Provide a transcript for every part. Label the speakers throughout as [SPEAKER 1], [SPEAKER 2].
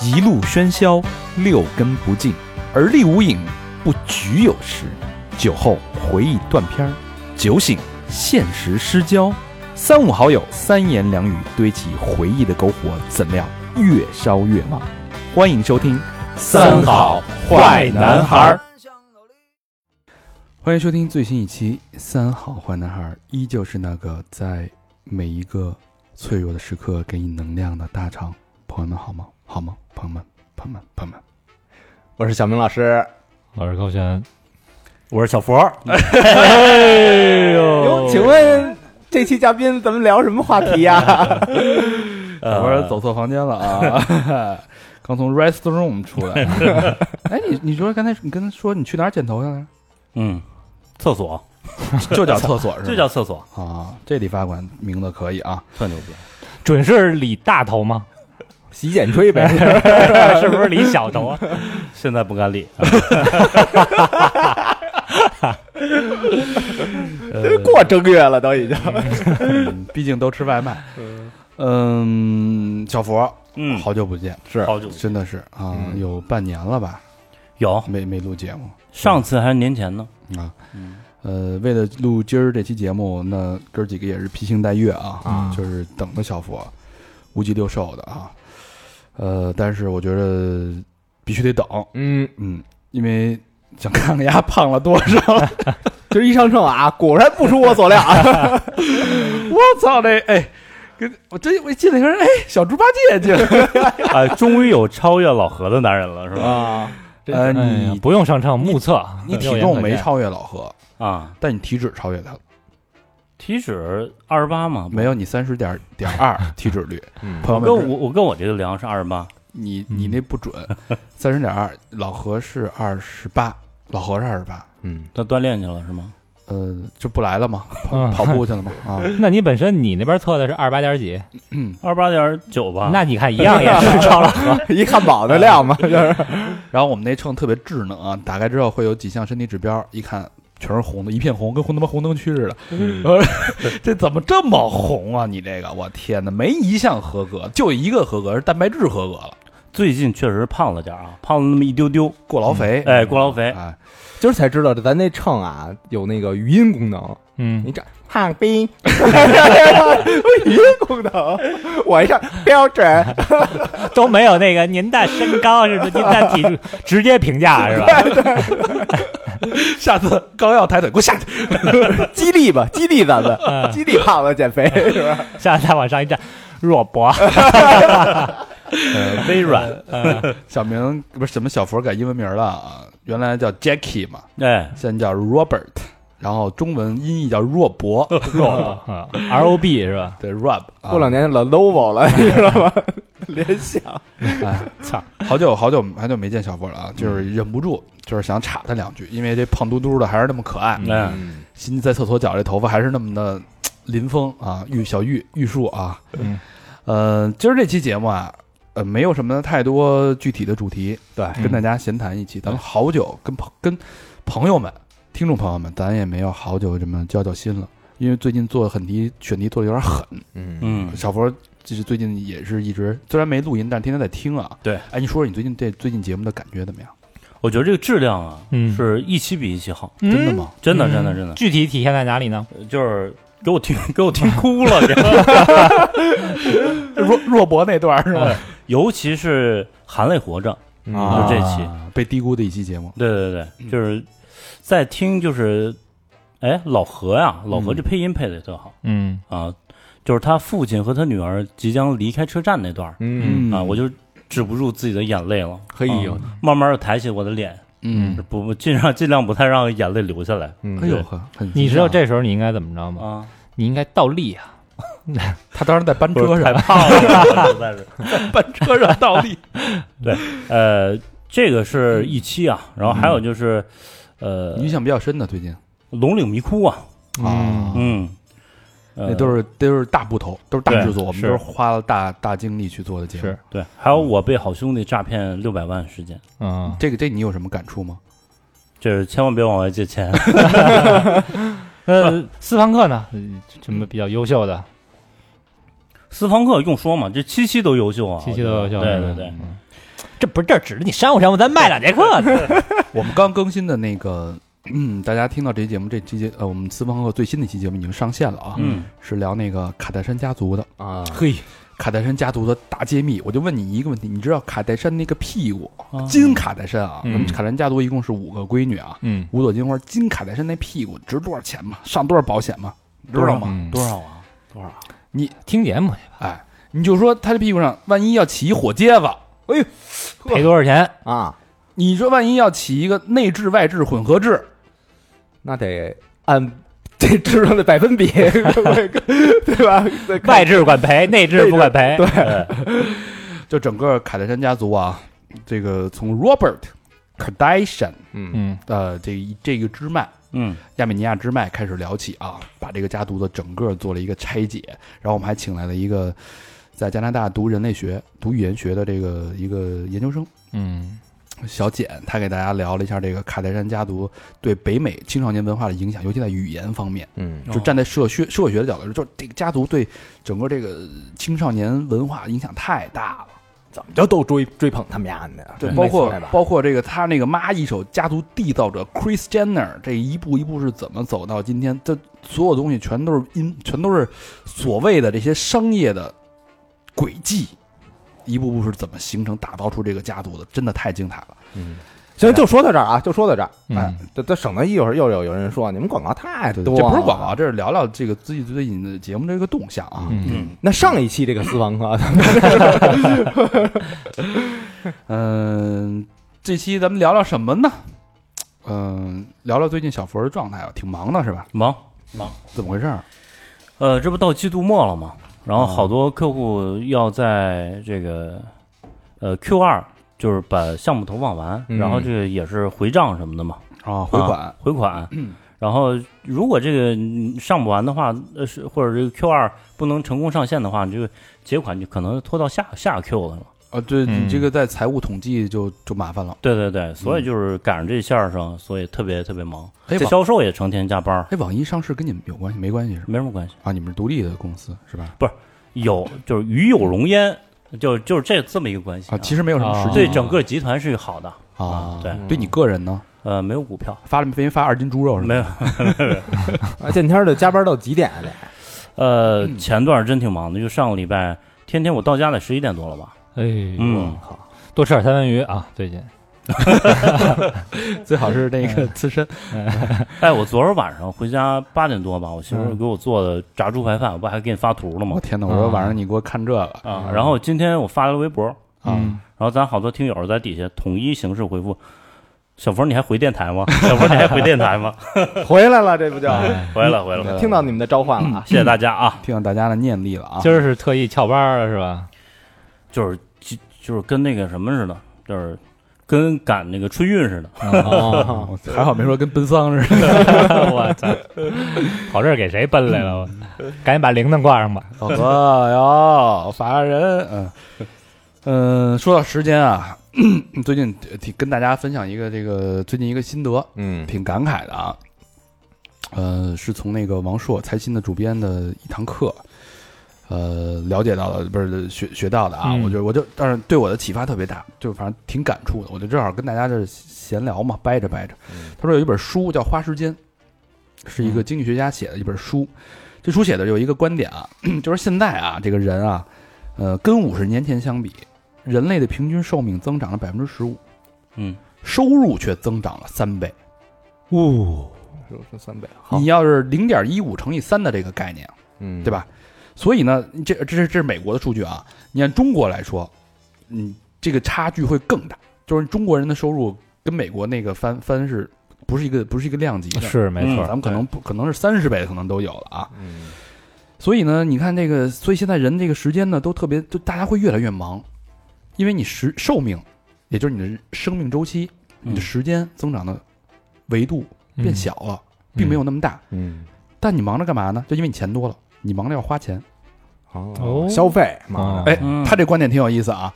[SPEAKER 1] 一路喧嚣，六根不净，而立无影，不局有时。酒后回忆断片儿，酒醒现实失焦。三五好友，三言两语堆起回忆的篝火，怎料越烧越旺。欢迎收听《
[SPEAKER 2] 三好坏男孩儿》，
[SPEAKER 1] 欢迎收听最新一期《三好坏男孩儿》，依旧是那个在每一个脆弱的时刻给你能量的大肠。朋友们好吗？好吗？朋友们，朋友们，朋友们，
[SPEAKER 2] 我是小明老师，
[SPEAKER 3] 老师高轩，
[SPEAKER 4] 我是小佛，
[SPEAKER 3] 哎
[SPEAKER 2] 哟，请问这期嘉宾咱们聊什么话题呀、
[SPEAKER 1] 我说
[SPEAKER 2] 呃
[SPEAKER 1] 走错房间了啊！ 刚从 rest room 出来。 哎，你你说刚才你跟他说你去哪儿剪头去了？
[SPEAKER 4] 嗯，厕所
[SPEAKER 1] 就叫厕所是吧？
[SPEAKER 4] 就叫厕所，
[SPEAKER 1] 啊，这理发馆名字可以啊。
[SPEAKER 4] 特牛逼。
[SPEAKER 3] 准是理大头吗？
[SPEAKER 2] 洗剪吹呗，
[SPEAKER 3] 是不是理小头啊？
[SPEAKER 4] 现在不敢理，啊
[SPEAKER 2] 过正月了都已经。
[SPEAKER 1] 嗯毕竟都吃外卖。嗯，小佛，
[SPEAKER 4] 嗯，
[SPEAKER 1] 好久不见，
[SPEAKER 2] 是
[SPEAKER 4] 好久
[SPEAKER 1] 真的是啊，
[SPEAKER 3] 嗯
[SPEAKER 1] 有半年了吧，
[SPEAKER 4] 有，
[SPEAKER 1] 没没录节目
[SPEAKER 4] 上次还是年前呢。
[SPEAKER 1] 啊。
[SPEAKER 4] 嗯，
[SPEAKER 1] 呃，为了录今儿这期节目，那哥儿几个也是披星戴月啊，
[SPEAKER 3] 啊
[SPEAKER 1] 就是等着小佛无鸡六兽的啊。呃，但是我觉得必须得等，
[SPEAKER 3] 嗯，
[SPEAKER 1] 嗯，因为想看看丫胖了多少。
[SPEAKER 2] 今儿一上秤啊，果然不出我所料。
[SPEAKER 1] 我操这哎，跟 我真我一进来一个人，哎，小猪八戒进 来。
[SPEAKER 4] 哎，终于有超越老何的男人了，是吧？
[SPEAKER 2] 啊，
[SPEAKER 1] 呃，
[SPEAKER 3] 哎呀
[SPEAKER 1] 你
[SPEAKER 3] 不用上秤目测，
[SPEAKER 1] 你体
[SPEAKER 3] 肉眼
[SPEAKER 1] 重
[SPEAKER 3] 可
[SPEAKER 1] 没
[SPEAKER 3] 见，
[SPEAKER 1] 超越老何，
[SPEAKER 4] 啊，
[SPEAKER 1] 但你体脂超越他了，
[SPEAKER 4] 体脂二十八嘛，
[SPEAKER 1] 没有你三十点点 二体脂率，
[SPEAKER 3] 嗯
[SPEAKER 1] 朋友
[SPEAKER 4] 我
[SPEAKER 1] 们
[SPEAKER 4] 跟
[SPEAKER 1] 知，
[SPEAKER 4] 我我跟我这个量是二十八，
[SPEAKER 1] 你
[SPEAKER 3] 嗯
[SPEAKER 1] 你那不准，三十点二，老何是二十八，老何是二十八，
[SPEAKER 3] 嗯，
[SPEAKER 4] 他锻炼去了是吗？
[SPEAKER 1] 呃，就不来了嘛，跑
[SPEAKER 3] 嗯
[SPEAKER 1] 跑步去了嘛啊，
[SPEAKER 3] 那你本身你那边测的是二十八点几，
[SPEAKER 4] 二十八点九吧？
[SPEAKER 3] 那你看一样 也是超了， 嗯
[SPEAKER 2] 一汉堡的量嘛，就是
[SPEAKER 1] 然后我们那秤特别智能啊，打开之后会有几项身体指标，一看全是红的，一片红，跟红他妈红灯区似的。我说 这怎么这么红啊？你这个，我天哪，没一项合格，就一个合格是蛋白质合格了，
[SPEAKER 4] 最近确实胖了点儿啊，胖了那么一丢丢。
[SPEAKER 1] 过劳
[SPEAKER 3] 嗯
[SPEAKER 1] 肥。
[SPEAKER 4] 哎，过劳肥，
[SPEAKER 1] 哎，
[SPEAKER 2] 今儿才知道咱那秤啊有那个语音功能。
[SPEAKER 3] 嗯
[SPEAKER 2] 你，这胖兵，语音功能，我一下标准，
[SPEAKER 3] 都没有那个您的身高是不是？您的体重直接评价是吧？
[SPEAKER 1] 下次刚要抬腿，给我下去。
[SPEAKER 2] 激励吧，激励咱们，
[SPEAKER 3] 嗯
[SPEAKER 2] 激励胖子减肥是吧？
[SPEAKER 3] 下次再往上一站，若博，
[SPEAKER 4] 呃微软，
[SPEAKER 3] 嗯
[SPEAKER 1] 小明不是什么小佛改英文名了啊，原来叫 Jackie 嘛，
[SPEAKER 4] 哎，
[SPEAKER 1] 现在叫 Robert，然后中文音译叫 若博，
[SPEAKER 3] 若嗯 R O B 是吧？
[SPEAKER 1] 对 Rob 啊。
[SPEAKER 2] 过两年老 lovo 了，你知道吗？ 联想，
[SPEAKER 1] 哎，
[SPEAKER 3] 操，
[SPEAKER 1] 好久好久好久没见小波了啊，就是忍不住，就是想插他两句，因为这胖嘟嘟的还是那么可
[SPEAKER 2] 嗯
[SPEAKER 1] 爱，
[SPEAKER 4] 哎，
[SPEAKER 3] 嗯
[SPEAKER 1] 心在厕所角这头发还是那么的林峰啊，玉小玉玉树啊，
[SPEAKER 3] 嗯，
[SPEAKER 1] 呃，今儿这期节目啊，呃，没有什么太多具体的主题，
[SPEAKER 2] 对嗯
[SPEAKER 1] 跟大家闲谈一期，咱们好久跟朋跟朋友们、听众朋友们，咱也没有好久这么交交心了，因为最近做很题选题做的有点狠，
[SPEAKER 2] 嗯，
[SPEAKER 4] 嗯，
[SPEAKER 1] 小佛就是最近也是一直虽然没录音，但是天天在听啊。
[SPEAKER 4] 对，
[SPEAKER 1] 哎，你说说你最近对最近节目的感觉怎么样？
[SPEAKER 4] 我觉得这个质量啊，
[SPEAKER 3] 嗯
[SPEAKER 4] 是一期比一期好，
[SPEAKER 3] 真
[SPEAKER 1] 真的？吗？
[SPEAKER 4] 真的，真的，真的。
[SPEAKER 3] 具体体现在哪里呢？
[SPEAKER 4] 就是给我听给我听哭了，这样
[SPEAKER 1] 若若博那段是吧？
[SPEAKER 4] 尤其是含泪活着，
[SPEAKER 2] 啊
[SPEAKER 4] 就这期，
[SPEAKER 1] 被低估的一期节目，
[SPEAKER 4] 对对对，嗯就是在听就是，哎，老何呀，老何这配音配的也特好
[SPEAKER 3] 嗯
[SPEAKER 4] 啊，就是他父亲和他女儿即将离开车站那段儿
[SPEAKER 2] 嗯，
[SPEAKER 4] 啊，我就止不住自己的眼泪了，
[SPEAKER 2] 可以有，
[SPEAKER 4] 慢慢的抬起我的脸，
[SPEAKER 1] 嗯，
[SPEAKER 4] 不不尽量尽量不太让眼泪流下来
[SPEAKER 2] 嗯
[SPEAKER 1] 哎呦呵，很
[SPEAKER 3] 你知道这时候你应该怎么着吗？
[SPEAKER 4] 啊，
[SPEAKER 3] 你应该倒立啊！
[SPEAKER 1] 他当时在班
[SPEAKER 4] 不
[SPEAKER 1] 车
[SPEAKER 4] 是太
[SPEAKER 1] 上，
[SPEAKER 4] 胖了，啊实在是。
[SPEAKER 1] 班车上倒 立，
[SPEAKER 4] 呃，这个是一期啊，然后还有就是，呃，
[SPEAKER 1] 影响比较深的最近
[SPEAKER 4] 龙岭迷窟啊，
[SPEAKER 1] 啊，
[SPEAKER 4] 嗯，
[SPEAKER 1] 那都
[SPEAKER 4] 是
[SPEAKER 1] 是都是大部头，都是大
[SPEAKER 4] 对
[SPEAKER 1] 制作，我们
[SPEAKER 3] 是
[SPEAKER 1] 都是花了大大精力去做的节目
[SPEAKER 3] 是。
[SPEAKER 4] 对，还有我被好兄弟诈骗六百万事件，
[SPEAKER 3] 嗯，
[SPEAKER 1] 这个这你有什么感触吗？
[SPEAKER 4] 就是千万别往外借钱。
[SPEAKER 3] 呃
[SPEAKER 4] 呃
[SPEAKER 3] 那斯潘克呢？嗯什么比较优秀的？
[SPEAKER 4] 斯方克用说嘛，这七期都优秀啊，
[SPEAKER 3] 七期都优秀嗯
[SPEAKER 4] 我觉得对对对，
[SPEAKER 3] 这不是这指着你商务商务，咱卖两节课呢。
[SPEAKER 1] 我们刚更新的那个，嗯，大家听到这期节目，这期节呃，我们私房课最新的一期节目已经上线了啊，
[SPEAKER 4] 嗯，
[SPEAKER 1] 是聊那个卡戴珊家族的
[SPEAKER 2] 啊，
[SPEAKER 3] 嘿，
[SPEAKER 1] 卡戴珊家族的大揭秘。我就问你一个问题，你知道卡戴珊那个屁股，金卡戴珊啊，
[SPEAKER 2] 嗯
[SPEAKER 1] 我们卡戴珊家族一共是五个闺女啊，
[SPEAKER 2] 嗯，
[SPEAKER 1] 五朵金花，金卡戴珊那屁股值多少钱吗？上多少保险吗？你知道吗？
[SPEAKER 2] 嗯
[SPEAKER 4] 多少啊？多少？
[SPEAKER 3] 听节目去
[SPEAKER 1] 哎，你就说他这屁股上，万一要起一火疖子，
[SPEAKER 3] 赔多少钱？
[SPEAKER 2] 啊，
[SPEAKER 1] 你说万一要起一个内置外置混合制，
[SPEAKER 2] 那得按 这质量的百分比， 对吧？再看
[SPEAKER 3] 外置管赔，内置不管赔。
[SPEAKER 4] 对，
[SPEAKER 1] 就整个卡戴珊家族啊，这个从 Robert Kardashian
[SPEAKER 2] 嗯
[SPEAKER 3] 嗯，
[SPEAKER 1] 呃这一这个支脉
[SPEAKER 4] 嗯，
[SPEAKER 1] 亚美尼亚支脉开始聊起啊，把这个家族的整个做了一个拆解，然后我们还请来了一个在加拿大读人类学、读语言学的这个一个研究生，
[SPEAKER 2] 嗯
[SPEAKER 1] 小简，她给大家聊了一下这个卡戴珊家族对北美青少年文化的影响，尤其在语言方面。
[SPEAKER 2] 嗯
[SPEAKER 4] 哦
[SPEAKER 1] 就站在社学社会学的角度，就是这个家族对整个这个青少年文化影响太大了。
[SPEAKER 2] 怎么着都追追捧他们家呢？
[SPEAKER 1] 对，
[SPEAKER 2] 每
[SPEAKER 1] 包
[SPEAKER 2] 次
[SPEAKER 1] 括
[SPEAKER 2] 来吧
[SPEAKER 1] 包括这个他那个妈一手家族缔造者 Chris Jenner 这一步一步是怎么走到今天？这所有东西全都是因，全都是所谓的这些商业的轨迹，一步步是怎么形成、打造出这个家族的？真的太精彩了。
[SPEAKER 2] 行，就说到这儿啊，就说到这儿，哎
[SPEAKER 1] 嗯，
[SPEAKER 2] 这这省得一会儿又有有人说你们广告太
[SPEAKER 1] 对，
[SPEAKER 2] 多，
[SPEAKER 1] 这不是广告，。这是聊聊这个自己最近的节目这个动向啊。
[SPEAKER 2] 嗯
[SPEAKER 4] 嗯，
[SPEAKER 2] 那上一期这个私 房啊课，
[SPEAKER 1] 嗯，这期咱们聊聊什么呢？嗯，聊聊最近小佛的状态啊，挺忙的是吧？
[SPEAKER 4] 忙。
[SPEAKER 1] 怎么回事儿？
[SPEAKER 4] 呃，这不到季度末了吗？然后好多客户要在这个呃 Q 二，就是把项目投放完，
[SPEAKER 2] 嗯
[SPEAKER 4] 然后这个也是回账什么的嘛，
[SPEAKER 1] 啊，回款、
[SPEAKER 4] 啊回款。
[SPEAKER 3] 嗯
[SPEAKER 4] 然后如果这个嗯上不完的话，呃，是或者这个 Q 二不能成功上线的话，你这个结款就可能拖到下下 Q 了嘛。
[SPEAKER 1] 啊，对
[SPEAKER 2] 嗯
[SPEAKER 1] 你这个在财务统计就就麻烦了。
[SPEAKER 4] 对对对，所以就是赶上这线儿上，所以特别特别忙。
[SPEAKER 1] 哎
[SPEAKER 4] 这
[SPEAKER 1] 网
[SPEAKER 4] 销售也成天加班儿，
[SPEAKER 1] 哎，网易上市跟你们有关系没关系是吧？
[SPEAKER 4] 没什么关系。
[SPEAKER 1] 啊，你们是独立的公司是吧？
[SPEAKER 4] 有就是鱼有龙焉，就就是这这么一个关系
[SPEAKER 1] 啊，其实没有什么实
[SPEAKER 3] 啊
[SPEAKER 1] 际
[SPEAKER 4] 哦对整个集团是好的，
[SPEAKER 1] 啊
[SPEAKER 4] 啊。对
[SPEAKER 1] 对你个人呢，
[SPEAKER 4] 呃，没有股票，
[SPEAKER 1] 发了没发二斤猪肉是吧？
[SPEAKER 4] 没有。
[SPEAKER 2] 啊见天儿的加班到几点啊？得
[SPEAKER 4] 呃，前段儿真挺忙的，就上个礼拜，天天我到家得十一点多了吧。
[SPEAKER 3] 哎，
[SPEAKER 4] 嗯，
[SPEAKER 2] 靠，
[SPEAKER 3] 多吃点三文鱼啊，最近。
[SPEAKER 1] 最好是那
[SPEAKER 4] 嗯
[SPEAKER 1] 个刺身。
[SPEAKER 4] 哎，我昨儿晚上回家八点多吧，我媳妇儿给我做的炸猪排饭，我不还给你发图了吗
[SPEAKER 1] 我？天哪！我说晚上你给我看这个
[SPEAKER 4] 啊，然后今天我发了微博，
[SPEAKER 1] 啊，
[SPEAKER 4] 然后咱好多听友在底下统一形式回复：“小佛，你还回电台吗？ 小佛，你还回电台 吗
[SPEAKER 2] 回来了，这不就？？”
[SPEAKER 4] 回来，回来，
[SPEAKER 2] 听到你们的召唤了啊！
[SPEAKER 4] 谢谢大家啊！
[SPEAKER 1] 听到大家的念力了啊。
[SPEAKER 3] 今儿是特意翘班了是吧？
[SPEAKER 4] 就是就就是跟那个什么似的，就是跟赶那个春运似的。
[SPEAKER 1] 啊我还好没说跟奔丧似的。
[SPEAKER 3] 我操，跑这儿给谁奔来了？我
[SPEAKER 1] 嗯
[SPEAKER 3] 赶紧把铃铛挂上吧。
[SPEAKER 1] 老何哟，法人，嗯嗯，说到时间啊， 最近挺跟大家分享一个这个最近一个心得，
[SPEAKER 2] 嗯
[SPEAKER 1] 挺感慨的啊。呃，是从那个王朔财新的主编的一堂课，呃，了解到的，不是学学到的啊。
[SPEAKER 3] 嗯
[SPEAKER 1] 我觉得我就，但是对我的启发特别大，就反正挺感触的。我就正好跟大家这闲聊嘛，掰着掰着。他说有一本书叫《花时间》，是一个经济学家写的一本书。这书写的有一个观点啊， 就是现在啊，这个人啊，呃，跟五十年前相比，人类的平均寿命增长了百分之十五，
[SPEAKER 4] 嗯，
[SPEAKER 1] 收入却增长了三倍。
[SPEAKER 3] 呜，
[SPEAKER 2] 说说三倍，好
[SPEAKER 1] 你，要是零点一五乘以三的这个概念，
[SPEAKER 2] 嗯，
[SPEAKER 1] 对？吧？所以呢，这这这是美国的数据啊。你按中国来说，嗯，这个差距会更大，就是中国人的收入跟美国那个翻翻是不是一个不是一个量级的？
[SPEAKER 3] 是没错，
[SPEAKER 1] 嗯咱们可能不可能是三十倍，可能都有了啊。
[SPEAKER 2] 嗯
[SPEAKER 1] 所以呢，你看这个，所以现在人这个时间呢，都特别，就大家会越来越忙，因为你时寿命，也就是你的生命周期，你的时间增长的维度
[SPEAKER 3] 嗯
[SPEAKER 1] 变小了，并没有那么大。
[SPEAKER 2] 嗯，
[SPEAKER 1] 但你忙着干嘛呢？就因为你钱多了，你忙着要花钱。
[SPEAKER 2] 哦
[SPEAKER 3] 哦，
[SPEAKER 2] 消费
[SPEAKER 3] 哦
[SPEAKER 2] 嘛，
[SPEAKER 1] 哎
[SPEAKER 4] 嗯，
[SPEAKER 1] 他这观点挺有意思啊，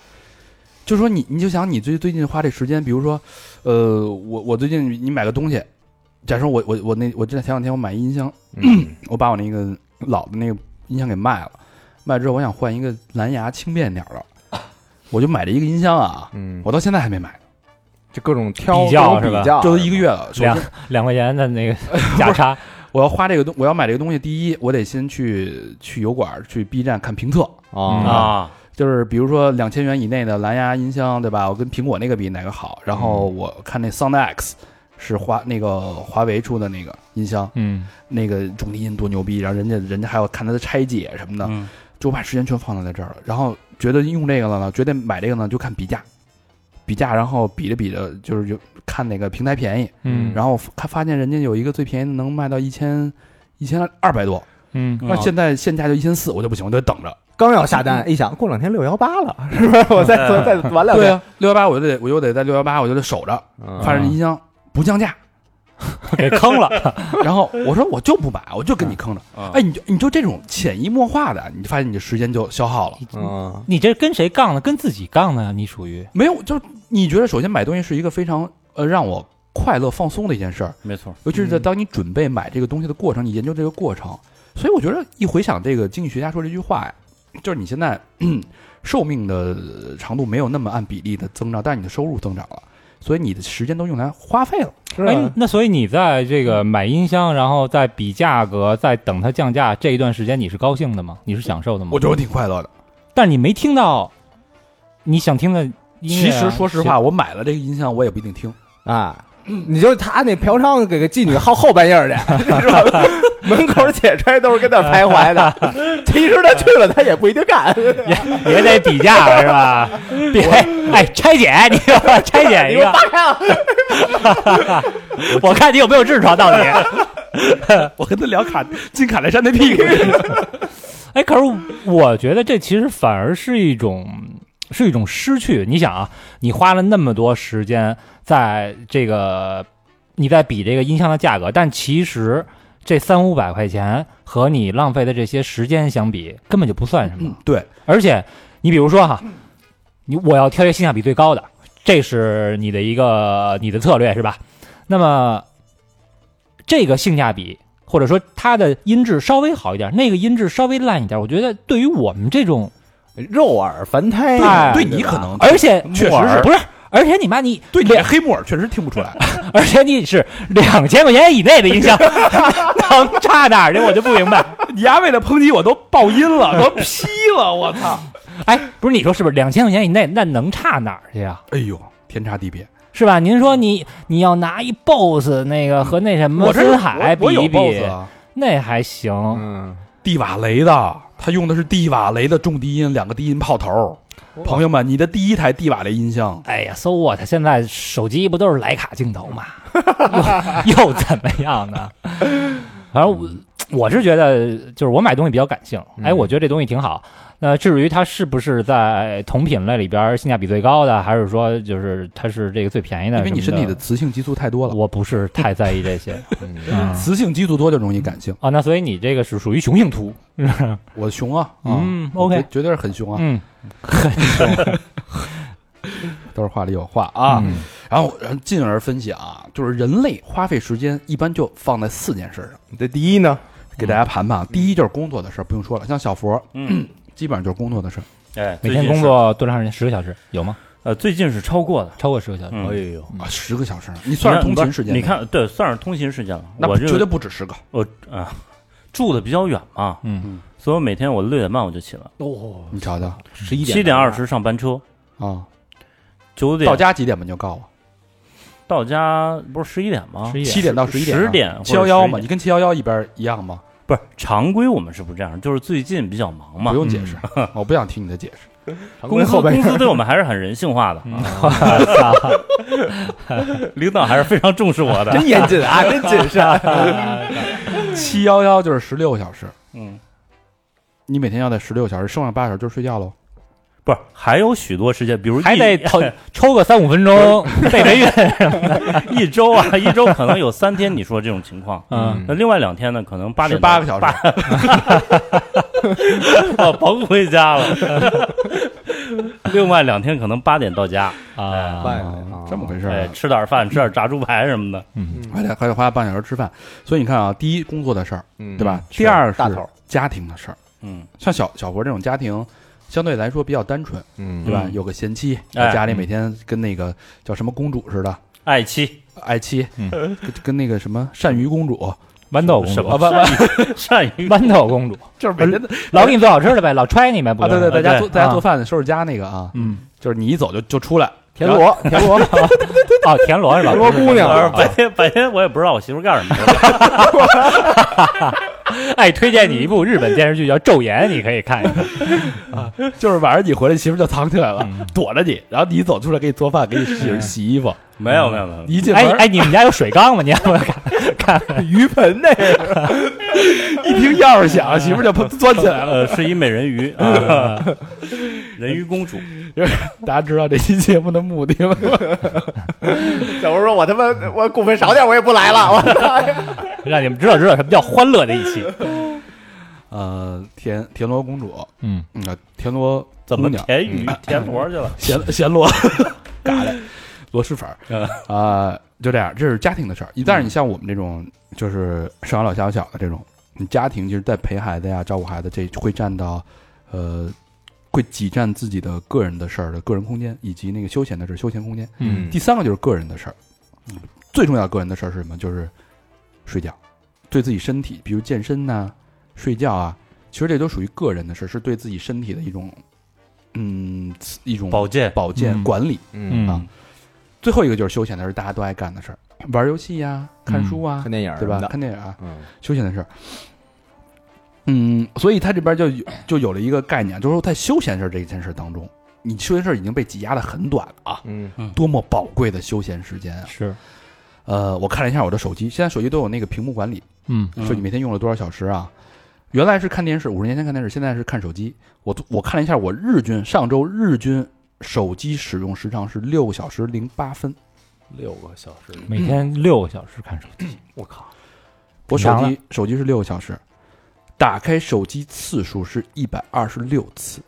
[SPEAKER 1] 就说你，你就想你最最近花这时间，比如说，呃，我我最近你买个东西，假如说我我 我那我这前两天我买一音箱，
[SPEAKER 2] 嗯
[SPEAKER 1] 我把我那个老的那个音箱给卖了，卖之后我想换一个蓝牙轻便点儿的，我就买了一个音箱啊，
[SPEAKER 2] 嗯，啊
[SPEAKER 1] 我到现在还没买，
[SPEAKER 2] 就各种挑
[SPEAKER 3] 比较
[SPEAKER 2] 各种
[SPEAKER 3] 是吧
[SPEAKER 2] 比较
[SPEAKER 1] 这都一个月了。首
[SPEAKER 3] 两
[SPEAKER 1] 先，
[SPEAKER 3] 两块钱的 那个价差，
[SPEAKER 1] 我要花这个东，我要买这个东西，第一，我得先去去油管、去 B 站看评测，
[SPEAKER 3] 嗯
[SPEAKER 2] 啊，
[SPEAKER 4] 啊，
[SPEAKER 1] 就是比如说两千元以内的蓝牙音箱，对吧？我跟苹果那个比哪个好？然后
[SPEAKER 4] 嗯
[SPEAKER 1] 我看那 Sound X 是华那个华为出的那个音箱，
[SPEAKER 3] 嗯，
[SPEAKER 1] 那个重低音多牛逼，然后人家人家还要看它的拆解什么的，
[SPEAKER 4] 嗯
[SPEAKER 1] 就把时间全放在这儿了。然后觉得用这个了呢，决定买这个呢，就看比价，比价，然后比着比着就是有看哪个平台便宜，
[SPEAKER 3] 嗯
[SPEAKER 1] 然后看发现人家有一个最便宜的能卖到一千一千二百多，
[SPEAKER 3] 嗯
[SPEAKER 4] 嗯
[SPEAKER 1] 那现在现价就一千四，我就不行，我就得等着。
[SPEAKER 2] 刚要下单，一想过两天六幺八了，是不是？我再再再晚两
[SPEAKER 1] 对
[SPEAKER 2] 天，
[SPEAKER 1] 啊，六幺八我就得我就得在六幺八我就得守着，
[SPEAKER 2] 嗯
[SPEAKER 1] 发现音箱不降 价，
[SPEAKER 3] 给坑了，
[SPEAKER 1] 然后我说我就不买，我就跟你坑着。哎，你就你就这种潜移默化的，你就发现你的时间就消耗了。
[SPEAKER 2] 嗯，
[SPEAKER 3] 你这跟谁杠呢？跟自己杠呢？你属于
[SPEAKER 1] 没有，就是你觉得首先买东西是一个非常呃让我快乐放松的一件事儿，
[SPEAKER 4] 没错，
[SPEAKER 1] 尤其是在
[SPEAKER 3] 嗯
[SPEAKER 1] 当你准备买这个东西的过程，你研究这个过程。所以我觉得一回想这个经济学家说这句话呀，就是你现在 咳寿命的呃长度没有那么按比例的增长，但是你的收入增长了，所以你的时间都用来花费了。
[SPEAKER 2] 是
[SPEAKER 3] 哎
[SPEAKER 2] 啊，
[SPEAKER 3] 那所以你在这个买音箱，然后再比价格，再等它降价这一段时间，你是高兴的吗？你是享受的吗？
[SPEAKER 1] 我觉得我挺快乐的。
[SPEAKER 3] 但你没听到你想听的音
[SPEAKER 1] 其
[SPEAKER 3] 乐啊
[SPEAKER 1] 实说实话，，我买了这个音箱，我也不一定听。
[SPEAKER 2] 啊，你就他那嫖娼给个妓女耗后半夜去，是吧？门口姐差都是跟那儿徘徊的，其实他去了，他也不一定干。
[SPEAKER 3] 也也得比价是 吧？别哎，拆解你拆解一个，我看你有没有痔疮到底。
[SPEAKER 1] 我跟他聊卡进卡戴珊的屁股，
[SPEAKER 3] 哎，可是我觉得这其实反而是一种是一种失去。你想啊，你花了那么多时间在这个你在比这个音箱的价格，但其实这三五百块钱和你浪费的这些时间相比，根本就不算什么。
[SPEAKER 1] 对，
[SPEAKER 3] 而且你比如说哈，你我要挑一个性价比最高的，这是你的一个你的策略是吧？那么这个性价比或者说它的音质稍微好一点，那个音质稍微烂一点，我觉得对于我们这种，
[SPEAKER 2] 肉耳凡胎啊
[SPEAKER 3] 对哎
[SPEAKER 1] 对你可能，
[SPEAKER 3] 而且
[SPEAKER 1] 嗯确
[SPEAKER 3] 木
[SPEAKER 1] 实是
[SPEAKER 3] 耳不是。而且你妈你
[SPEAKER 1] 对你这黑木耳确实听不出来。
[SPEAKER 3] 而且你是两千块钱以内的音箱， 能差哪儿去？我就不明白。
[SPEAKER 1] 你丫为了抨击我都爆音 了，都劈了，我操！
[SPEAKER 3] 哎，不是你说是不是？两千块钱以内，那能差哪儿去呀、
[SPEAKER 1] 哎呦，天差地别。
[SPEAKER 3] 是吧？您说你你要拿一 BOSS 那个和那什么
[SPEAKER 1] 我这是
[SPEAKER 3] 森海比
[SPEAKER 1] 我我有
[SPEAKER 3] 一比，
[SPEAKER 1] BOSS 啊，
[SPEAKER 3] 那还行。
[SPEAKER 2] 嗯，
[SPEAKER 1] 蒂瓦雷的，他用的是蒂瓦雷的重低音，两个低音炮头。朋友们，你的第一台蒂瓦雷音箱，
[SPEAKER 3] 哎呀，so what？现在手机不都是徕卡镜头吗？又又怎么样呢？反正我我是觉得，就是我买东西比较感性。哎，
[SPEAKER 2] 嗯
[SPEAKER 3] 我觉得这东西挺好。那至于它是不是在同品类里边性价比最高的，还是说就是它是这个最便宜的？
[SPEAKER 1] 因为你身体的
[SPEAKER 3] 的，
[SPEAKER 1] 雌性激素太多了，
[SPEAKER 3] 我不是太在意这些。嗯
[SPEAKER 1] 雌性激素多就容易感性。
[SPEAKER 3] 啊，那所以你这个是属于雄性秃。
[SPEAKER 1] 我熊啊，啊
[SPEAKER 3] 嗯
[SPEAKER 1] 我
[SPEAKER 3] ，OK
[SPEAKER 1] 绝绝对是很熊啊，
[SPEAKER 3] 嗯
[SPEAKER 1] 都是话里有话啊。
[SPEAKER 3] 嗯
[SPEAKER 1] 然后，然后进而分析啊，就是人类花费时间一般就放在四件事上，
[SPEAKER 2] 这第一呢，
[SPEAKER 1] 给大家盘盘啊。
[SPEAKER 3] 嗯
[SPEAKER 1] 第一就是工作的事儿，不用说了，像小佛
[SPEAKER 4] 嗯，
[SPEAKER 1] 基本上就是工作的事儿。
[SPEAKER 4] 哎，
[SPEAKER 3] 每
[SPEAKER 4] 最
[SPEAKER 3] 天
[SPEAKER 4] 近
[SPEAKER 3] 工
[SPEAKER 4] 是
[SPEAKER 3] 作多长时间？十个小时有吗？
[SPEAKER 4] 呃，最近是超过的，
[SPEAKER 3] 超过十个小时？
[SPEAKER 4] 嗯
[SPEAKER 3] 哎呦，
[SPEAKER 1] 啊，十个小时，你算是通勤时间？
[SPEAKER 4] 你，看，对，算是通勤时间了。
[SPEAKER 1] 那
[SPEAKER 4] 我
[SPEAKER 1] 不绝
[SPEAKER 4] 这
[SPEAKER 1] 对
[SPEAKER 4] 个
[SPEAKER 1] 不止十个。
[SPEAKER 4] 我啊，住的比较远嘛，
[SPEAKER 3] 嗯，
[SPEAKER 4] 所以我每天我六点半我就起来，
[SPEAKER 3] 哦，
[SPEAKER 1] 你瞧瞧，
[SPEAKER 2] 十一
[SPEAKER 4] 七点二十上班车，
[SPEAKER 1] 啊，
[SPEAKER 4] 九点
[SPEAKER 1] 到家几点吧？你就告诉我，
[SPEAKER 4] 到家不是十一点吗？
[SPEAKER 3] 啊十一
[SPEAKER 1] 七点到十一点，啊
[SPEAKER 4] 十点或者
[SPEAKER 1] 七幺幺嘛，
[SPEAKER 4] 11
[SPEAKER 1] 你跟七幺幺一边一样吗？
[SPEAKER 4] 不是常规，我们是不这样，就是最近比较忙嘛
[SPEAKER 1] 不，用解释， 我不想听你的解释。
[SPEAKER 4] 公司
[SPEAKER 2] 后半
[SPEAKER 4] 公
[SPEAKER 2] 夜
[SPEAKER 4] 司对我们还是很人性化的，啊
[SPEAKER 3] 我操！
[SPEAKER 4] 领导还是非常重视我的。
[SPEAKER 2] 真严谨啊，真谨慎。
[SPEAKER 1] 七幺幺就是十六个小时，
[SPEAKER 4] 嗯，
[SPEAKER 1] 你每天要在十六小时，剩下八小时就是睡觉喽。
[SPEAKER 4] 不是，还有许多时间，比如一
[SPEAKER 3] 还得抽抽个三五分钟备备孕。
[SPEAKER 4] 一周啊，一周可能有三天你说这种情况，
[SPEAKER 3] 嗯，
[SPEAKER 4] 那另外两天呢，可能八点
[SPEAKER 1] 八个小时，
[SPEAKER 4] 时哦甭回家了。 另外两天可能八点到家，
[SPEAKER 3] 啊，
[SPEAKER 2] 嗯
[SPEAKER 1] 啊这么回事儿
[SPEAKER 4] 哎，
[SPEAKER 1] 啊。
[SPEAKER 4] 吃点饭，吃点炸猪排什么的。
[SPEAKER 1] 还得还得花半小时吃饭，所以你看啊，第一工作的事儿，
[SPEAKER 2] 嗯
[SPEAKER 1] 对吧？
[SPEAKER 2] 是
[SPEAKER 1] 第二
[SPEAKER 2] 大头
[SPEAKER 1] 是家庭的事儿，
[SPEAKER 4] 嗯
[SPEAKER 1] 像小小活这种家庭，相对来说比较单纯，
[SPEAKER 2] 嗯
[SPEAKER 1] 对吧？
[SPEAKER 4] 嗯
[SPEAKER 1] 有个贤妻，
[SPEAKER 4] 哎
[SPEAKER 1] 家里每天跟那个叫什么公主似的，
[SPEAKER 4] 爱妻
[SPEAKER 1] 爱妻，跟跟那个什么单于公主，
[SPEAKER 3] 豌豆公主
[SPEAKER 4] 什
[SPEAKER 3] 啊，
[SPEAKER 4] 么
[SPEAKER 3] 不不，
[SPEAKER 4] 善于
[SPEAKER 3] 豌豆公主，
[SPEAKER 1] 就是
[SPEAKER 3] 每
[SPEAKER 1] 天
[SPEAKER 3] 老给你做好吃的呗，老揣你呗，不
[SPEAKER 1] 啊，
[SPEAKER 3] 就
[SPEAKER 1] 对
[SPEAKER 3] 是
[SPEAKER 1] 对，在家
[SPEAKER 4] 对
[SPEAKER 1] 做在家
[SPEAKER 3] 啊
[SPEAKER 1] 做饭收拾家那个啊，
[SPEAKER 3] 嗯，
[SPEAKER 1] 就是你一走就就出来，
[SPEAKER 2] 田螺，田螺，
[SPEAKER 3] 哦，田螺 是吧？
[SPEAKER 2] 田螺姑娘
[SPEAKER 3] 啊
[SPEAKER 4] 呃白天白天我也不知道我媳妇干什么去了，
[SPEAKER 3] 哎，推荐你一部日本电视剧叫《昼颜》，你可以看 一看。
[SPEAKER 1] 就是晚上你回来，媳妇就藏起来了
[SPEAKER 3] 嗯，
[SPEAKER 1] 躲着你，然后你一走出来给你做饭，给你洗
[SPEAKER 2] 嗯
[SPEAKER 1] 洗衣服，
[SPEAKER 2] 哎
[SPEAKER 4] 没有没有没有，
[SPEAKER 1] 一进
[SPEAKER 3] 哎
[SPEAKER 1] 门
[SPEAKER 3] 哎，你们家有水缸吗？你要 不要看？
[SPEAKER 1] 鱼盆那个， 一听钥匙
[SPEAKER 2] 嗯
[SPEAKER 1] 响，媳妇儿就砰钻起来了。
[SPEAKER 4] 呃，是一美人鱼啊，人鱼公主，
[SPEAKER 1] 大家知道这期节目的目的吗？
[SPEAKER 2] 小猴说：“我他妈，我股份少点，我也不来了。”我
[SPEAKER 3] 让你们知道知道什么叫欢乐的一期。
[SPEAKER 1] 呃，田田螺公主，
[SPEAKER 3] 嗯，
[SPEAKER 1] 嗯，田螺
[SPEAKER 4] 怎么
[SPEAKER 1] 姑娘
[SPEAKER 4] 填鱼填螺去了？
[SPEAKER 1] 咸咸螺，嘎的螺蛳粉儿
[SPEAKER 4] 嗯
[SPEAKER 1] 啊，就这样，这是家庭的事儿。一但是你像我们这种，就是上有老下有小的这种，你家庭其实，在陪孩子呀、照顾孩子，这会占到，呃，会挤占自己的个人的事儿的个人空间，以及那个休闲的事儿、休闲空间。
[SPEAKER 3] 嗯
[SPEAKER 1] 第三个就是个人的事儿，
[SPEAKER 2] 嗯
[SPEAKER 1] 最重要的个人的事儿是什么？就是睡觉，对自己身体，比如健身呐、睡觉啊，其实这都属于个人的事儿，是对自己身体的一种，嗯，一种
[SPEAKER 4] 保健
[SPEAKER 1] 保健、
[SPEAKER 3] 嗯
[SPEAKER 1] 管理。
[SPEAKER 2] 嗯，
[SPEAKER 1] 啊
[SPEAKER 3] 嗯
[SPEAKER 1] 最后一个就是休闲的事儿，大家都爱干的事儿，玩儿游戏呀、看书啊，
[SPEAKER 2] 嗯看电影
[SPEAKER 1] 对吧？
[SPEAKER 2] 什么的
[SPEAKER 1] 看电影啊，
[SPEAKER 2] 嗯
[SPEAKER 1] 休闲的事儿。嗯，所以他这边就有就有了一个概念，就是说在休闲事儿这件事儿当中，你休闲事儿已经被挤压的很短了啊，
[SPEAKER 2] 嗯
[SPEAKER 1] 多么宝贵的休闲时间啊！
[SPEAKER 3] 是，
[SPEAKER 1] 呃，我看了一下我的手机，现在手机都有那个屏幕管理，
[SPEAKER 3] 嗯
[SPEAKER 4] 嗯
[SPEAKER 1] 说你每天用了多少小时啊？原来是看电视，五十年前看电视，现在是看手机。我我看了一下，我日均上周日均手机使用时长是六个小时零八分。
[SPEAKER 2] 六个小时，
[SPEAKER 3] 每天六个小时看手机。
[SPEAKER 2] 我靠，
[SPEAKER 1] 我手
[SPEAKER 3] 长了
[SPEAKER 1] 机手机是六个小时，打开手机次数是一百二十六次，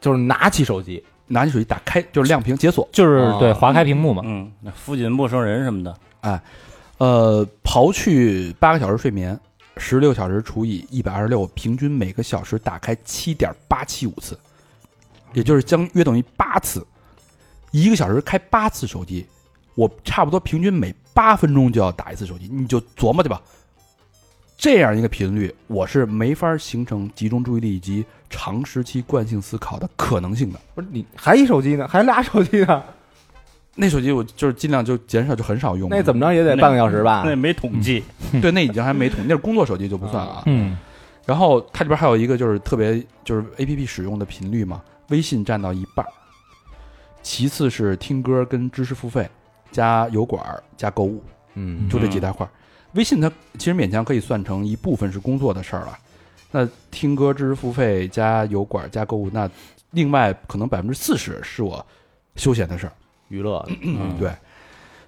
[SPEAKER 2] 就是拿起手机，
[SPEAKER 1] 拿起手机打开就是亮屏解锁。
[SPEAKER 3] 就是对，
[SPEAKER 2] 啊
[SPEAKER 3] 划开屏幕嘛，
[SPEAKER 4] 嗯，那附近陌生人什么的，
[SPEAKER 1] 呃，刨去八个小时睡眠，十六小时除以一百二十六，平均每个小时打开七点八七五次，也就是将约等于八次，一个小时开八次手机，我差不多平均每八分钟就要打一次手机，你就琢磨去吧。这样一个频率，我是没法形成集中注意力以及长时期惯性思考的可能性的。
[SPEAKER 2] 不是你还一手机呢，还俩手机呢，
[SPEAKER 1] 那手机我就是尽量就减少，就很少用。
[SPEAKER 2] 那怎么着也得半个小时
[SPEAKER 5] 啊
[SPEAKER 2] 吧？
[SPEAKER 4] 那没统计，
[SPEAKER 1] 着？对，那已经还没统，那是工作手机就不算了啊。
[SPEAKER 3] 嗯
[SPEAKER 1] 然后它里边还有一个就是特别就是 A P P 使用的频率嘛，微信占到一半儿，其次是听歌跟知识付费，加油管儿加购物，
[SPEAKER 2] 嗯
[SPEAKER 1] 就这几大块儿。微信它其实勉强可以算成一部分是工作的事儿了。那听歌、知识付费加油管儿加购物，那另外可能百分之四十是我休闲的事儿。
[SPEAKER 2] 娱乐
[SPEAKER 4] 嗯，
[SPEAKER 1] 对，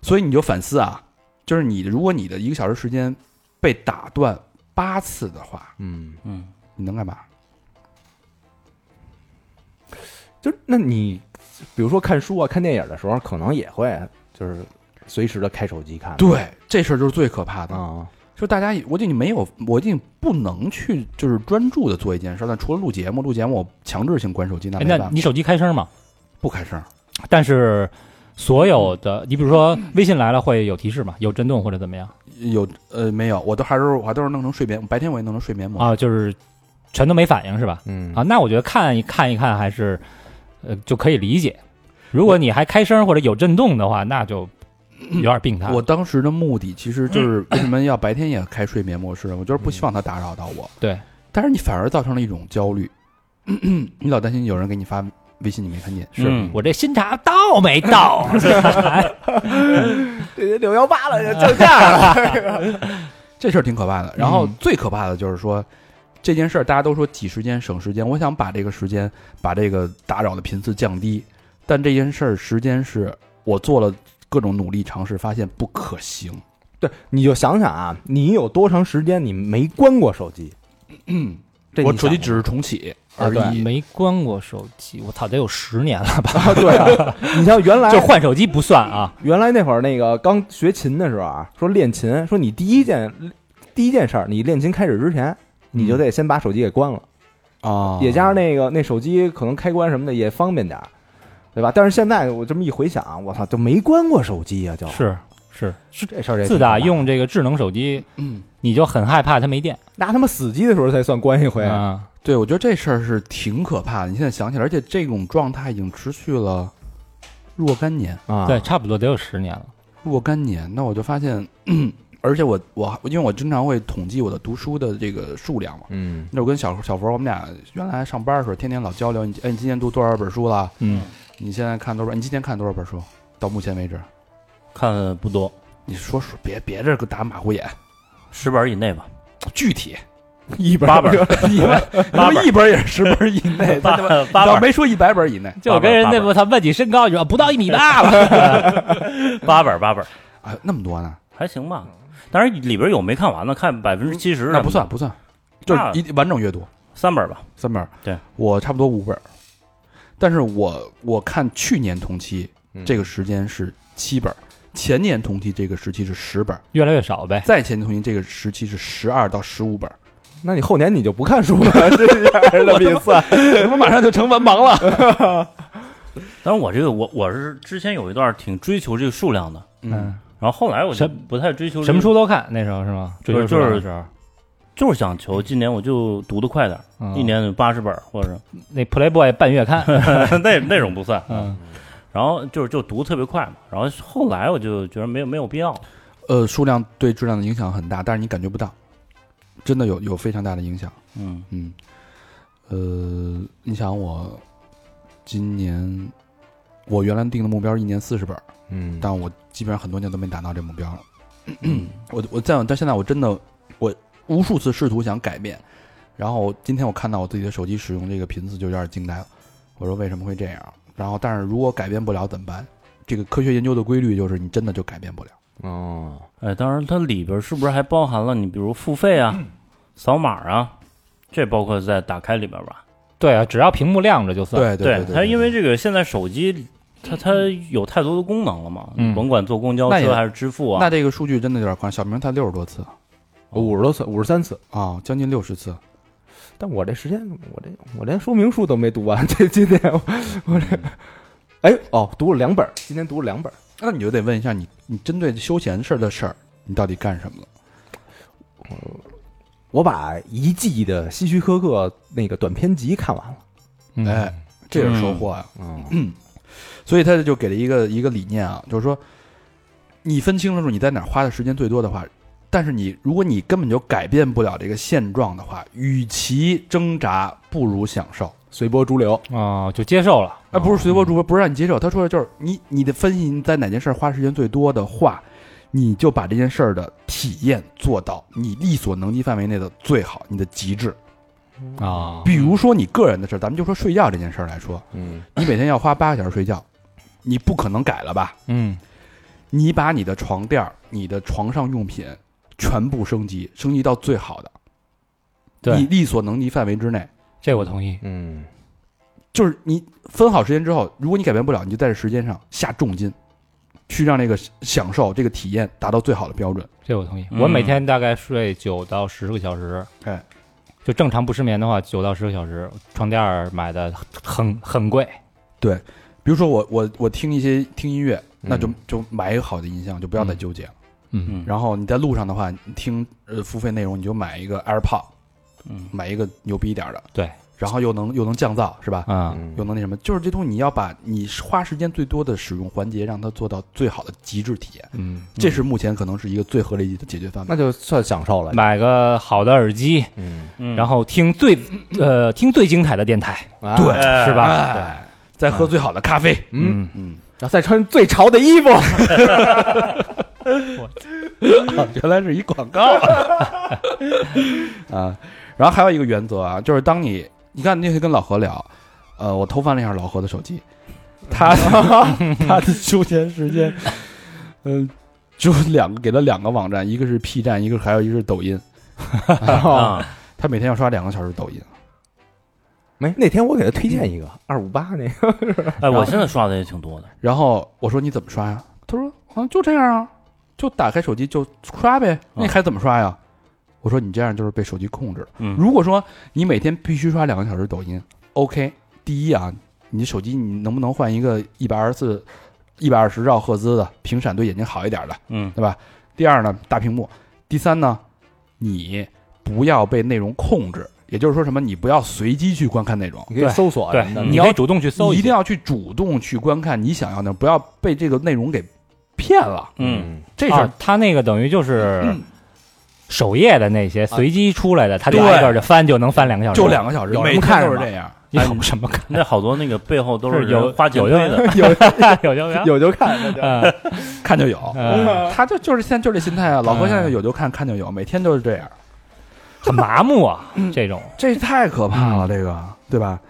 [SPEAKER 1] 所以你就反思啊，就是你如果你的一个小时时间被打断八次的话，
[SPEAKER 2] 嗯，
[SPEAKER 4] 嗯，
[SPEAKER 1] 你能干嘛？
[SPEAKER 2] 就那你比如说看书啊、看电影的时候，可能也会就是随时的开手机看，
[SPEAKER 1] 对，这事儿就是最可怕
[SPEAKER 3] 嗯
[SPEAKER 1] 的。
[SPEAKER 2] 啊，
[SPEAKER 1] 就大家已，我已经没有，我已经不能去就是专注的做一件事儿。但除了录节目，录节目我强制性关手机，那
[SPEAKER 3] 哎
[SPEAKER 1] 没
[SPEAKER 3] 那
[SPEAKER 1] 办法，
[SPEAKER 3] 你手机开声嘛？
[SPEAKER 1] 不开声儿。
[SPEAKER 3] 但是所有的，你比如说微信来了会有提示嘛，有震动或者怎么样
[SPEAKER 1] 有呃没有，我都还是我还都是弄成睡眠，白天我也弄成睡眠模式。
[SPEAKER 3] 啊？就是全都没反应是吧？
[SPEAKER 2] 嗯
[SPEAKER 3] 啊，那我觉得看一看一看还是呃就可以理解。如果你还开声或者有震动的话，那就有点病态。
[SPEAKER 1] 我当时的目的其实
[SPEAKER 3] 嗯
[SPEAKER 1] 就是为什么要白天也开睡眠模式呢？我就是不希望它打扰到我。
[SPEAKER 3] 对，
[SPEAKER 1] 但是你反而造成了一种焦虑， 你老担心有人给你发微信你没看见，
[SPEAKER 4] 是嗯
[SPEAKER 3] 我这新茶到没 到？
[SPEAKER 2] 这六幺八了，降价 了，
[SPEAKER 1] 这事儿挺可怕的。然后
[SPEAKER 3] 嗯
[SPEAKER 1] 最可怕的就是说。这件事儿大家都说挤时间省时间，我想把这个时间把这个打扰的频次降低，但这件事儿时间是我做了各种努力尝试，发现不可行。
[SPEAKER 2] 对，你就想想啊，你有多长时间你没关过手 机？这你
[SPEAKER 1] 我手
[SPEAKER 2] 想
[SPEAKER 1] 机
[SPEAKER 2] 过
[SPEAKER 1] 只是重启
[SPEAKER 2] 啊
[SPEAKER 1] 而
[SPEAKER 2] 对
[SPEAKER 1] 已，
[SPEAKER 3] 没关过手机，我操，得有十年了吧？
[SPEAKER 2] 啊，对 啊，你像原来
[SPEAKER 3] 就换手机不算啊。
[SPEAKER 2] 原来那会儿那个刚学琴的时候啊，说练琴，说你第一件第一件事儿，你练琴开始之前，你就得先把手机给关了。
[SPEAKER 1] 啊
[SPEAKER 3] 嗯
[SPEAKER 2] 也加上那个那手机可能开关什么的也方便点儿，对吧？但是现在我这么一回想，啊我操，就没关过手机啊，就是
[SPEAKER 3] 是，
[SPEAKER 2] 这事儿这
[SPEAKER 3] 自打用哦这个智能手机，
[SPEAKER 1] 嗯，
[SPEAKER 3] 你就很害怕它没电。
[SPEAKER 2] 拿他妈死机的时候才算关一回，
[SPEAKER 3] 啊，
[SPEAKER 1] 对，我觉得这事儿是挺可怕的。你现在想起来，而且这种状态已经持续了若干年，
[SPEAKER 2] 啊，
[SPEAKER 3] 嗯对，，差不多得有十年了。
[SPEAKER 1] 若干年。那我就发现， 而且我我因为我经常会统计我的读书的这个数量嘛。
[SPEAKER 2] 嗯
[SPEAKER 1] 那我跟小小佛，我们俩原来上班的时候，天天老交流。你哎，你今年读多少本书了？
[SPEAKER 3] 嗯，
[SPEAKER 1] 你现在看多少本？你今年看多少本书？到目前为止，
[SPEAKER 4] 看得不多，
[SPEAKER 1] 你说说，别别这个打马虎眼，
[SPEAKER 4] 十本以内吧。
[SPEAKER 1] 具体
[SPEAKER 2] 一本
[SPEAKER 4] 八本，
[SPEAKER 1] 一本，哎他妈一本也是十本以内，
[SPEAKER 4] 八
[SPEAKER 1] 他他妈
[SPEAKER 4] 八
[SPEAKER 1] 倒
[SPEAKER 4] 本
[SPEAKER 1] 没说一百本以内。
[SPEAKER 3] 就跟人那不，他问你身高，你说不到一米八吧？
[SPEAKER 4] 八本八本
[SPEAKER 1] 啊，那么多呢？
[SPEAKER 4] 还行吧。当然里边有没看完的，看百分之七十
[SPEAKER 1] 那不算不算，就是
[SPEAKER 4] 那
[SPEAKER 1] 一完整阅读
[SPEAKER 4] 三本吧。
[SPEAKER 1] 三本。
[SPEAKER 4] 对，
[SPEAKER 1] 我差不多五本，但是我我看去年同期
[SPEAKER 2] 嗯
[SPEAKER 1] 这个时间是七本，前年同期这个时期是十本，
[SPEAKER 3] 越来越少呗。
[SPEAKER 1] 再前年同期这个时期是十二到十五本。
[SPEAKER 2] 那你后年你就不看书了，这样的比赛，
[SPEAKER 1] 我马上就成文盲了。
[SPEAKER 4] 当然我这个我我是之前有一段挺追求这个数量的，
[SPEAKER 1] 嗯，
[SPEAKER 4] 然后后来我就
[SPEAKER 3] 什
[SPEAKER 4] 不太追求这
[SPEAKER 3] 什么
[SPEAKER 4] 个，
[SPEAKER 3] 书都看，那时候是吗？追求
[SPEAKER 4] 就是
[SPEAKER 3] 书的时候，
[SPEAKER 4] 就是想求今年我就读得快点儿，
[SPEAKER 3] 嗯
[SPEAKER 4] 一年八十本儿或者
[SPEAKER 3] 那 Playboy 半月 刊，
[SPEAKER 4] 那那种不算。啊
[SPEAKER 3] 嗯，
[SPEAKER 4] 然后就是就读得特别快嘛，然后后来我就觉得没有没有必要，
[SPEAKER 1] 呃，数量对质量的影响很大，但是你感觉不到，真的有有非常大的影响。
[SPEAKER 4] 嗯，
[SPEAKER 1] 嗯，呃，你想我今年我原来定的目标是一年四十本儿，
[SPEAKER 2] 嗯
[SPEAKER 1] 但我基本上很多年都没达到这目标了。
[SPEAKER 4] 嗯
[SPEAKER 1] 我我在到现在我真的我无数次试图想改变，然后今天我看到我自己的手机使用这个频次就有点惊呆了，我说为什么会这样？然后但是如果改变不了怎么办？这个科学研究的规律就是你真的就改变不了。
[SPEAKER 2] 哦，
[SPEAKER 4] 哎，当然它里边是不是还包含了你比如付费
[SPEAKER 1] 嗯
[SPEAKER 4] 啊、扫码啊，这包括在打开里边吧？
[SPEAKER 3] 对啊，只要屏幕亮着就算。
[SPEAKER 1] 对对对，
[SPEAKER 4] 它因为这个现在手机它它有太多的功能了嘛，
[SPEAKER 3] 嗯
[SPEAKER 4] 甭管坐公交
[SPEAKER 1] 那也
[SPEAKER 4] 车还是支付啊
[SPEAKER 1] 那，这个数据真的有点宽，小明才六十多次啊、啊
[SPEAKER 2] 五十多次，五十三次，
[SPEAKER 1] 将近六十次。
[SPEAKER 2] 但我这时间，我这我连说明书都没读完， 这今年我我这， 哎哦，读了两本儿，今天读了两本儿，
[SPEAKER 1] 那你就得问一下你，你针对休闲事儿的事儿，你到底干什么了？
[SPEAKER 2] 我把一季的希区柯克那个短篇集看完了，
[SPEAKER 3] 嗯，
[SPEAKER 1] 哎，这是收获呀、
[SPEAKER 2] 嗯
[SPEAKER 1] 所以他就给了一个一个理念啊，就是说，你分清楚你在哪儿花的时间最多的话，但是你如果你根本就改变不了这个现状的话，与其挣扎，不如享受。
[SPEAKER 2] 随波逐流，
[SPEAKER 3] 哦，就接受了。
[SPEAKER 1] 哎，不是随波逐流，不是让你接受。他说的就是你你的分析，你在哪件事儿花时间最多的话，你就把这件事儿的体验做到你力所能及范围内的最好，你的极致。
[SPEAKER 3] 啊，
[SPEAKER 1] 比如说你个人的事儿，咱们就说睡觉这件事儿来说，
[SPEAKER 2] 嗯
[SPEAKER 1] 你每天要花八个小时睡觉，你不可能改了吧？
[SPEAKER 3] 嗯
[SPEAKER 1] 你把你的床垫儿、你的床上用品全部升级，升级到最好的，
[SPEAKER 3] 对
[SPEAKER 1] 你力所能及范围之内。
[SPEAKER 3] 这我同意。
[SPEAKER 2] 嗯
[SPEAKER 1] 就是你分好时间之后，如果你改变不了，你就在这时间上下重金，去让这个享受、这个体验达到最好的标准。
[SPEAKER 3] 这我同意。
[SPEAKER 4] 嗯
[SPEAKER 3] 我每天大概睡九到十个小时，
[SPEAKER 1] 哎，
[SPEAKER 3] 就正常不失眠的话，九到十个小时。床垫儿买的 很很贵，
[SPEAKER 1] 比如说我我我听一些听音乐，那就
[SPEAKER 2] 嗯
[SPEAKER 1] 就买一个好的音箱，就不要再纠结了。
[SPEAKER 3] 嗯，
[SPEAKER 4] 嗯，
[SPEAKER 1] 然后你在路上的话，你听呃付费内容，你就买一个 AirPod，
[SPEAKER 4] 嗯
[SPEAKER 1] 买一个牛逼一点儿的，
[SPEAKER 3] 对，
[SPEAKER 1] 然后又能又能降噪，是吧？
[SPEAKER 3] 啊，
[SPEAKER 1] 又能那什么，就是这东西你要把你花时间最多的使用环节，让它做到最好的极致体验，
[SPEAKER 3] 嗯，
[SPEAKER 1] 这是目前可能是一个最合理的解决方
[SPEAKER 2] 那
[SPEAKER 1] 案。
[SPEAKER 2] 就算享受了，
[SPEAKER 3] 买个好的耳机，
[SPEAKER 2] 嗯，
[SPEAKER 4] 嗯
[SPEAKER 3] 然后听最呃听最精彩的电台，
[SPEAKER 2] 对，
[SPEAKER 4] 哎
[SPEAKER 3] 是吧？
[SPEAKER 1] 哎，再喝最好的咖啡，
[SPEAKER 2] 嗯，
[SPEAKER 1] 嗯，
[SPEAKER 2] 然后再穿最潮的衣服，
[SPEAKER 1] 原来是一广告 啊。啊，然后还有一个原则啊，就是当你你看那天跟老何聊，呃，我偷翻了一下老何的手机，他他的休闲时间， 嗯、就两个给了两个网站，一个是 P 站，一个还有一个是抖音，
[SPEAKER 2] 哦
[SPEAKER 4] 啊，
[SPEAKER 1] 他每天要刷两个小时抖音。
[SPEAKER 2] 没那天我给他推荐一个二五八那个，
[SPEAKER 4] 哎，我现在刷的也挺多的，
[SPEAKER 1] 然后我说你怎么刷呀？啊他说好像就这样啊，就打开手机就刷呗。那你还怎么刷呀？我说你这样就是被手机控制了。
[SPEAKER 4] 嗯
[SPEAKER 1] 如果说你每天必须刷两个小时抖音，OK，第一啊，你手机你能不能换一个一百二十四、一百二十兆赫兹的屏闪对眼睛好一点的？
[SPEAKER 4] 嗯
[SPEAKER 1] 第二呢，大屏幕；第三呢，你不要被内容控制，也就是说什么，你不要随机去观看内容，
[SPEAKER 2] 你可以
[SPEAKER 3] 对
[SPEAKER 2] 搜索啊什么的
[SPEAKER 3] 你
[SPEAKER 1] 要
[SPEAKER 3] 可以主动去搜
[SPEAKER 1] 你
[SPEAKER 3] 些，
[SPEAKER 1] 一定要去主动去观看你想要的，不要被这个内容给骗了。
[SPEAKER 4] 嗯，
[SPEAKER 1] 这事儿
[SPEAKER 3] 啊，他那个等于就是首页的那些随机出来的，他就
[SPEAKER 1] 对
[SPEAKER 3] 挨个儿就翻，就能翻两个小时，
[SPEAKER 1] 就两个小时，
[SPEAKER 2] 有人
[SPEAKER 1] 每天
[SPEAKER 2] 看
[SPEAKER 1] 都是
[SPEAKER 2] 吗
[SPEAKER 1] 这样。
[SPEAKER 3] 你有什么看？
[SPEAKER 4] 那好多那个背后都
[SPEAKER 3] 是有
[SPEAKER 4] 人花钱
[SPEAKER 3] 有
[SPEAKER 4] 堆的，
[SPEAKER 2] 有
[SPEAKER 3] 有有有，
[SPEAKER 2] 有就看，那就
[SPEAKER 3] 嗯
[SPEAKER 1] 看就有，
[SPEAKER 3] 嗯
[SPEAKER 1] 他就就是现在就是这心态啊。老何
[SPEAKER 3] 嗯
[SPEAKER 1] 现在有就看，看就有，每天都是这样，
[SPEAKER 3] 很麻木啊，这种
[SPEAKER 1] 这太可怕了，这个对吧？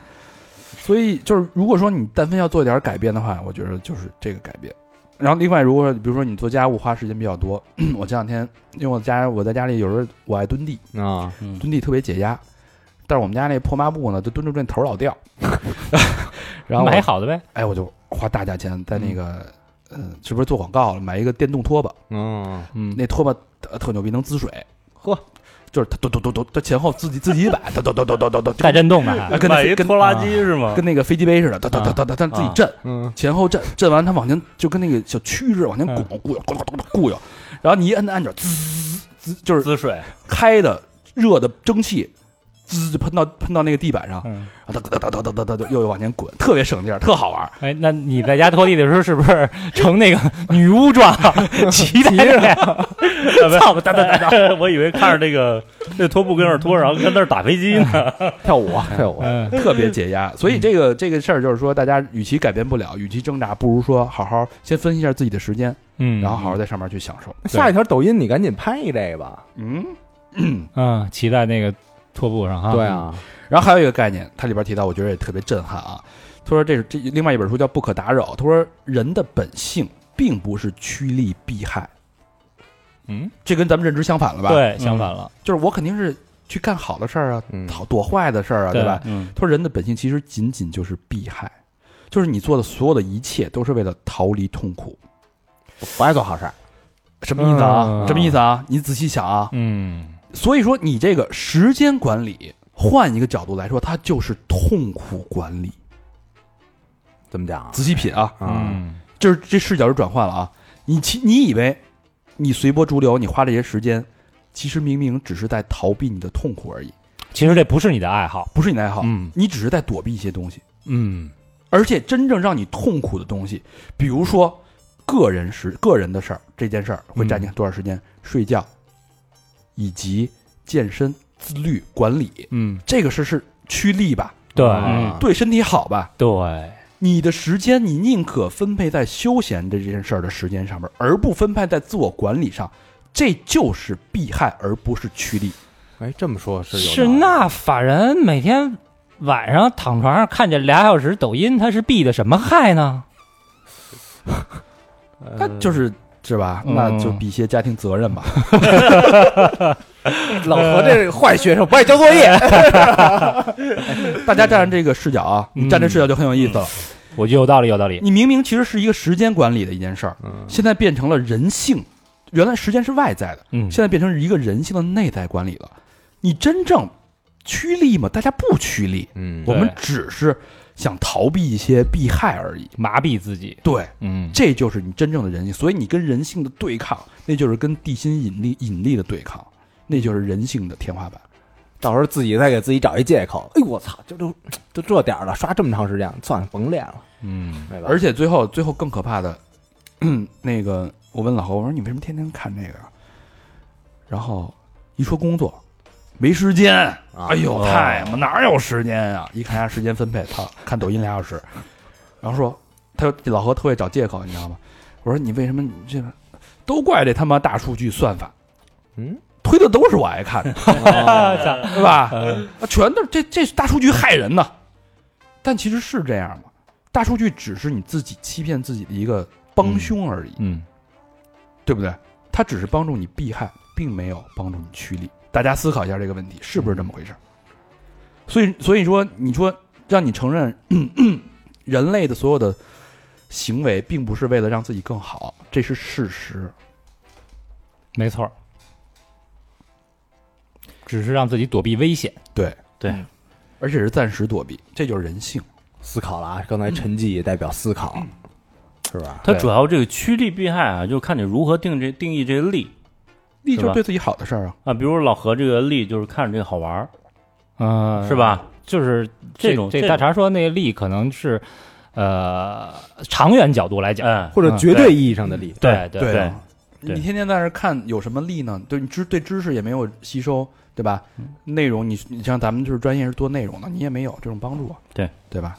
[SPEAKER 1] 所以就是，如果说你但凡要做一点改变的话，我觉得就是这个改变。然后另外，如果说比如说你做家务花时间比较多， 我前两天因为我家我在家里有时候我爱蹲地，
[SPEAKER 2] 啊，
[SPEAKER 4] 嗯
[SPEAKER 1] 蹲地特别解压，但是我们家那破抹布呢，就蹲住这头老掉，然后我
[SPEAKER 3] 买好的呗，
[SPEAKER 1] 哎我就花大价钱在那个嗯，是不是做广告了？买一个电动拖把，
[SPEAKER 2] 嗯，
[SPEAKER 3] 嗯，
[SPEAKER 1] 那拖把特特牛逼，能滋 水，
[SPEAKER 2] 呵，
[SPEAKER 1] 就是它嘟嘟嘟嘟，它前后自己自己摆，嘟嘟嘟嘟嘟嘟嘟，
[SPEAKER 3] 带震动的 啊还
[SPEAKER 1] 哎跟那
[SPEAKER 4] 买一
[SPEAKER 1] 跟
[SPEAKER 4] 拖拉机是吗？啊
[SPEAKER 1] 跟那个飞机杯似的，哒哒哒哒哒，它自己震，
[SPEAKER 2] 嗯，
[SPEAKER 1] 前后震，震完它往前就跟那个小蛆似的往
[SPEAKER 4] 嗯
[SPEAKER 1] 前拱，咕悠咕悠咕悠咕悠，然后你一摁那按钮，滋滋，就是
[SPEAKER 4] 滋水，
[SPEAKER 1] 开的热的蒸汽。滋就喷到喷到那个地板上，
[SPEAKER 3] 嗯，
[SPEAKER 1] 哒哒哒哒哒哒哒哒，又往前滚，特别省劲儿，特 好玩。
[SPEAKER 3] 哎，那你在家拖地的时候是不是成那个女巫状了？骑在上，操，哒哒哒哒，
[SPEAKER 4] 我以为看着那个那拖布跟那儿拖，然后跟那儿打飞机呢。
[SPEAKER 2] 跳舞跳舞，
[SPEAKER 3] 嗯，
[SPEAKER 1] 特别解压。
[SPEAKER 4] 嗯
[SPEAKER 1] 所以这个这个事儿就是说，大家与其改变不了，与其挣扎，不如说好好先分析一下自己的时间，
[SPEAKER 3] 嗯，
[SPEAKER 1] 然后好好在上面去享受。
[SPEAKER 2] 下一条抖音你赶紧拍一这个吧，
[SPEAKER 1] 嗯，
[SPEAKER 3] 嗯，骑在那个拖布上哈，
[SPEAKER 2] 对，啊，
[SPEAKER 1] 然后还有一个概念，它里边提到，我觉得也特别震撼啊。他说这是这另外一本书叫《不可打扰》，他说人的本性并不是趋利避害，
[SPEAKER 3] 嗯，
[SPEAKER 1] 这跟咱们认知相反了吧？，
[SPEAKER 3] 对，相反了，
[SPEAKER 1] 就是我肯定是去干好的事儿啊，
[SPEAKER 2] 嗯
[SPEAKER 1] 好躲坏的事儿啊，
[SPEAKER 3] 对
[SPEAKER 1] 对吧？
[SPEAKER 4] 嗯
[SPEAKER 1] 他说人的本性其实仅仅就是避害，就是你做的所有的一切都是为了逃离痛苦。
[SPEAKER 2] 不爱做好事儿，
[SPEAKER 1] 什么意思啊？
[SPEAKER 3] 嗯
[SPEAKER 1] 什么意思啊？你仔细想啊。
[SPEAKER 3] 嗯，
[SPEAKER 1] 所以说，你这个时间管理，换一个角度来说，它就是痛苦管理。
[SPEAKER 2] 怎么讲啊？
[SPEAKER 1] 仔细品啊，
[SPEAKER 2] 啊，
[SPEAKER 3] 嗯
[SPEAKER 1] 就是这视角就转换了啊。你其你以为你随波逐流，你花这些时间，其实明明只是在逃避你的痛苦而已，
[SPEAKER 3] 其实这不是你的爱好，
[SPEAKER 1] 不是你的爱
[SPEAKER 2] 啊
[SPEAKER 1] 好，
[SPEAKER 3] 嗯
[SPEAKER 1] 你只是在躲避一些东西。
[SPEAKER 3] 嗯
[SPEAKER 1] 而且真正让你痛苦的东西，比如说个人时个人的事儿，这件事儿会占你多少时间？睡觉，以及健身、自律、管理，
[SPEAKER 3] 嗯，
[SPEAKER 1] 这个是是趋利吧，
[SPEAKER 3] 对
[SPEAKER 5] 啊
[SPEAKER 2] 嗯
[SPEAKER 1] 对身体好吧？
[SPEAKER 3] 对，
[SPEAKER 1] 你的时间，你宁可分配在休闲这件事儿的时间上面，而不分配在自我管理上，这就是避害，而不是趋利。
[SPEAKER 2] 哎，这么说是有
[SPEAKER 3] 是
[SPEAKER 2] 道理
[SPEAKER 3] 那法人每天晚上躺床上看这俩小时抖音，他是避的什么害呢？
[SPEAKER 1] 那就是是吧？那就
[SPEAKER 3] 嗯
[SPEAKER 1] 避一些家庭责任吧。
[SPEAKER 2] 老何这坏学生不爱交作业，
[SPEAKER 1] 大家站这个视角啊，你站这视角就很有意思了。
[SPEAKER 3] 我觉得有道理，有道理。
[SPEAKER 1] 你明明其实是一个时间管理的一件事儿，
[SPEAKER 3] 嗯
[SPEAKER 1] 现在变成了人性。原来时间是外在的，
[SPEAKER 3] 嗯
[SPEAKER 1] 现在变成一个人性的内在管理了。你真正趋利吗？大家不趋利，
[SPEAKER 2] 嗯
[SPEAKER 1] 我
[SPEAKER 3] 对
[SPEAKER 1] 们只是想逃避一些避害而已。
[SPEAKER 3] 麻痹自己，
[SPEAKER 1] 对，
[SPEAKER 3] 嗯，
[SPEAKER 1] 这就是你真正的人性。所以你跟人性的对抗，那就是跟地心引力引力的对抗，那就是人性的天花板。
[SPEAKER 2] 到时候自己再给自己找一借口。哎呦我操，就就就这点儿了，刷这么长时间，算了，甭练了，
[SPEAKER 3] 嗯，
[SPEAKER 2] 对吧？
[SPEAKER 1] 而且最后最后更可怕的， 那个我问老侯，我说你为什么天天看这个啊？然后一说工作，没时间，
[SPEAKER 2] 啊
[SPEAKER 1] 哎呦，太嘛哪有时间啊？一看他时间分配，操，看抖音俩小时，然后说他就老何特会找借口，你知道吗？我说你为什么你这个都怪这他妈大数据算法，
[SPEAKER 2] 嗯，
[SPEAKER 1] 推的都是我爱看的，对吧？啊全都是这这大数据害人呐！但其实是这样吗？大数据只是你自己欺骗自己的一个帮凶而已，
[SPEAKER 3] 嗯，
[SPEAKER 1] 对不对？它只是帮助你避害，并没有帮助你趋利。大家思考一下这个问题，是不是这么回事儿？所以，所以说，你说让你承认 咳咳人类的所有的行为，并不是为了让自己更好，这是事实。
[SPEAKER 3] 没错儿。只是让自己躲避危险。
[SPEAKER 1] 而且是暂时躲避，这就是人性。
[SPEAKER 2] 思考了啊，刚才沉寂也代表思
[SPEAKER 3] 嗯
[SPEAKER 2] 考，是吧？
[SPEAKER 4] 它
[SPEAKER 3] 对
[SPEAKER 4] 主要这个趋利避害啊，就看你如何定这定义这个利
[SPEAKER 1] 利就是
[SPEAKER 4] 吧
[SPEAKER 1] 对自己好的事儿啊，
[SPEAKER 4] 啊。比如老何这个利就是看着这个好玩儿，
[SPEAKER 3] 嗯
[SPEAKER 4] 是？吧？
[SPEAKER 3] 就是
[SPEAKER 4] 这种
[SPEAKER 3] 这
[SPEAKER 4] 这
[SPEAKER 3] 大茶说那个利可能是，呃，长远角度来讲，
[SPEAKER 4] 哎，
[SPEAKER 2] 或者
[SPEAKER 3] 嗯
[SPEAKER 2] 绝
[SPEAKER 4] 对
[SPEAKER 2] 对意义上的利，
[SPEAKER 3] 对对
[SPEAKER 1] 对
[SPEAKER 4] 对
[SPEAKER 1] 啊
[SPEAKER 4] 对
[SPEAKER 1] 你天天在那儿看有什么利呢？对你知对知识也没有吸收，对吧？
[SPEAKER 3] 嗯
[SPEAKER 1] 内容你你像咱们就是专业是做内容的，你也没有这种帮助啊，
[SPEAKER 4] 对
[SPEAKER 1] 对吧？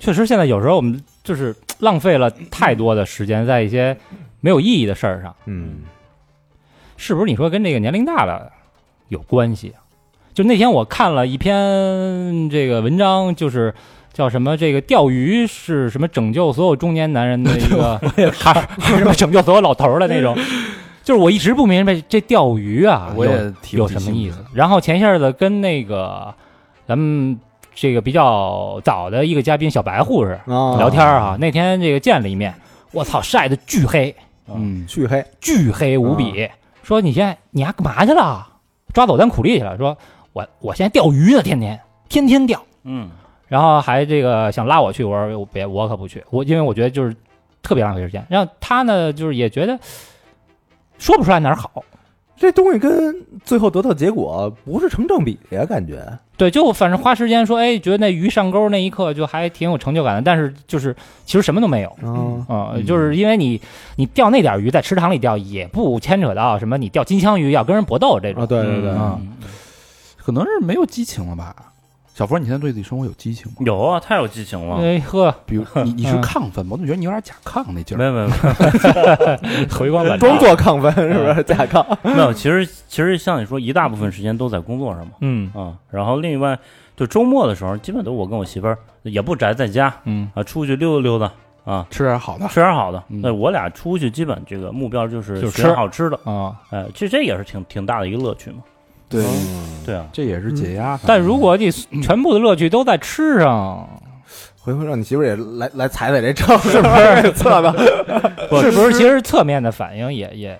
[SPEAKER 3] 确实现在有时候我们就是浪费了太多的时间在一些没有意义的事儿上，
[SPEAKER 2] 嗯，
[SPEAKER 3] 是不是？你说跟这个年龄大了有关系啊？就那天我看了一篇这个文章，就是叫什么这个钓鱼是什么拯救所有中年男人的一 个，还是 还是什么拯救所有老头儿的那种。就是我一直不明白这钓鱼啊，
[SPEAKER 1] 我
[SPEAKER 3] 有
[SPEAKER 1] 也提不
[SPEAKER 3] 有
[SPEAKER 1] 起
[SPEAKER 3] 什么
[SPEAKER 1] 兴
[SPEAKER 3] 意
[SPEAKER 1] 致
[SPEAKER 3] 思？然后前些日子跟那个咱们这个比较早的一个嘉宾小白护士
[SPEAKER 2] 啊，
[SPEAKER 3] 聊天儿啊，那天这个见了一面，我操，晒得巨黑，
[SPEAKER 1] 嗯，
[SPEAKER 2] 去黑，
[SPEAKER 3] 巨黑无比。说你现在你还干嘛去了？抓走咱苦力去了。说我我现在钓鱼呢，天天天天钓，
[SPEAKER 4] 嗯，
[SPEAKER 3] 然后还这个想拉我去，我说我别我可不去，我因为我觉得就是特别浪费时间。然后他呢，就是也觉得说不出来哪儿好，
[SPEAKER 2] 这东西跟最后得到结果不是成正比呀，感觉
[SPEAKER 3] 对，就反正花时间说，哎，觉得那鱼上钩那一刻就还挺有成就感的，但是就是其实什么都没有。
[SPEAKER 2] 嗯
[SPEAKER 3] 呃
[SPEAKER 1] 嗯
[SPEAKER 3] 就是因为你你钓那点鱼，在池塘里钓，也不牵扯到什么你钓金枪鱼要跟人搏斗这种。
[SPEAKER 2] 啊，对对对，
[SPEAKER 3] 嗯
[SPEAKER 1] 可能是没有激情了吧？小佛，你现在对自己生活有激情吗？
[SPEAKER 4] 有啊，太有激情了。
[SPEAKER 3] 哎呵，
[SPEAKER 1] 比 如你你是
[SPEAKER 3] 嗯
[SPEAKER 1] 亢奋吗？我怎么觉得你有点假亢那劲
[SPEAKER 4] 没
[SPEAKER 1] 儿？
[SPEAKER 4] 有没有
[SPEAKER 3] 回光返
[SPEAKER 2] 装作亢奋是
[SPEAKER 4] 嗯
[SPEAKER 2] 不是假亢？
[SPEAKER 4] 没有，其实其实像你说，一大部分时间都在工作上嘛，
[SPEAKER 3] 嗯
[SPEAKER 4] 啊，然后另外就周末的时候，基本都我跟我媳妇儿也不宅在家
[SPEAKER 3] 嗯
[SPEAKER 4] 啊，出去溜达溜达啊，
[SPEAKER 1] 吃点好的，
[SPEAKER 4] 吃点好的。
[SPEAKER 1] 嗯
[SPEAKER 4] 那、我俩出去基本这个目标就是
[SPEAKER 3] 就是
[SPEAKER 4] 选
[SPEAKER 3] 吃
[SPEAKER 4] 好吃的，
[SPEAKER 3] 啊，
[SPEAKER 4] 哎，这这也是挺挺大的一个乐趣嘛。
[SPEAKER 1] 对
[SPEAKER 4] 对啊，
[SPEAKER 1] 这也是解压。
[SPEAKER 3] 但如果你全部的乐趣都在吃上，
[SPEAKER 2] 回头让你媳妇儿也来来踩踩这秤，是不 是？测的，
[SPEAKER 4] 呃
[SPEAKER 3] 不是不是？其实侧面的反应也也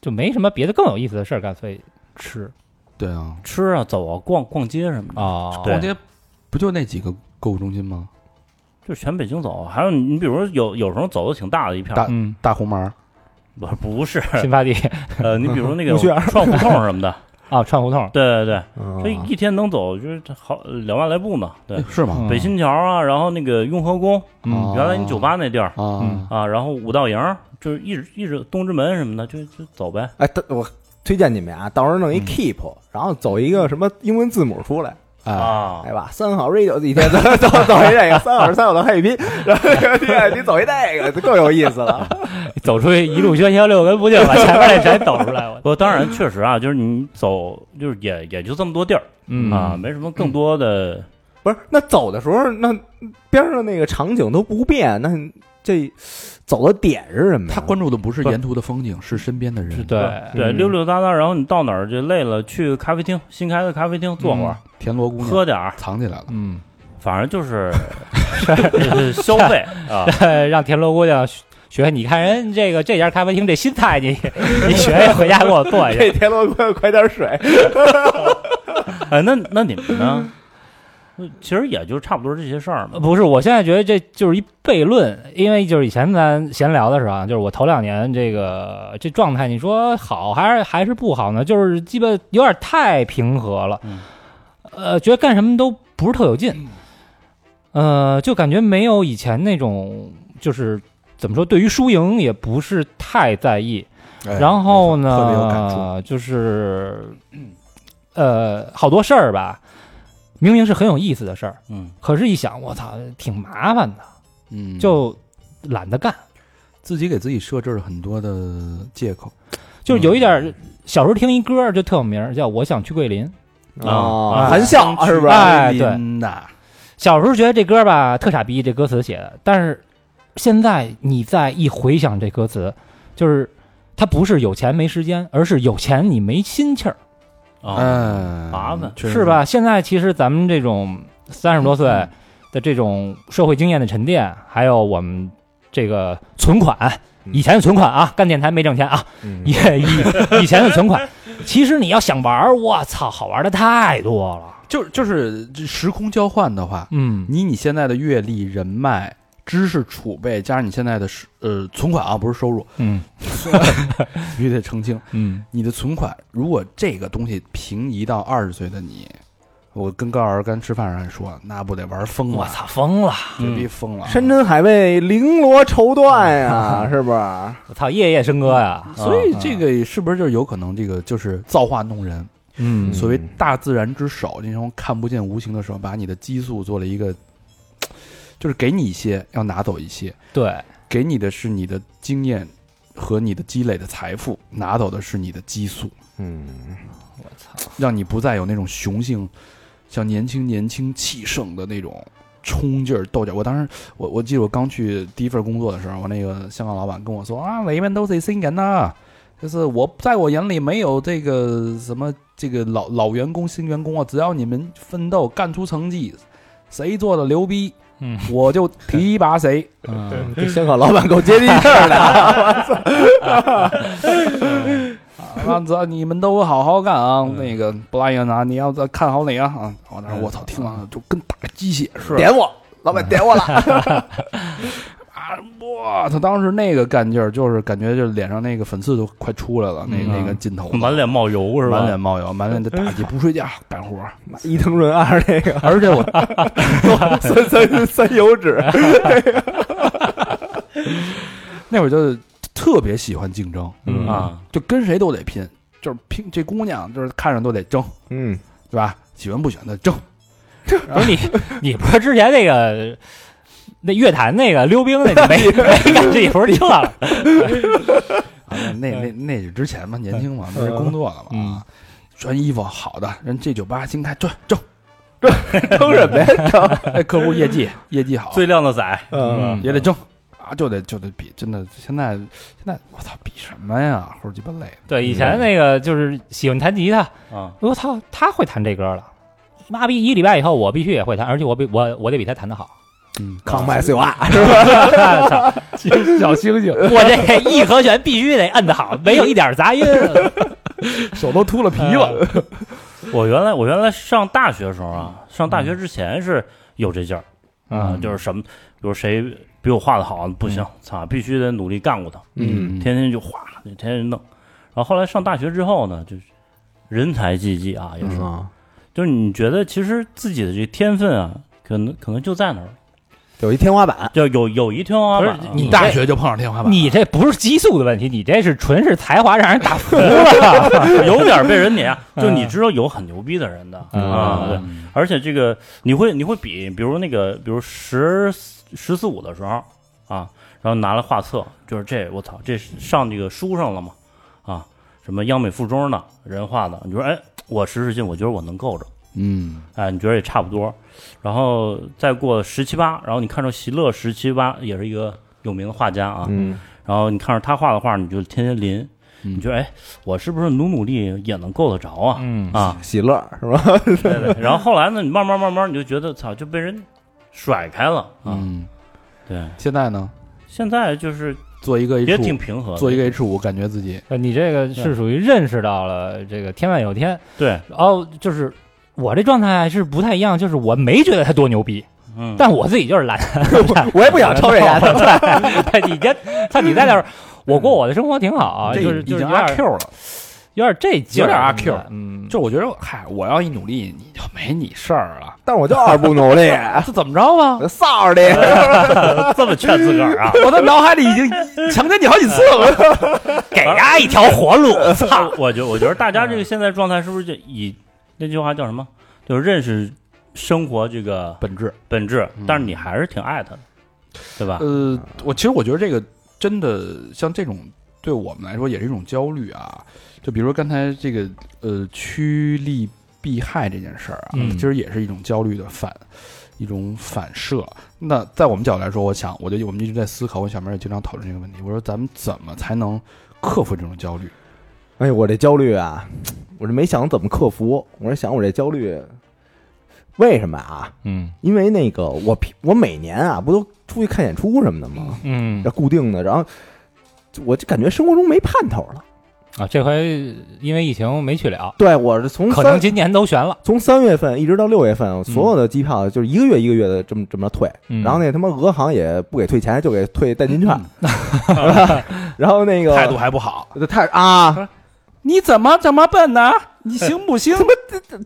[SPEAKER 3] 就没什么别的更有意思的事儿，干脆吃
[SPEAKER 1] 对啊，
[SPEAKER 4] 吃啊，走啊，逛逛街什么的，
[SPEAKER 3] 啊。
[SPEAKER 4] 对
[SPEAKER 1] 逛街不就那几个购物中心吗？
[SPEAKER 4] 就全北京走。还有你，比如说有有时候走的挺大的一片儿，
[SPEAKER 1] 大
[SPEAKER 3] 嗯，
[SPEAKER 1] 大红门，
[SPEAKER 4] 不是不是，
[SPEAKER 3] 新发地
[SPEAKER 4] 呃，你比如那个
[SPEAKER 2] 木樨
[SPEAKER 4] 串胡同什么的，
[SPEAKER 3] 啊，串胡同，
[SPEAKER 4] 对对对，
[SPEAKER 5] 啊
[SPEAKER 4] 所以
[SPEAKER 2] 嗯
[SPEAKER 4] 一天能走就是好两万来步呢。对
[SPEAKER 1] 哎，是吗？
[SPEAKER 3] 嗯
[SPEAKER 4] 北新桥啊，然后那个雍和宫，
[SPEAKER 3] 嗯
[SPEAKER 1] 哦
[SPEAKER 4] 原来你酒吧那地儿
[SPEAKER 1] 啊
[SPEAKER 3] 嗯，
[SPEAKER 4] 啊，然后五道营，就是一直一直东直门什么的，就就走呗。
[SPEAKER 2] 哎，等我推荐你们啊，到时候弄一
[SPEAKER 4] 嗯
[SPEAKER 2] keep，、然后走一个什么英文字母出来，
[SPEAKER 1] 哎，
[SPEAKER 4] 啊
[SPEAKER 2] 哎，吧，三好 radio 一天走 走走一这个，三好是三好的汉语拼，然后那个你走一那个就更有意思了。
[SPEAKER 3] 走出去一路喧嚣六根不净，把前面那全抖出来。 我
[SPEAKER 4] 不，当然确实啊，就是你走，就是也也就这么多地儿
[SPEAKER 3] 嗯
[SPEAKER 4] 啊，没什么更多的。
[SPEAKER 2] 不是，那走的时候，那边上那个场景都不变，那这走的点是
[SPEAKER 3] 嗯
[SPEAKER 2] 什么呀？
[SPEAKER 1] 他关注的不是
[SPEAKER 4] 不
[SPEAKER 1] 沿途的风景，是身边的人。
[SPEAKER 3] 对
[SPEAKER 4] 对，
[SPEAKER 2] 嗯
[SPEAKER 4] 溜溜达达，然后你到哪儿就累了，去咖啡厅，新开的咖啡厅坐会儿，
[SPEAKER 1] 田螺姑娘
[SPEAKER 4] 喝点儿，
[SPEAKER 1] 藏起来了，
[SPEAKER 3] 嗯，
[SPEAKER 4] 反正就是呃消费啊。
[SPEAKER 3] 让田螺姑娘学学，你看人这个这家咖啡厅这新菜，你 你学学回家给我做一下。
[SPEAKER 2] 这田螺快快点水，
[SPEAKER 4] 哎，那那你们呢？其实也就差不多这些事儿嘛。
[SPEAKER 3] 不是，我现在觉得这就是一悖论，因为就是以前咱闲聊的时候啊，就是我头两年这个这状态，你说好还是还是不好呢？就是基本有点太平和了，
[SPEAKER 4] 嗯
[SPEAKER 3] 呃，觉得干什么都不是特有劲，
[SPEAKER 1] 嗯
[SPEAKER 3] 呃，就感觉没有以前那种就是怎么说，对于输赢也不是太在意，
[SPEAKER 1] 哎
[SPEAKER 3] 然后呢，
[SPEAKER 1] 特别有感触。
[SPEAKER 3] 就是呃，好多事儿吧，明明是很有意思的事儿，
[SPEAKER 4] 嗯，
[SPEAKER 3] 可是一想，我操，挺麻烦的，
[SPEAKER 1] 嗯，
[SPEAKER 3] 就懒得干。
[SPEAKER 1] 自己给自己设置了很多的借口。嗯
[SPEAKER 3] 就是有一点儿，小时候听一歌儿就特有名儿，叫《我想去桂林》。
[SPEAKER 4] 啊
[SPEAKER 2] 哦含笑是不是？
[SPEAKER 3] 哎对
[SPEAKER 1] 真的，
[SPEAKER 3] 小时候觉得这歌儿吧特傻逼，这歌词写的，但是现在你再一回想这歌词，就是它不是有钱没时间，而是有钱你没心气儿。
[SPEAKER 4] 啊，
[SPEAKER 1] 嗯，
[SPEAKER 4] 麻烦
[SPEAKER 1] 确实
[SPEAKER 3] 是？吧？现在其实咱们这种三十多岁的这种社会经验的沉淀，还有我们这个存款，
[SPEAKER 2] 嗯
[SPEAKER 3] 以前的存款啊，干电台没挣钱啊，
[SPEAKER 2] 嗯
[SPEAKER 3] 以以以前的存款，其实你要想玩儿，我操，好玩的太多了。
[SPEAKER 1] 就就是这时空交换的话，
[SPEAKER 3] 嗯，
[SPEAKER 1] 以你现在的阅历、人脉、知识储备，加上你现在的是呃存款啊，不是收入，
[SPEAKER 3] 嗯
[SPEAKER 1] 必须得澄清。
[SPEAKER 3] 嗯，
[SPEAKER 1] 你的存款，如果这个东西平移到二十岁的你，我跟高老师刚吃饭时候还说，那不得玩疯
[SPEAKER 3] 我
[SPEAKER 1] 了，
[SPEAKER 3] 操，嗯疯了！
[SPEAKER 1] 绝逼疯了。
[SPEAKER 2] 山珍海味绫罗绸缎呀，是不是？
[SPEAKER 3] 我操，夜夜笙歌呀！啊
[SPEAKER 1] 所以这个是不是就是有可能这个就是造化弄人？
[SPEAKER 3] 嗯
[SPEAKER 1] 所谓大自然之手，那种看不见无形的手，把你的激素做了一个，就是给你一些，要拿走一些，
[SPEAKER 3] 对，
[SPEAKER 1] 给你的是你的经验和你的积累的财富，拿走的是你的激素，
[SPEAKER 2] 嗯，
[SPEAKER 3] 我操，
[SPEAKER 1] 让你不再有那种雄性，像年轻年轻气盛的那种。冲劲儿、斗角，我当时我我记得我刚去第一份工作的时候，我那个香港老板跟我说啊，你们都是新人呐、就是我在我眼里没有这个什么这个老老员工新员工啊，只要你们奋斗干出成绩，谁做的牛逼，
[SPEAKER 3] 嗯
[SPEAKER 1] 我就提拔谁。
[SPEAKER 3] 嗯，
[SPEAKER 2] 这香港老板够接地气儿 的。
[SPEAKER 1] 啊，只要你们都好好干啊，
[SPEAKER 3] 嗯
[SPEAKER 1] 那个布莱恩啊，你要再看好你啊啊！我当时我操，听完了就跟打鸡血似的。
[SPEAKER 2] 点我，老板点我了。
[SPEAKER 1] 啊！我操，当时那个干劲儿，就是感觉就是脸上那个粉刺都快出来了，那
[SPEAKER 3] 嗯
[SPEAKER 1] 那个劲头，
[SPEAKER 4] 满脸冒油是吧？
[SPEAKER 1] 满脸冒油，满脸的打击，不睡觉干活。
[SPEAKER 2] 伊藤润二这个
[SPEAKER 1] 而且我
[SPEAKER 2] 三三三油脂，
[SPEAKER 1] 那会儿就特别喜欢竞争，
[SPEAKER 3] 嗯
[SPEAKER 4] 啊，
[SPEAKER 1] 就跟谁都得拼，就是拼这姑娘，就是看着都得争，
[SPEAKER 2] 嗯，
[SPEAKER 1] 对吧？喜欢不喜欢的争，
[SPEAKER 3] 不是你，你不是之前那个那乐坛那个溜冰那个没 没干这一回这了？
[SPEAKER 1] 啊、
[SPEAKER 3] 哎
[SPEAKER 1] 那那那那是之前嘛，年轻嘛，那是
[SPEAKER 2] 嗯
[SPEAKER 1] 工作了嘛，啊穿衣服好的，人这酒吧新开，对， 争，
[SPEAKER 2] 争什么呀？
[SPEAKER 1] 哎，客户业绩业绩好
[SPEAKER 4] 最靓的仔，
[SPEAKER 2] 嗯
[SPEAKER 1] 也得争。啊，就得就得比，真的，现在现在我操，比什么呀？齁鸡巴累，
[SPEAKER 3] 对，以前那个就是喜欢弹吉他，
[SPEAKER 4] 啊，
[SPEAKER 3] 我操，他会弹这歌了。妈逼，一礼拜以后我必须也会弹，而且我比我我得比他弹得好。
[SPEAKER 1] 嗯，
[SPEAKER 2] 康啊麦碎瓦，
[SPEAKER 3] 操
[SPEAKER 1] 小星星
[SPEAKER 3] 我这一和弦必须得摁得好，没有一点杂音。
[SPEAKER 1] 手都秃了皮了，
[SPEAKER 4] 我原来我原来上大学的时候啊，上大学之前是有这劲儿
[SPEAKER 1] 嗯
[SPEAKER 4] 啊，就是什么，比如谁比我画的好，不行，操，必须得努力干过他，
[SPEAKER 1] 嗯，
[SPEAKER 4] 天天就画，天天就弄。然后后来上大学之后呢，就是人才济济啊，也是，
[SPEAKER 5] 嗯
[SPEAKER 2] 啊，
[SPEAKER 4] 就是你觉得其实自己的这天分啊，可能可能就在那儿，
[SPEAKER 2] 有一天花板，
[SPEAKER 4] 就有有一天花板
[SPEAKER 3] 不
[SPEAKER 4] 啊
[SPEAKER 3] 是，你
[SPEAKER 1] 大学就碰上天花板，
[SPEAKER 3] 你这不是激素的问题，你这是纯是才华让人打 服了。
[SPEAKER 4] 有点被人碾压，就你知道有很牛逼的人的
[SPEAKER 3] 嗯
[SPEAKER 4] 啊，对，
[SPEAKER 1] 嗯
[SPEAKER 4] 而且这个你会你会比，比如那个，比如十十四五的时候啊，然后拿了画册，就是这我操，这是上这个书上了嘛啊，什么央美附中的人画的，你说哎，我使使劲，我觉得我能够着，
[SPEAKER 1] 嗯，
[SPEAKER 4] 哎，你觉得也差不多，然后再过十七八，然后你看着席勒十七八也是一个有名的画家啊，
[SPEAKER 2] 嗯，
[SPEAKER 4] 然后你看着他画的画，你就天天临，
[SPEAKER 1] 嗯
[SPEAKER 4] 你觉得哎，我是不是努努力也能够得着啊？
[SPEAKER 3] 嗯
[SPEAKER 4] 啊，
[SPEAKER 2] 喜乐是吧？
[SPEAKER 4] 对 对。然后后来呢，你慢慢慢慢你就觉得操，就被人甩开了啊。
[SPEAKER 1] 嗯，
[SPEAKER 4] 对，
[SPEAKER 1] 现在呢，
[SPEAKER 4] 现在就是
[SPEAKER 1] 做一个
[SPEAKER 4] 也
[SPEAKER 1] H
[SPEAKER 4] 挺
[SPEAKER 1] 五，
[SPEAKER 4] 平和的，
[SPEAKER 1] 做一个 H 五，感觉自己
[SPEAKER 3] 呃你这个是属于认识到了这个天外有天，
[SPEAKER 4] 对，
[SPEAKER 3] 然后就是我这状态是不太一样，就是我没觉得他多牛逼，
[SPEAKER 4] 嗯，
[SPEAKER 3] 但我自己 就是懒，
[SPEAKER 2] 我也不想超越人家的，
[SPEAKER 3] 对，嗯你这他你在那儿，我过我的生活挺好，啊
[SPEAKER 1] 这
[SPEAKER 3] 就是
[SPEAKER 1] 已
[SPEAKER 3] 就是
[SPEAKER 1] 经
[SPEAKER 3] 有
[SPEAKER 1] 阿
[SPEAKER 3] 点
[SPEAKER 1] Q 了。
[SPEAKER 3] 有点这劲儿，
[SPEAKER 1] 有点阿 Q
[SPEAKER 3] 嗯，
[SPEAKER 1] 就我觉得，嗨，我要一努力，你就没你事儿了。。
[SPEAKER 2] 但我就二不努 力，
[SPEAKER 3] 这怎么着
[SPEAKER 2] 啊
[SPEAKER 3] 吧？
[SPEAKER 2] 臊 的，
[SPEAKER 4] 这么劝自个儿啊
[SPEAKER 1] 我的脑海里已经强奸你好几次了。
[SPEAKER 3] 给他一条活路，操！
[SPEAKER 4] 我觉我觉得大家这个现在状态是不是就以那句话叫什么？就是认识生活这个
[SPEAKER 1] 本质，
[SPEAKER 4] 本质
[SPEAKER 1] 嗯，
[SPEAKER 4] 但是你还是挺爱他的，对吧？
[SPEAKER 1] 呃，我其实我觉得这个真的像这种对我们来说也是一种焦虑啊。就比如说刚才这个呃趋利避害这件事儿啊，
[SPEAKER 3] 嗯
[SPEAKER 1] 其实也是一种焦虑的反一种反射。那在我们角度来说，我想我就我们一直在思考，我小妹儿也经常讨论这个问题。我说咱们怎么才能克服这种焦虑？
[SPEAKER 2] 哎呦，我这焦虑啊，我这没想怎么克服，我是想我这焦虑
[SPEAKER 5] 为什么啊？
[SPEAKER 3] 嗯
[SPEAKER 5] 因为那个我平我每年啊不都出去看演出什么的吗？
[SPEAKER 3] 嗯
[SPEAKER 5] 这固定的，然后我就感觉生活中没盼头了。
[SPEAKER 3] 啊，这回因为疫情没去了，
[SPEAKER 5] 对我是从
[SPEAKER 3] 可能
[SPEAKER 5] 三
[SPEAKER 3] 今年都悬了。
[SPEAKER 5] 从三月份一直到六月份，所有的机票就是一个月一个月的这么这么退，
[SPEAKER 3] 嗯
[SPEAKER 5] 然后那他妈俄航也不给退钱，就给退代金券，是吧 然后那个
[SPEAKER 1] 态度还不好，
[SPEAKER 5] 太啊，
[SPEAKER 1] 你怎么这么笨呢？你行不行？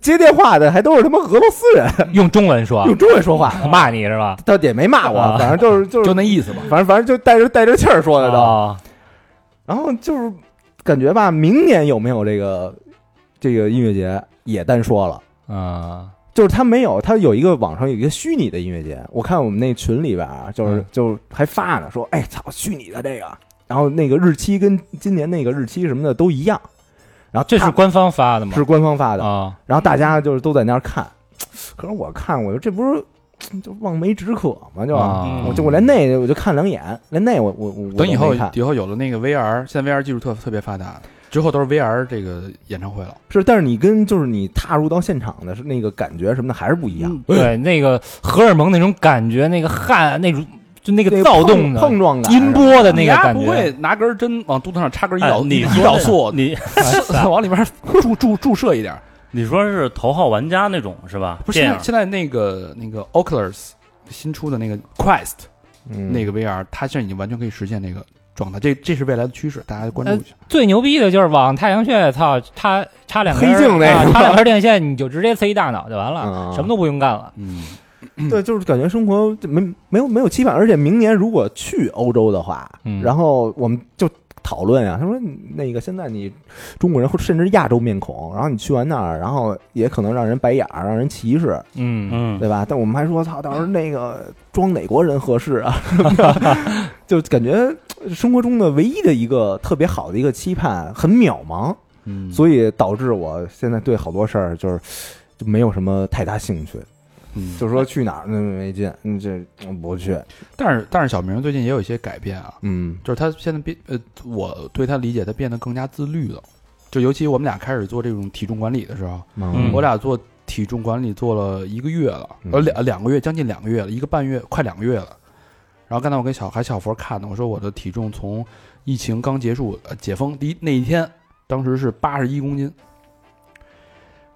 [SPEAKER 5] 接电话的还都是他妈俄罗斯人，
[SPEAKER 3] 用中文说，
[SPEAKER 5] 用中文说话，
[SPEAKER 3] 骂你是吧？
[SPEAKER 5] 他也没骂我，
[SPEAKER 3] 啊
[SPEAKER 5] 反正就是就是
[SPEAKER 1] 就，那意思吧。
[SPEAKER 5] 反正反正就带着带着气儿说的都，
[SPEAKER 3] 啊，
[SPEAKER 5] 然后就是感觉吧，明年有没有这个这个音乐节也单说了。
[SPEAKER 3] 嗯
[SPEAKER 5] 就是他没有，他有一个网上有一个虚拟的音乐节，我看我们那群里边啊，就是
[SPEAKER 3] 嗯
[SPEAKER 5] 就是还发呢，说哎操虚拟的这个，然后那个日期跟今年那个日期什么的都一样，然后
[SPEAKER 3] 这是
[SPEAKER 5] 他
[SPEAKER 3] 官方发的吗？
[SPEAKER 5] 是官方发的，
[SPEAKER 3] 啊，
[SPEAKER 5] 然后大家就是都在那儿看，可是我看我就这不是就望梅止渴吗？就、
[SPEAKER 3] 啊
[SPEAKER 5] 我就我连那个我就看两眼，连那我我我我都
[SPEAKER 1] 等以后
[SPEAKER 5] 没看
[SPEAKER 1] 以后有了那个 VR，现在 VR 技术特特别发达，之后都是 VR 这个演唱会了。
[SPEAKER 5] 是，但是你跟就是你踏入到现场的是那个感觉什么的还是不一样，
[SPEAKER 3] 对，那个荷尔蒙那种感觉，那个汗，那种就那
[SPEAKER 5] 那
[SPEAKER 3] 个
[SPEAKER 5] 个
[SPEAKER 3] 躁
[SPEAKER 5] 碰
[SPEAKER 3] 动啊的
[SPEAKER 5] 碰撞感是吧，
[SPEAKER 3] 音波的那个
[SPEAKER 1] 你丫
[SPEAKER 3] 感
[SPEAKER 1] 不
[SPEAKER 3] 觉
[SPEAKER 1] 会，拿根针往肚子上插根胰
[SPEAKER 4] 哎
[SPEAKER 1] 岛
[SPEAKER 4] 你
[SPEAKER 1] 胰岛素，
[SPEAKER 4] 你
[SPEAKER 1] 往里边注注注射一点。
[SPEAKER 4] 你说是头号玩家那种是吧？
[SPEAKER 1] 不是
[SPEAKER 4] 电
[SPEAKER 1] 现
[SPEAKER 4] 影
[SPEAKER 1] 在现在那个那个 Oculus 新出的那个 Quest
[SPEAKER 5] 嗯
[SPEAKER 1] 那个 VR，它现在已经完全可以实现这个状态，这这是未来的趋势，大家关注一下。
[SPEAKER 3] 最牛逼的就是往太阳穴，操，插插两根
[SPEAKER 5] 黑镜那
[SPEAKER 3] 啊
[SPEAKER 5] 个
[SPEAKER 3] 插两根电线，你就直接塞一大脑就完了
[SPEAKER 5] 嗯，
[SPEAKER 3] 什么都不用干了。
[SPEAKER 1] 嗯，
[SPEAKER 5] 对，就是感觉生活就没没有没有期盼，而且明年如果去欧洲的话，
[SPEAKER 3] 嗯
[SPEAKER 5] 然后我们就讨论啊，他说你那个现在你中国人或甚至亚洲面孔，然后你去完那儿，然后也可能让人白眼儿，让人歧视，
[SPEAKER 3] 嗯
[SPEAKER 4] 嗯，
[SPEAKER 5] 对吧？但我们还说操，到时候那个装哪国人合适啊？ 什么的就感觉生活中的唯一的一个特别好的一个期盼很渺茫，
[SPEAKER 1] 嗯
[SPEAKER 5] 所以导致我现在对好多事儿就是就没有什么太大兴趣。
[SPEAKER 1] 以
[SPEAKER 5] 就说去哪儿那没劲，嗯，这嗯不去，
[SPEAKER 1] 但是但是小明最近也有一些改变啊，
[SPEAKER 5] 嗯
[SPEAKER 1] 就是他现在变呃，我对他理解，他变得更加自律了。就尤其我们俩开始做这种体重管理的时候，
[SPEAKER 5] 嗯
[SPEAKER 1] 我俩做体重管理做了一个月了，
[SPEAKER 5] 嗯
[SPEAKER 1] 呃两两个月，将近两个月了，一个半月，快两个月了。然后刚才我跟小还小佛看呢，我说我的体重从疫情刚结束、呃、解封第一那一天，当时是八十一公斤，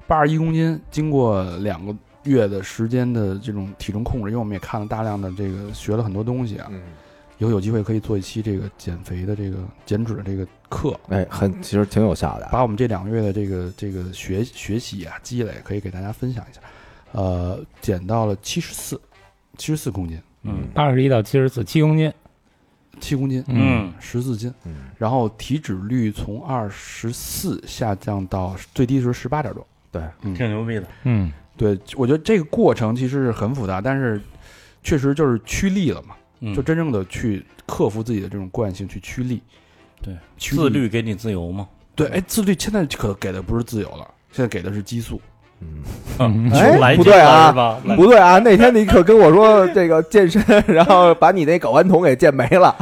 [SPEAKER 1] 八十一公斤，经过两个月的时间的这种体重控制，因为我们也看了大量的这个学了很多东西啊，
[SPEAKER 5] 嗯，
[SPEAKER 1] 以后有机会可以做一期这个减肥的这个减脂的这个课，
[SPEAKER 5] 哎，很其实挺有效的啊，
[SPEAKER 1] 把我们这两个月的这个这个学学习啊积累，可以给大家分享一下。呃，减到了七十四，七十四公斤，
[SPEAKER 4] 嗯
[SPEAKER 3] 八十一到七十四，七公斤。
[SPEAKER 1] 七公斤，
[SPEAKER 4] 嗯
[SPEAKER 1] 十四斤，
[SPEAKER 5] 嗯，
[SPEAKER 1] 然后体脂率从二十四下降到最低的时候十八点多。
[SPEAKER 4] 挺牛逼的。
[SPEAKER 3] 嗯
[SPEAKER 1] 对，我觉得这个过程其实是很复杂，但是确实就是趋利了嘛，
[SPEAKER 4] 嗯
[SPEAKER 1] 就真正的去克服自己的这种惯性，去趋利。
[SPEAKER 4] 对，
[SPEAKER 1] 趋利
[SPEAKER 4] 自律给你自由 嘛？
[SPEAKER 1] 对，哎，自律现在可给的不是自由了，现在给的是激素。
[SPEAKER 5] 嗯
[SPEAKER 3] 嗯
[SPEAKER 5] 哎
[SPEAKER 4] 来
[SPEAKER 5] 不
[SPEAKER 4] 劲了
[SPEAKER 5] 对啊
[SPEAKER 4] 是吧？来
[SPEAKER 5] 不对啊，那天你可跟我说这个健身，然后把你那睾丸酮给健没了，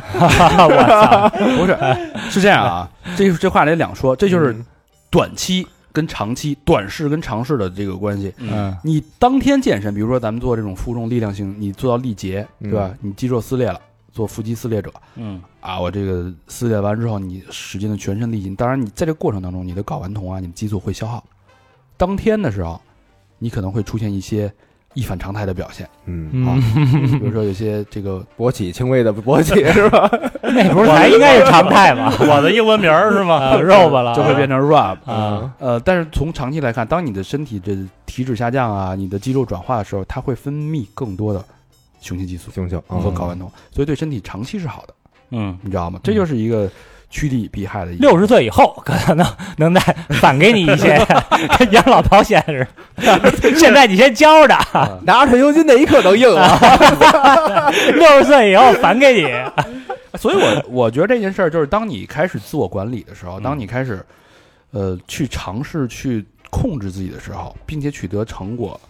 [SPEAKER 1] 不 是，是这样啊，嗯这这话得两说，这就是短期跟长期、短视跟长视的这个关系。
[SPEAKER 4] 嗯，
[SPEAKER 1] 你当天健身，比如说咱们做这种负重力量性，你做到力竭，对吧？你肌肉撕裂了，做腹肌撕裂者
[SPEAKER 4] 嗯
[SPEAKER 1] 啊，我这个撕裂完之后，你使尽了全身力气。当然，你在这过程当中，你的睾丸酮啊，你的激素会消耗。当天的时候，你可能会出现一些一反常态的表现，
[SPEAKER 5] 嗯，
[SPEAKER 1] 啊
[SPEAKER 3] 嗯，
[SPEAKER 1] 比如说有些这个
[SPEAKER 5] 勃起轻微的勃起是吧？
[SPEAKER 3] 那不是才应该是常态吗？
[SPEAKER 4] 我的英文名儿是
[SPEAKER 3] 啊，
[SPEAKER 4] 吗？
[SPEAKER 3] 肉吧了
[SPEAKER 1] 就会变成 rub，
[SPEAKER 3] 啊，
[SPEAKER 1] 呃，但是从长期来看，当你的身体的体脂下降啊，你的肌肉转化的时候，它会分泌更多的雄性激素
[SPEAKER 5] 行行，
[SPEAKER 1] 和
[SPEAKER 5] 嗯
[SPEAKER 1] 睾丸酮，所以对身体长期是好的，
[SPEAKER 4] 嗯，
[SPEAKER 1] 你知道吗？这就是一个趋利避害的一个。
[SPEAKER 3] 嗯六十岁以后可能能再返给你一 些，跟养老保险似的。现在你先交着，
[SPEAKER 5] 拿着退休金那一刻都硬了，
[SPEAKER 3] 六十岁以后返给你。
[SPEAKER 1] 所以我 我觉得这件事儿就是，当你开始自我管理的时
[SPEAKER 3] 嗯
[SPEAKER 1] 候，当你开始呃去尝试去控制自己的时候，并且取得成果，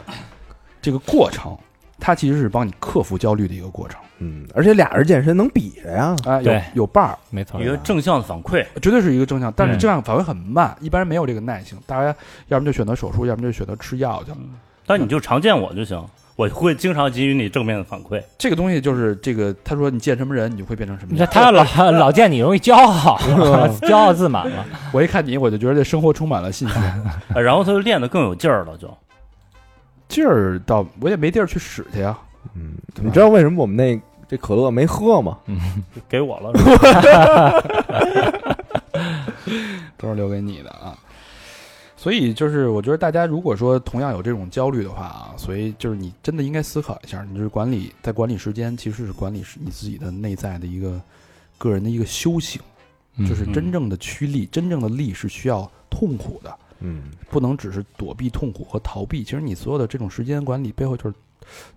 [SPEAKER 1] 这个过程，它其实是帮你克服焦虑的一个过程
[SPEAKER 5] 嗯，而且俩人健身能比着呀，
[SPEAKER 1] 啊、有
[SPEAKER 3] 对
[SPEAKER 1] 有伴儿。
[SPEAKER 3] 没错
[SPEAKER 4] 一个正向反馈，
[SPEAKER 1] 绝对是一个正向，但是
[SPEAKER 3] 嗯
[SPEAKER 1] 这样反馈很慢，一般人没有这个耐性，大家要么就选择手术，要么就选择吃药去了。
[SPEAKER 4] 但你就常见我就行，我会经常给予你正面的反馈。
[SPEAKER 1] 这个东西就是这个，他说你见什么人，你就会变成什么
[SPEAKER 3] 你看
[SPEAKER 1] 样。
[SPEAKER 3] 他老 老见你容易骄傲， 骄傲自满嘛。
[SPEAKER 1] 我一看你，我就觉得这生活充满了信心。
[SPEAKER 4] 呃然后他就练得更有劲儿了，就
[SPEAKER 1] 劲儿到我也没地儿去使去呀。
[SPEAKER 5] 嗯，你知道为什么我们那这可乐没喝吗？
[SPEAKER 4] 给我了。是吧
[SPEAKER 1] 都是留给你的啊。所以就是，我觉得大家如果说同样有这种焦虑的话啊，所以就是你真的应该思考一下，你就是管理在管理时间，其实是管理是你自己的内在的一个个人的一个修行，就是真正的趋利，真正的利是需要痛苦的，
[SPEAKER 5] 嗯，
[SPEAKER 1] 不能只是躲避痛苦和逃避。其实你所有的这种时间管理背后就是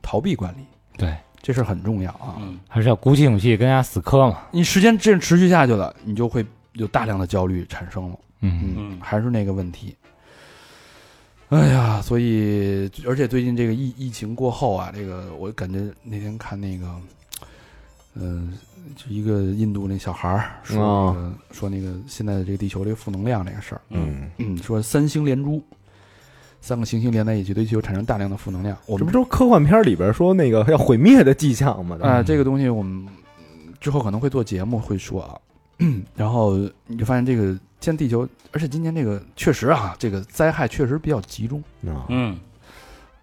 [SPEAKER 1] 逃避管理，
[SPEAKER 3] 对，
[SPEAKER 1] 这事儿很重要啊。
[SPEAKER 4] 嗯，
[SPEAKER 3] 还是要鼓起勇气跟人家死磕嘛。
[SPEAKER 1] 你时间这样持续下去了，你就会有大量的焦虑产生了。
[SPEAKER 3] 嗯
[SPEAKER 1] 嗯
[SPEAKER 4] 嗯，
[SPEAKER 1] 还是那个问题。哎呀，所以而且最近这个疫疫情过后啊，这个我感觉那天看那个，嗯、就一个印度那小孩儿说、那个说那个现在这个地球这个负能量这个事儿，
[SPEAKER 5] 嗯，
[SPEAKER 1] 嗯，说三星连珠，三个行星连在一起，对地球产生大量的负能量。我
[SPEAKER 5] 这
[SPEAKER 1] 们
[SPEAKER 5] 不就是科幻片里边说那个要毁灭的迹象吗？
[SPEAKER 1] 啊、这个东西我们嗯之后可能会做节目会说啊。然后你就发现这个现在地球，而且今年这个确实啊，这个灾害确实比较集中。
[SPEAKER 5] 啊，
[SPEAKER 4] 嗯，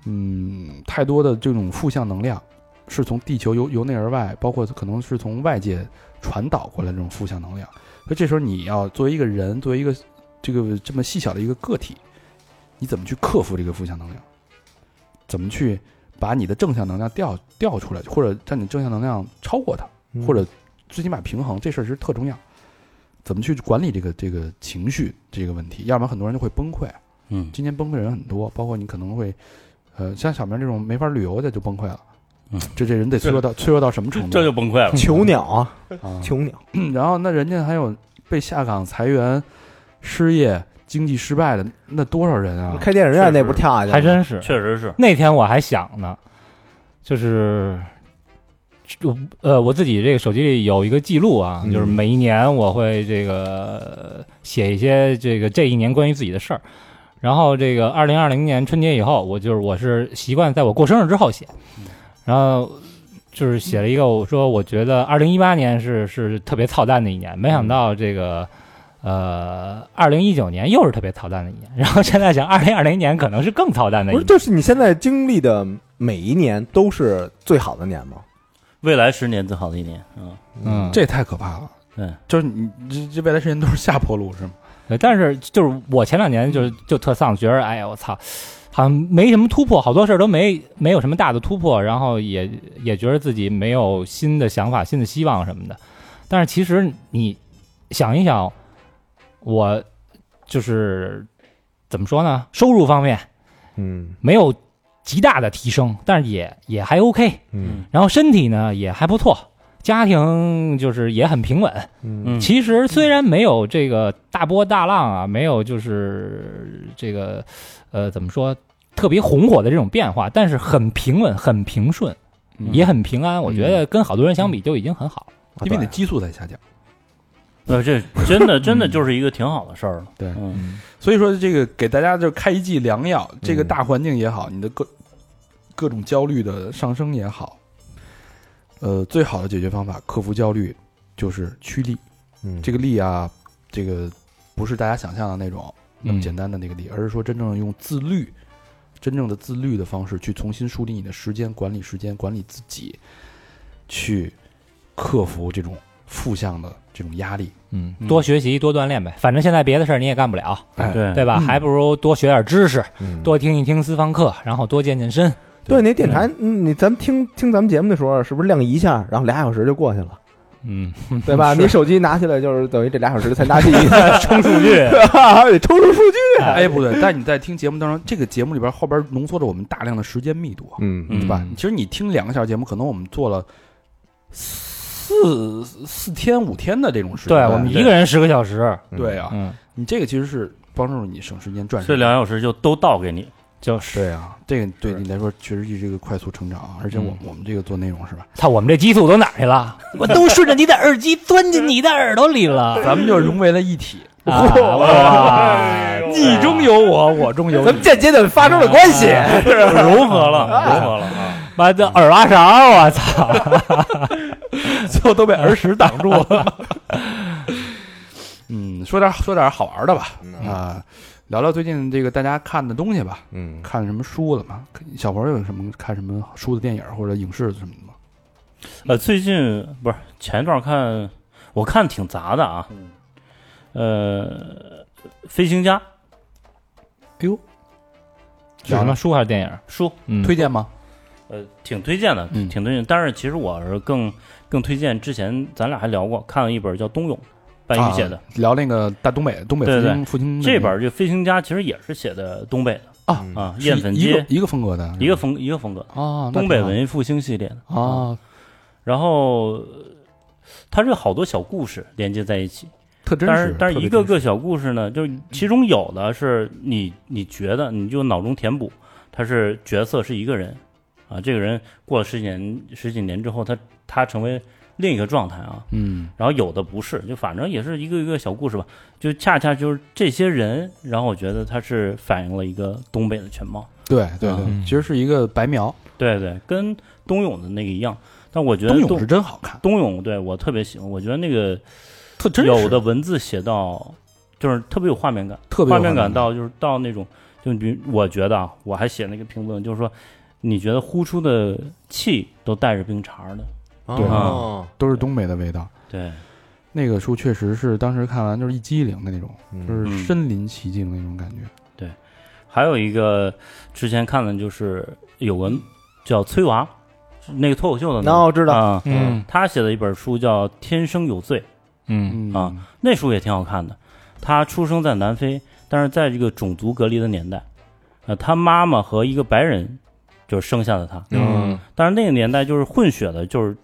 [SPEAKER 1] 嗯，太多的这种负向能量是从地球由由内而外，包括可能是从外界传导过来这种负向能量。所以这时候你要作为一个人，作为一个这个这么细小的一个个体，你怎么去克服这个负向能量？怎么去把你的正向能量调调出来，或者让你正向能量超过它，
[SPEAKER 5] 嗯
[SPEAKER 1] 或者最起码平衡，这事儿其实特重要。怎么去管理这个这个情绪这个问题？要不然很多人就会崩溃。
[SPEAKER 4] 嗯
[SPEAKER 1] 今年崩溃人很多，包括你可能会，呃，像小明这种没法旅游的就崩溃了，
[SPEAKER 4] 嗯，
[SPEAKER 1] 这这人得脆弱到脆弱到什么程度？
[SPEAKER 4] 这就崩溃了。
[SPEAKER 5] 囚鸟啊，
[SPEAKER 1] 啊，
[SPEAKER 5] 囚鸟，
[SPEAKER 1] 然后那人家还有被下岗、裁员、失业、经济失败的，那多少人啊？
[SPEAKER 5] 开电影院那不
[SPEAKER 4] 是是
[SPEAKER 5] 跳下去了吗
[SPEAKER 3] 还真是。
[SPEAKER 4] 确实是，
[SPEAKER 3] 那天我还想呢，就是，就呃，我自己这个手机里有一个记录啊，
[SPEAKER 1] 嗯
[SPEAKER 3] 就是每一年我会这个呃写一些这个这一年关于自己的事儿。然后这个二零二零年春节以后，我就是我是习惯在我过生日之后写，然后就是写了一个我说我觉得二零一八年是是特别操蛋的一年，没想到这个呃二零一九年又是特别操蛋的一年，然后现在想二零二零年可能是更操蛋的一
[SPEAKER 5] 不是，
[SPEAKER 3] 年。
[SPEAKER 5] 就是你现在经历的每一年都是最好的年吗？
[SPEAKER 4] 未来十年最好的一年。嗯，
[SPEAKER 3] 嗯，
[SPEAKER 1] 这也太可怕了。
[SPEAKER 4] 对，
[SPEAKER 1] 就是你这这未来时间都是下坡路是吗？
[SPEAKER 3] 对，但是就是我前两年就是就特丧，觉得哎呀我操，好像没什么突破，好多事儿都没没有什么大的突破，然后也也觉得自己没有新的想法、新的希望什么的。但是其实你想一想，我就是怎么说呢？收入方面
[SPEAKER 5] 嗯
[SPEAKER 3] 没有极大的提升，但是也也还 OK，
[SPEAKER 5] 嗯
[SPEAKER 3] 然后身体呢也还不错，家庭就是也很平稳，
[SPEAKER 5] 嗯
[SPEAKER 4] 嗯，
[SPEAKER 3] 其实虽然没有这个大波大浪啊，没有就是这个呃怎么说特别红火的这种变化，但是很平稳、很平顺，
[SPEAKER 1] 嗯
[SPEAKER 3] 也很平安。我觉得跟好多人相比就已经很好了。
[SPEAKER 1] 因为你
[SPEAKER 5] 对
[SPEAKER 1] 的激素在下降。
[SPEAKER 4] 那呃这真的真的就是一个挺好的事儿了。
[SPEAKER 1] 对
[SPEAKER 4] 嗯
[SPEAKER 1] 所以说这个给大家就开一剂良药，这个
[SPEAKER 5] 嗯
[SPEAKER 1] 大环境也好，你的各各种焦虑的上升也好，呃，最好的解决方法克服焦虑就是趋利。
[SPEAKER 5] 嗯
[SPEAKER 1] 这个力啊，这个不是大家想象的那种那么
[SPEAKER 3] 嗯
[SPEAKER 1] 简单的那个力，而是说真正用自律、真正的自律的方式去重新梳理你的时间，管理时间，管理自己，去克服这种负向的这种压力。
[SPEAKER 3] 嗯
[SPEAKER 4] 嗯
[SPEAKER 3] 多学习、多锻炼呗，反正现在别的事儿你也干不了，
[SPEAKER 1] 哎
[SPEAKER 4] 对
[SPEAKER 3] 对吧？
[SPEAKER 1] 嗯
[SPEAKER 3] 还不如多学点知识，
[SPEAKER 5] 嗯
[SPEAKER 3] 多听一听私房课，然后多健健身。
[SPEAKER 5] 对，那电台，嗯你咱们听听咱们节目的时候，是不是亮一下，然后俩小时就过去了，
[SPEAKER 3] 嗯，
[SPEAKER 5] 对吧？你手机拿起来就是等于这俩小时才拿起一个，
[SPEAKER 3] 冲数据。
[SPEAKER 5] 还 得抽出数据，
[SPEAKER 1] 哎，不对，但你在听节目当中，这个节目里边后边浓缩着我们大量的时间密度啊，
[SPEAKER 5] 嗯
[SPEAKER 4] 嗯
[SPEAKER 1] 对吧？其实你听两个小时节目，可能我们做了四四天五天的这种时间。
[SPEAKER 3] 对我们一个人十个小时，
[SPEAKER 1] 对啊，
[SPEAKER 3] 嗯，
[SPEAKER 1] 你这个其实是帮助你省时间赚时
[SPEAKER 4] 这
[SPEAKER 1] 间。
[SPEAKER 4] 两小时就都倒给你。
[SPEAKER 3] 就是嗯
[SPEAKER 1] 对啊，这个对
[SPEAKER 4] 是
[SPEAKER 1] 你来说确实是一个快速成长啊，而且我、我们这个做内容是吧？
[SPEAKER 3] 操，我们这激素都哪儿去了？我都顺着你的耳机钻进你的耳朵里了。
[SPEAKER 1] 咱们就融为了一体，
[SPEAKER 3] 啊
[SPEAKER 4] 哎
[SPEAKER 3] 哇，
[SPEAKER 4] 呦
[SPEAKER 3] 你中有我，我中有
[SPEAKER 2] 咱
[SPEAKER 3] 你啊
[SPEAKER 2] 们，间接的发生了关系，
[SPEAKER 4] 融合了，融合了啊！
[SPEAKER 3] 妈的耳挖勺，啊我操！ 最后都被耳屎挡 住了。
[SPEAKER 1] 嗯，说点说点好玩的吧，
[SPEAKER 3] 嗯
[SPEAKER 1] 啊，聊聊最近这个大家看的东西吧，
[SPEAKER 5] 嗯，
[SPEAKER 1] 看什么书了吗？小朋友有什么看什么书的电影或者影视什么的吗？
[SPEAKER 4] 呃，最近不是前一段看，我看挺杂的啊。呃，飞行家
[SPEAKER 1] 哎呦，
[SPEAKER 3] 是什么书还是电影？
[SPEAKER 4] 书，
[SPEAKER 3] 嗯，
[SPEAKER 1] 推荐吗？
[SPEAKER 4] 呃，挺推荐的，
[SPEAKER 1] 嗯
[SPEAKER 4] 挺推荐。但是其实我是更更推荐之前咱俩还聊过，看了一本叫《冬泳》，半
[SPEAKER 1] 啊
[SPEAKER 4] 鱼写的。
[SPEAKER 1] 聊那个大东北东北
[SPEAKER 4] 对
[SPEAKER 1] 复
[SPEAKER 4] 对
[SPEAKER 1] 兴复兴
[SPEAKER 4] 这本这飞行家其实也是写的东北的
[SPEAKER 1] 啊
[SPEAKER 5] 嗯
[SPEAKER 4] 啊，
[SPEAKER 1] 是
[SPEAKER 4] 燕粉
[SPEAKER 1] 一个
[SPEAKER 4] 街
[SPEAKER 1] 一个风格的，
[SPEAKER 4] 一个风一个风格，
[SPEAKER 1] 啊，那
[SPEAKER 4] 东北
[SPEAKER 1] 挺好
[SPEAKER 4] 文艺复兴系列的。
[SPEAKER 1] 啊，
[SPEAKER 4] 然后呃它是好多小故事连接在一起，
[SPEAKER 1] 特真
[SPEAKER 4] 但
[SPEAKER 1] 实
[SPEAKER 4] 是，但
[SPEAKER 1] 特
[SPEAKER 4] 是
[SPEAKER 1] 别
[SPEAKER 4] 一个
[SPEAKER 1] 真实
[SPEAKER 4] 个小故事呢，就是其中有的是你你觉得你就脑中填补，他是角色是一个人啊，这个人过了十几年十几年之后，他他成为另一个状态啊，
[SPEAKER 1] 嗯
[SPEAKER 4] 然后有的不是，就反正也是一个一个小故事吧，就恰恰就是这些人，然后我觉得他是反映了一个东北的全貌，
[SPEAKER 1] 对对对，
[SPEAKER 3] 嗯
[SPEAKER 1] 其实是一个白描，
[SPEAKER 4] 对对，跟冬泳的那个一样，但我觉得
[SPEAKER 1] 冬泳
[SPEAKER 4] 冬
[SPEAKER 1] 是真好看，
[SPEAKER 4] 冬泳对我特别喜欢，我觉得那个。
[SPEAKER 1] 特真实，
[SPEAKER 4] 有的文字写到就是特别有画面感，
[SPEAKER 1] 特别有
[SPEAKER 4] 画面感
[SPEAKER 1] 感
[SPEAKER 4] 到就是到那种，就比如我觉得啊，我还写那个评论，就是说你觉得呼出的气都带着冰碴儿的，
[SPEAKER 5] 哦，
[SPEAKER 1] 嗯都是东北的味道。
[SPEAKER 4] 对，
[SPEAKER 1] 那个书确实是当时看完就是一激灵的那种，
[SPEAKER 5] 嗯
[SPEAKER 1] 就是身临其境那种感觉。
[SPEAKER 4] 还有一个之前看的就是有个叫崔娃，那个脱口秀的那
[SPEAKER 5] 那
[SPEAKER 4] 个，
[SPEAKER 5] 我哦知道，
[SPEAKER 4] 啊，
[SPEAKER 3] 嗯
[SPEAKER 4] 他写的一本书叫《天生有罪》，
[SPEAKER 3] 嗯
[SPEAKER 1] 嗯
[SPEAKER 4] 啊，那书也挺好看的。他出生在南非，但是在这个种族隔离的年代，呃，他妈妈和一个白人就生下了他，
[SPEAKER 3] 嗯
[SPEAKER 4] 但是那个年代就是混血的，就是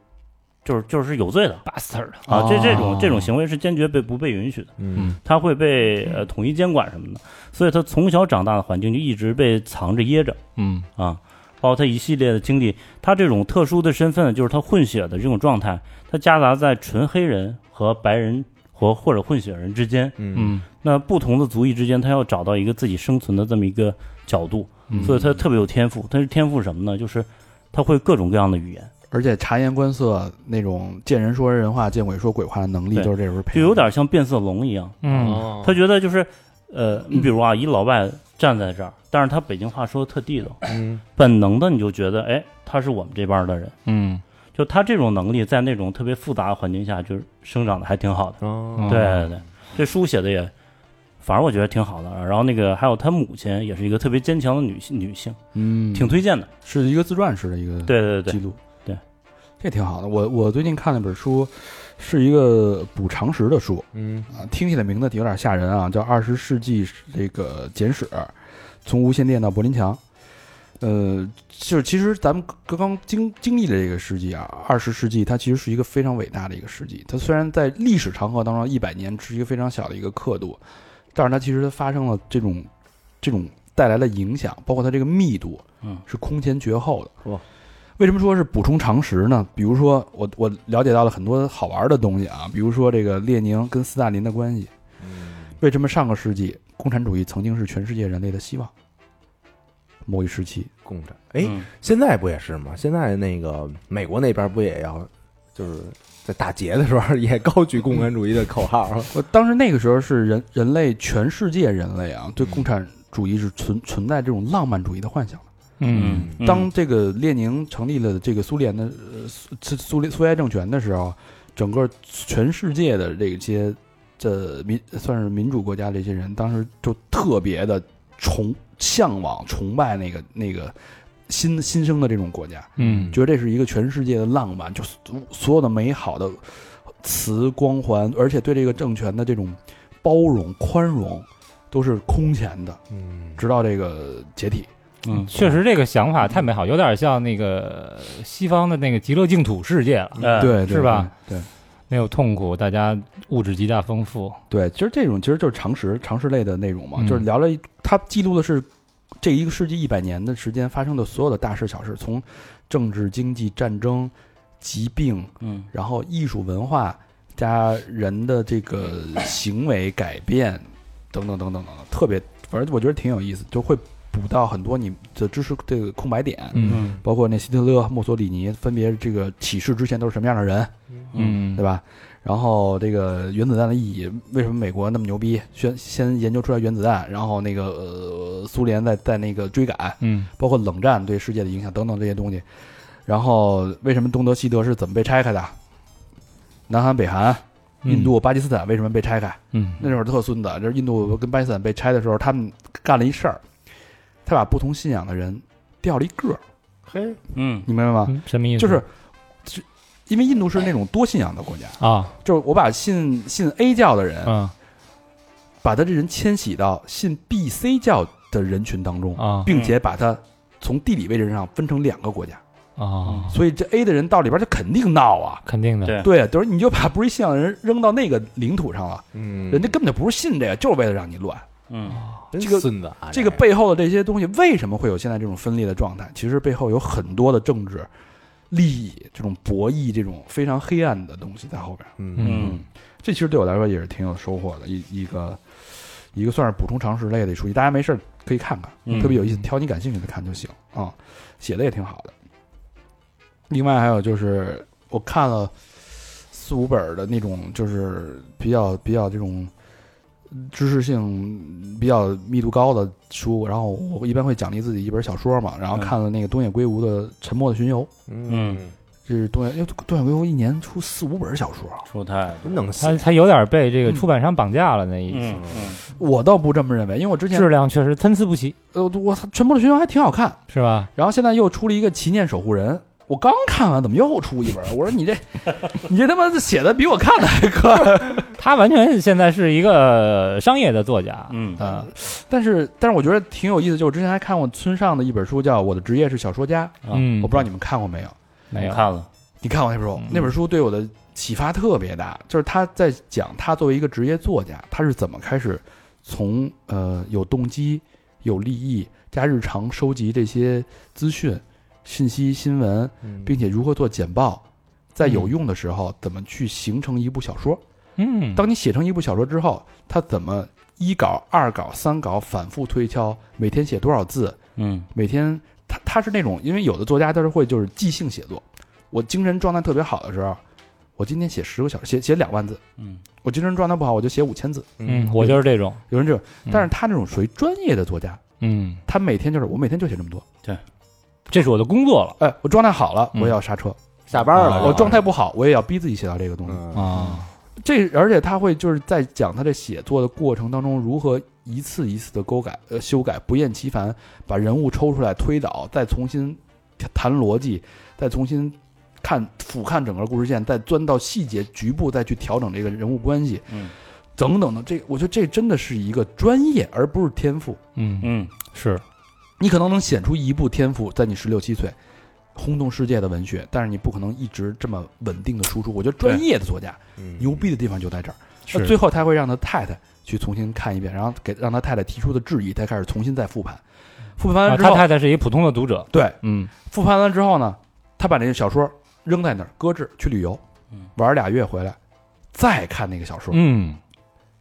[SPEAKER 4] 就是就是有罪的
[SPEAKER 3] ，bastard，
[SPEAKER 4] 啊，这这种
[SPEAKER 1] 哦
[SPEAKER 4] 这种行为是坚决被不被允许的，
[SPEAKER 5] 嗯
[SPEAKER 4] 他会被呃统一监管什么的，所以他从小长大的环境就一直被藏着掖着
[SPEAKER 3] 嗯
[SPEAKER 4] 啊，包括他一系列的经历，他这种特殊的身份就是他混血的这种状态，他夹杂在纯黑人和白人和或者混血人之间，
[SPEAKER 5] 嗯
[SPEAKER 3] 嗯
[SPEAKER 4] 那不同的族裔之间，他要找到一个自己生存的这么一个角度，
[SPEAKER 3] 嗯
[SPEAKER 4] 所以他特别有天赋，他是天赋什么呢？就是他会各种各样的语言。
[SPEAKER 1] 而且察言观色那种见人说人话，见鬼说鬼话的能力，
[SPEAKER 4] 对
[SPEAKER 1] 就是这时候培
[SPEAKER 4] 就
[SPEAKER 1] 养
[SPEAKER 4] 有点像变色龙一样。
[SPEAKER 3] 嗯
[SPEAKER 5] 哦
[SPEAKER 4] 他觉得就是，呃，你比如啊，一老外站在这儿，但是他北京话说的特地道，
[SPEAKER 5] 嗯
[SPEAKER 4] 本能的你就觉得，哎，他是我们这帮的人。
[SPEAKER 3] 嗯，
[SPEAKER 4] 就他这种能力，在那种特别复杂的环境下，就是生长的还挺好的。
[SPEAKER 1] 嗯
[SPEAKER 5] 哦
[SPEAKER 4] 对对对，这书写的也，反正我觉得挺好的。然后那个还有他母亲，也是一个特别坚强的女性，女性，
[SPEAKER 1] 嗯，
[SPEAKER 4] 挺推荐的。
[SPEAKER 1] 是一个自传式的一个
[SPEAKER 4] 对对对
[SPEAKER 1] 记
[SPEAKER 4] 对，
[SPEAKER 1] 录，
[SPEAKER 4] 对，
[SPEAKER 1] 这挺好的。我我最近看了本书，是一个补常识的书，
[SPEAKER 5] 嗯
[SPEAKER 1] 啊，听起来名字有点吓人啊，叫《二十世纪这个简史：从无线电到柏林墙》。呃，就是其实咱们刚刚经经历了这个世纪啊，二十世纪它其实是一个非常伟大的一个世纪。它虽然在历史长河当中，一百年是一个非常小的一个刻度，但是它其实它发生了这种这种带来的影响，包括它这个密度，
[SPEAKER 4] 嗯，
[SPEAKER 1] 是空前绝后的。
[SPEAKER 5] 哇
[SPEAKER 1] 为什么说是补充常识呢？比如说，我我了解到了很多好玩的东西啊，比如说这个列宁跟斯大林的关系。为什么上个世纪共产主义曾经是全世界人类的希望？某一时期，
[SPEAKER 5] 共产，哎，
[SPEAKER 4] 嗯
[SPEAKER 5] 现在不也是吗？现在那个美国那边不也要，就是在打劫的时候也高举共产主义的口号吗，
[SPEAKER 1] 我当时那个时候是人人类全世界人类啊，对共产主义是存存在这种浪漫主义的幻想的。
[SPEAKER 3] 嗯
[SPEAKER 4] 嗯
[SPEAKER 1] 当这个列宁成立了这个苏联的呃苏苏苏联苏维埃政权的时候，整个全世界的这些这民算是民主国家这些人，当时就特别的崇向往、崇拜那个那个新新生的这种国家，
[SPEAKER 3] 嗯
[SPEAKER 1] 觉得这是一个全世界的浪漫，就是所有的美好的词光环，而且对这个政权的这种包容、宽容都是空前的，
[SPEAKER 5] 嗯，
[SPEAKER 1] 直到这个解体。
[SPEAKER 4] 嗯，
[SPEAKER 3] 确实这个想法太美好，有点像那个西方的那个极乐净土世界了，
[SPEAKER 4] 哎，
[SPEAKER 1] 对，
[SPEAKER 3] 是吧？
[SPEAKER 1] 对
[SPEAKER 3] 没有痛苦，大家物质极大丰富。
[SPEAKER 1] 对，其实这种其实就是常识、常识类的内容嘛，
[SPEAKER 3] 嗯
[SPEAKER 1] 就是聊了一，它记录的是这一个世纪一百年的时间发生的所有的大事小事，从政治、经济、战争、疾病，
[SPEAKER 4] 嗯
[SPEAKER 1] 然后艺术文化、加人的这个行为改变等等等等等等，特别，反正我觉得挺有意思，就会补到很多你的知识这个空白点，
[SPEAKER 3] 嗯
[SPEAKER 1] 包括那希特勒、墨索里尼分别这个起事之前都是什么样的人，
[SPEAKER 3] 嗯，
[SPEAKER 1] 对
[SPEAKER 3] 吧？
[SPEAKER 1] 吧？然后这个原子弹的意义，为什么美国那么牛逼？先先研究出来原子弹，然后那个呃苏联在在那个追赶，
[SPEAKER 3] 嗯
[SPEAKER 1] 包括冷战对世界的影响等等这些东西。然后为什么东德西德是怎么被拆开的？南韩、北韩、印度、巴基斯坦为什么被拆开？
[SPEAKER 3] 嗯
[SPEAKER 1] 那会儿特孙子，就是印度跟巴基斯坦被拆的时候，他们干了一事儿，他把不同信仰的人调了一个儿，
[SPEAKER 5] 嘿，
[SPEAKER 4] 嗯
[SPEAKER 1] 你明白吗？
[SPEAKER 3] 嗯什么意思？
[SPEAKER 1] 就是，是因为印度是那种多信仰的国家，
[SPEAKER 3] 啊，
[SPEAKER 1] 就是我把信信 A 教的人，
[SPEAKER 3] 嗯
[SPEAKER 1] 把他这人迁徙到信 B、C 教的人群当中，
[SPEAKER 3] 啊
[SPEAKER 1] 并且把他从地理位置上分成两个国家，
[SPEAKER 4] 哦
[SPEAKER 3] 啊，
[SPEAKER 1] 所以这 A 的人到里边就肯定闹啊。
[SPEAKER 3] 肯定的，
[SPEAKER 4] 对
[SPEAKER 1] 对，就是你就把不是信仰的人扔到那个领土上了，
[SPEAKER 5] 嗯
[SPEAKER 1] 人家根本就不是信这个，就是为了让你乱。
[SPEAKER 4] 嗯
[SPEAKER 5] 真
[SPEAKER 1] 这个
[SPEAKER 5] 孙子啊，
[SPEAKER 1] 这个背后的这些东西，为什么会有现在这种分裂的状态？其实背后有很多的政治利益、这种博弈、这种非常黑暗的东西在后边。
[SPEAKER 5] 嗯
[SPEAKER 4] 嗯
[SPEAKER 1] 这其实对我来说也是挺有收获的，一一个一个算是补充常识类的书籍，大家没事儿可以看看，
[SPEAKER 4] 嗯
[SPEAKER 1] 特别有意思，挑你感兴趣的看就行啊、写的也挺好的。另外还有就是我看了四五本儿的那种，就是比较比较这种知识性比较密度高的书，然后我一般会奖励自己一本小说嘛，然后
[SPEAKER 4] 嗯
[SPEAKER 1] 看了那个东野圭吾的《沉默的巡游》，
[SPEAKER 5] 嗯，
[SPEAKER 1] 这是东野，因为东野圭吾一年出四五本小说，
[SPEAKER 4] 出太多，
[SPEAKER 5] 真能信
[SPEAKER 3] 他他有点被这个
[SPEAKER 1] 嗯
[SPEAKER 3] 出版商绑架了那意思，
[SPEAKER 4] 嗯嗯
[SPEAKER 1] 我倒不这么认为，因为我之前
[SPEAKER 3] 质量确实参差不齐，
[SPEAKER 1] 呃，我操，全部的学校还挺好看。
[SPEAKER 3] 是吧？
[SPEAKER 1] 然后现在又出了一个《祈念守护人》，我刚看完，怎么又出一本？我说你 这，你这他妈写的比我看的还快。
[SPEAKER 3] 他完全现在是一个商业的作家，
[SPEAKER 4] 嗯
[SPEAKER 1] 嗯，但是但是我觉得挺有意思，就我之前还看过村上的一本书，叫《我的职业是小说家》，
[SPEAKER 3] 嗯，
[SPEAKER 1] 我不知道你们看过没有？
[SPEAKER 3] 没有
[SPEAKER 4] 看了，
[SPEAKER 1] 你看过那本书
[SPEAKER 3] 嗯？
[SPEAKER 1] 那本书对我的启发特别大，就是他在讲他作为一个职业作家，他是怎么开始从呃有动机、有利益加日常收集这些资讯、信息、新闻，并且如何做简报，在有用的时候怎么去形成一部小说。
[SPEAKER 3] 嗯，
[SPEAKER 1] 当你写成一部小说之后，它怎么一稿、二稿、三稿反复推敲，每天写多少字，
[SPEAKER 4] 嗯
[SPEAKER 1] 每天他他是那种，因为有的作家他是会就是即兴写作，我精神状态特别好的时候，我今天写十个小时，写写两万字；
[SPEAKER 4] 嗯
[SPEAKER 1] 我精神状态不好，我就写五千字。
[SPEAKER 3] 嗯，我就是这种，
[SPEAKER 1] 有人这种，
[SPEAKER 3] 嗯
[SPEAKER 1] 但是他这种属于专业的作家，
[SPEAKER 3] 嗯，
[SPEAKER 1] 他每天就是我每天就写这么多。
[SPEAKER 3] 这是我的工作了
[SPEAKER 1] 哎，我状态好了，
[SPEAKER 3] 嗯
[SPEAKER 1] 我也要刹车；
[SPEAKER 5] 下班了，
[SPEAKER 1] 我状态不好，我也要逼自己写到这个东西。
[SPEAKER 5] 嗯
[SPEAKER 3] 啊，
[SPEAKER 1] 这而且他会就是在讲他这写作的过程当中，如何一次一次的勾改、呃修改，不厌其烦，把人物抽出来推导，再重新谈逻辑，再重新看俯瞰整个故事线，再钻到细节局部，再去调整这个人物关系，
[SPEAKER 4] 嗯
[SPEAKER 1] 等等的。这我觉得这真的是一个专业，而不是天赋。
[SPEAKER 3] 嗯，
[SPEAKER 4] 嗯
[SPEAKER 3] 是，
[SPEAKER 1] 你可能能显出一部天赋，在你十六七岁。轰动世界的文学，但是你不可能一直这么稳定的输出。我觉得专业的作家
[SPEAKER 5] 嗯
[SPEAKER 1] 牛逼的地方就在这儿。那
[SPEAKER 3] 是
[SPEAKER 1] 最后他会让他太太去重新看一遍，然后给让他太太提出的质疑，他开始重新再复盘。复盘
[SPEAKER 3] 啊
[SPEAKER 1] 完之
[SPEAKER 3] 他
[SPEAKER 1] 后，
[SPEAKER 3] 太太是一普通的读者，
[SPEAKER 1] 对
[SPEAKER 3] 嗯
[SPEAKER 1] 复盘完之后呢，他把那个小说扔在那儿搁置，去旅游
[SPEAKER 4] 嗯，
[SPEAKER 1] 玩俩月回来，再看那个小说，
[SPEAKER 3] 嗯，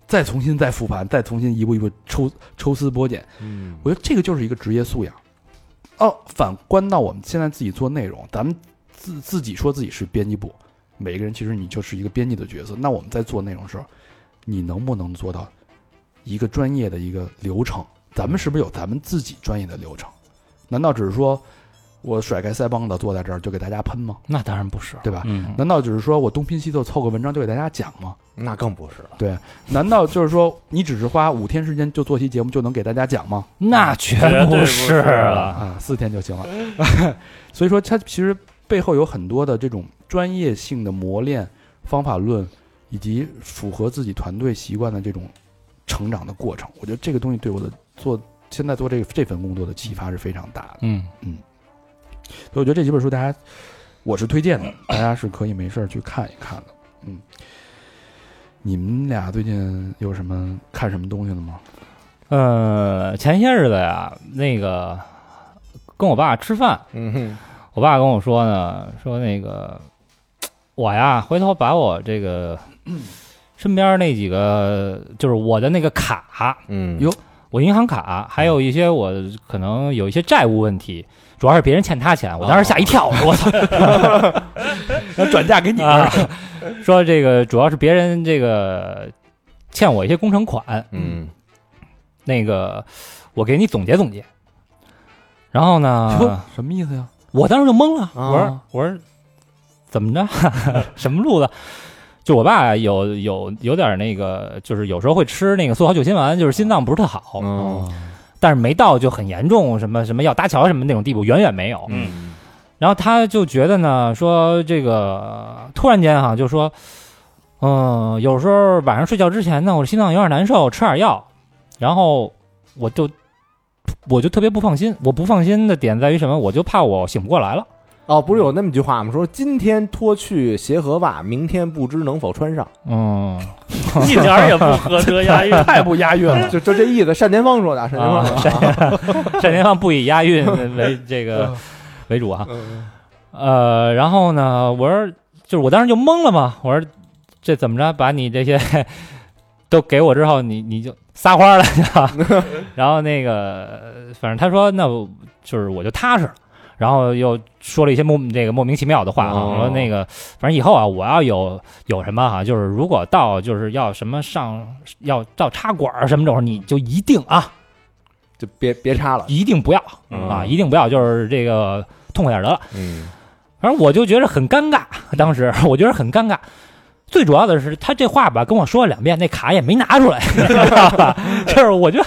[SPEAKER 1] 再重新再复盘，再重新一步一步抽抽丝剥茧。
[SPEAKER 5] 嗯
[SPEAKER 1] 我觉得这个就是一个职业素养。哦，反观到我们现在自己做内容，咱们自自己说自己是编辑部，每个人其实你就是一个编辑的角色。那我们在做内容的时候，你能不能做到一个专业的一个流程？咱们是不是有咱们自己专业的流程？难道只是说我甩开腮帮子坐在这儿就给大家喷吗？
[SPEAKER 3] 那当然不是，
[SPEAKER 1] 对吧？
[SPEAKER 4] 嗯
[SPEAKER 1] 难道只是说我东拼西凑凑个文章就给大家讲吗？
[SPEAKER 5] 那更不是了，
[SPEAKER 1] 难道就是说你只是花五天时间就做期节目就能给大家讲吗？
[SPEAKER 3] 那全不是了，
[SPEAKER 1] 啊，四天就行了。 所以说，它其实背后有很多的这种专业性的磨练、方法论，以及符合自己团队习惯的这种成长的过程。我觉得这个东西对我的做现在做这个这份工作的启发是非常大的。
[SPEAKER 3] 嗯，
[SPEAKER 1] 所以我觉得这几本书大家我是推荐 的，大家是可以没事儿去看一看的。嗯，你们俩最近有什么看什么东西了吗？
[SPEAKER 3] 呃，前些日子呀，那个跟我爸吃饭，
[SPEAKER 5] 嗯哼，
[SPEAKER 3] 我爸跟我说呢，说那个我呀，回头把我这个身边那几个，就是我的那个卡，
[SPEAKER 5] 嗯
[SPEAKER 3] 哟我银行卡，还有一些我可能有一些债务问题，主要是别人欠他钱，我当时吓一跳，我说 我操，
[SPEAKER 1] 要哦转嫁给你
[SPEAKER 3] 啊，说这个主要是别人这个欠我一些工程款，
[SPEAKER 5] 嗯，
[SPEAKER 3] 那个我给你总结总结。然后
[SPEAKER 1] 哟哦
[SPEAKER 3] 呢，
[SPEAKER 1] 什么意思呀？
[SPEAKER 3] 我当时就懵了，
[SPEAKER 5] 啊
[SPEAKER 3] 我说我说怎么着， 什么路子？就我爸有有有点那个，就是有时候会吃那个速效救心丸，就是心脏不是特好，
[SPEAKER 5] 哦
[SPEAKER 3] 但是没到就很严重，什么什么要搭桥什么那种地步，远远没有。
[SPEAKER 5] 嗯
[SPEAKER 3] 然后他就觉得呢，说这个突然间哈、就说，嗯、有时候晚上睡觉之前呢，我心脏有点难受，吃点药，然后我就我就特别不放心。我不放心的点在于什么？我就怕我醒不过来了。
[SPEAKER 5] 哦，不是有那么句话吗？说今天脱去鞋和袜，明天不知能否穿上，
[SPEAKER 3] 嗯，
[SPEAKER 4] 一点儿也不合辙押韵，太不押韵了。
[SPEAKER 5] 就就这意思。单田芳说的，单田芳说的，
[SPEAKER 3] 单田芳不以押韵为这个为主啊。呃，然后呢，我说就是我当时就懵了嘛，我说这怎么着把你这些 都给我之后，你你就撒欢儿了就。然后那个，反正他说那我就是我就踏实了。然后又说了一些莫这个莫名其妙的话啊，
[SPEAKER 5] 哦
[SPEAKER 3] 我说那个，反正以后啊，我要有有什么哈、就是如果到就是要什么上要到插管儿什么这种，你就一定啊，
[SPEAKER 5] 就别别插了。
[SPEAKER 3] 一定不要啊，
[SPEAKER 5] 嗯
[SPEAKER 3] 一定不要，就是这个痛快点得了。
[SPEAKER 5] 嗯
[SPEAKER 3] 反正我就觉得很尴尬，当时我觉得很尴尬。最主要的是，他这话吧跟我说了两遍，那卡也没拿出来， 你知道吧？就是我就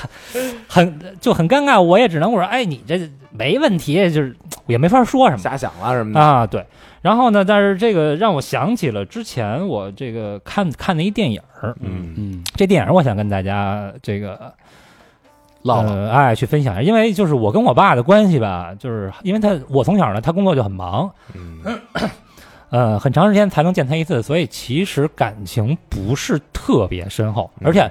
[SPEAKER 3] 很就很尴尬，我也只能我说，哎，你这没问题，就是也没法说
[SPEAKER 2] 嗯
[SPEAKER 3] 什么
[SPEAKER 5] 瞎想了什么的，
[SPEAKER 3] 啊。对，然后呢，但是这个让我想起了之前我这个看看的一电影儿，
[SPEAKER 5] 嗯
[SPEAKER 1] 嗯，
[SPEAKER 3] 这电影儿我想跟大家这个
[SPEAKER 2] 唠唠，
[SPEAKER 3] 呃，哎，去分享一下，因为就是我跟我爸的关系吧，就是因为他我从小呢，他工作就很忙，
[SPEAKER 5] 嗯
[SPEAKER 3] 呃，很长时间才能见他一次，所以其实感情不是特别深厚，
[SPEAKER 2] 嗯
[SPEAKER 3] 而且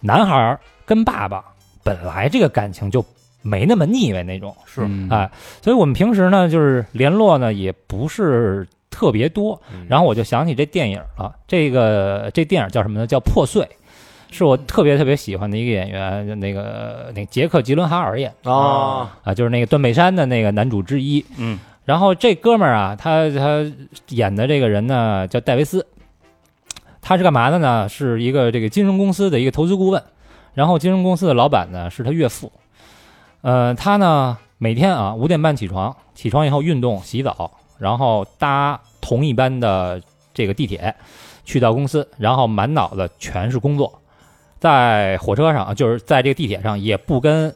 [SPEAKER 3] 男孩儿跟爸爸本来这个感情就没那么腻歪那种，
[SPEAKER 1] 是
[SPEAKER 3] 哎，所以我们平时呢就是联络呢也不是特别多，然后我就想起这电影了，这个这电影叫什么呢？叫《破碎》。是我特别特别喜欢的一个演员，就那个那杰克·吉伦哈尔演的
[SPEAKER 5] 哦，
[SPEAKER 3] 啊，就是那个断背山的那个男主之一。
[SPEAKER 4] 嗯，
[SPEAKER 3] 然后这哥们儿啊，他他演的这个人呢叫戴维斯，他是干嘛的呢？是一个这个金融公司的一个投资顾问，然后金融公司的老板呢是他岳父。呃，他呢每天啊五点半起床，起床以后运动、洗澡，然后搭同一班的这个地铁去到公司，然后满脑子全是工作，在火车上啊就是在这个地铁上也不跟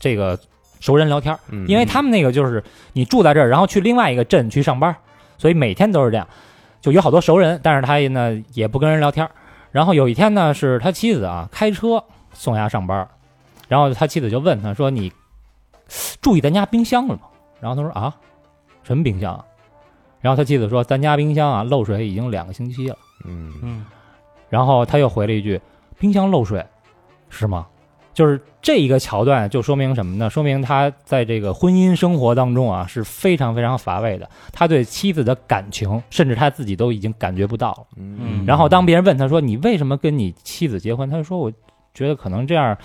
[SPEAKER 3] 这个熟人聊天儿，
[SPEAKER 5] 嗯
[SPEAKER 3] 因为他们那个就是你住在这儿，然后去另外一个镇去上班，所以每天都是这样，就有好多熟人，但是他呢也不跟人聊天儿。然后有一天呢，是他妻子啊开车送他上班，然后他妻子就问他说：“你注意咱家冰箱了吗？”然后他说：“啊，什么冰箱啊？”然后他妻子说：“咱家冰箱啊漏水已经两个星期了。”
[SPEAKER 5] 嗯
[SPEAKER 4] 嗯，
[SPEAKER 3] 然后他又回了一句：“冰箱漏水，是吗？”就是这一个桥段，就说明什么呢？说明他在这个婚姻生活当中啊是非常非常乏味的。他对妻子的感情，甚至他自己都已经感觉不到了。
[SPEAKER 5] 嗯
[SPEAKER 3] 然后当别人问他说：“你为什么跟你妻子结婚？”他就说：“我觉得可能这样，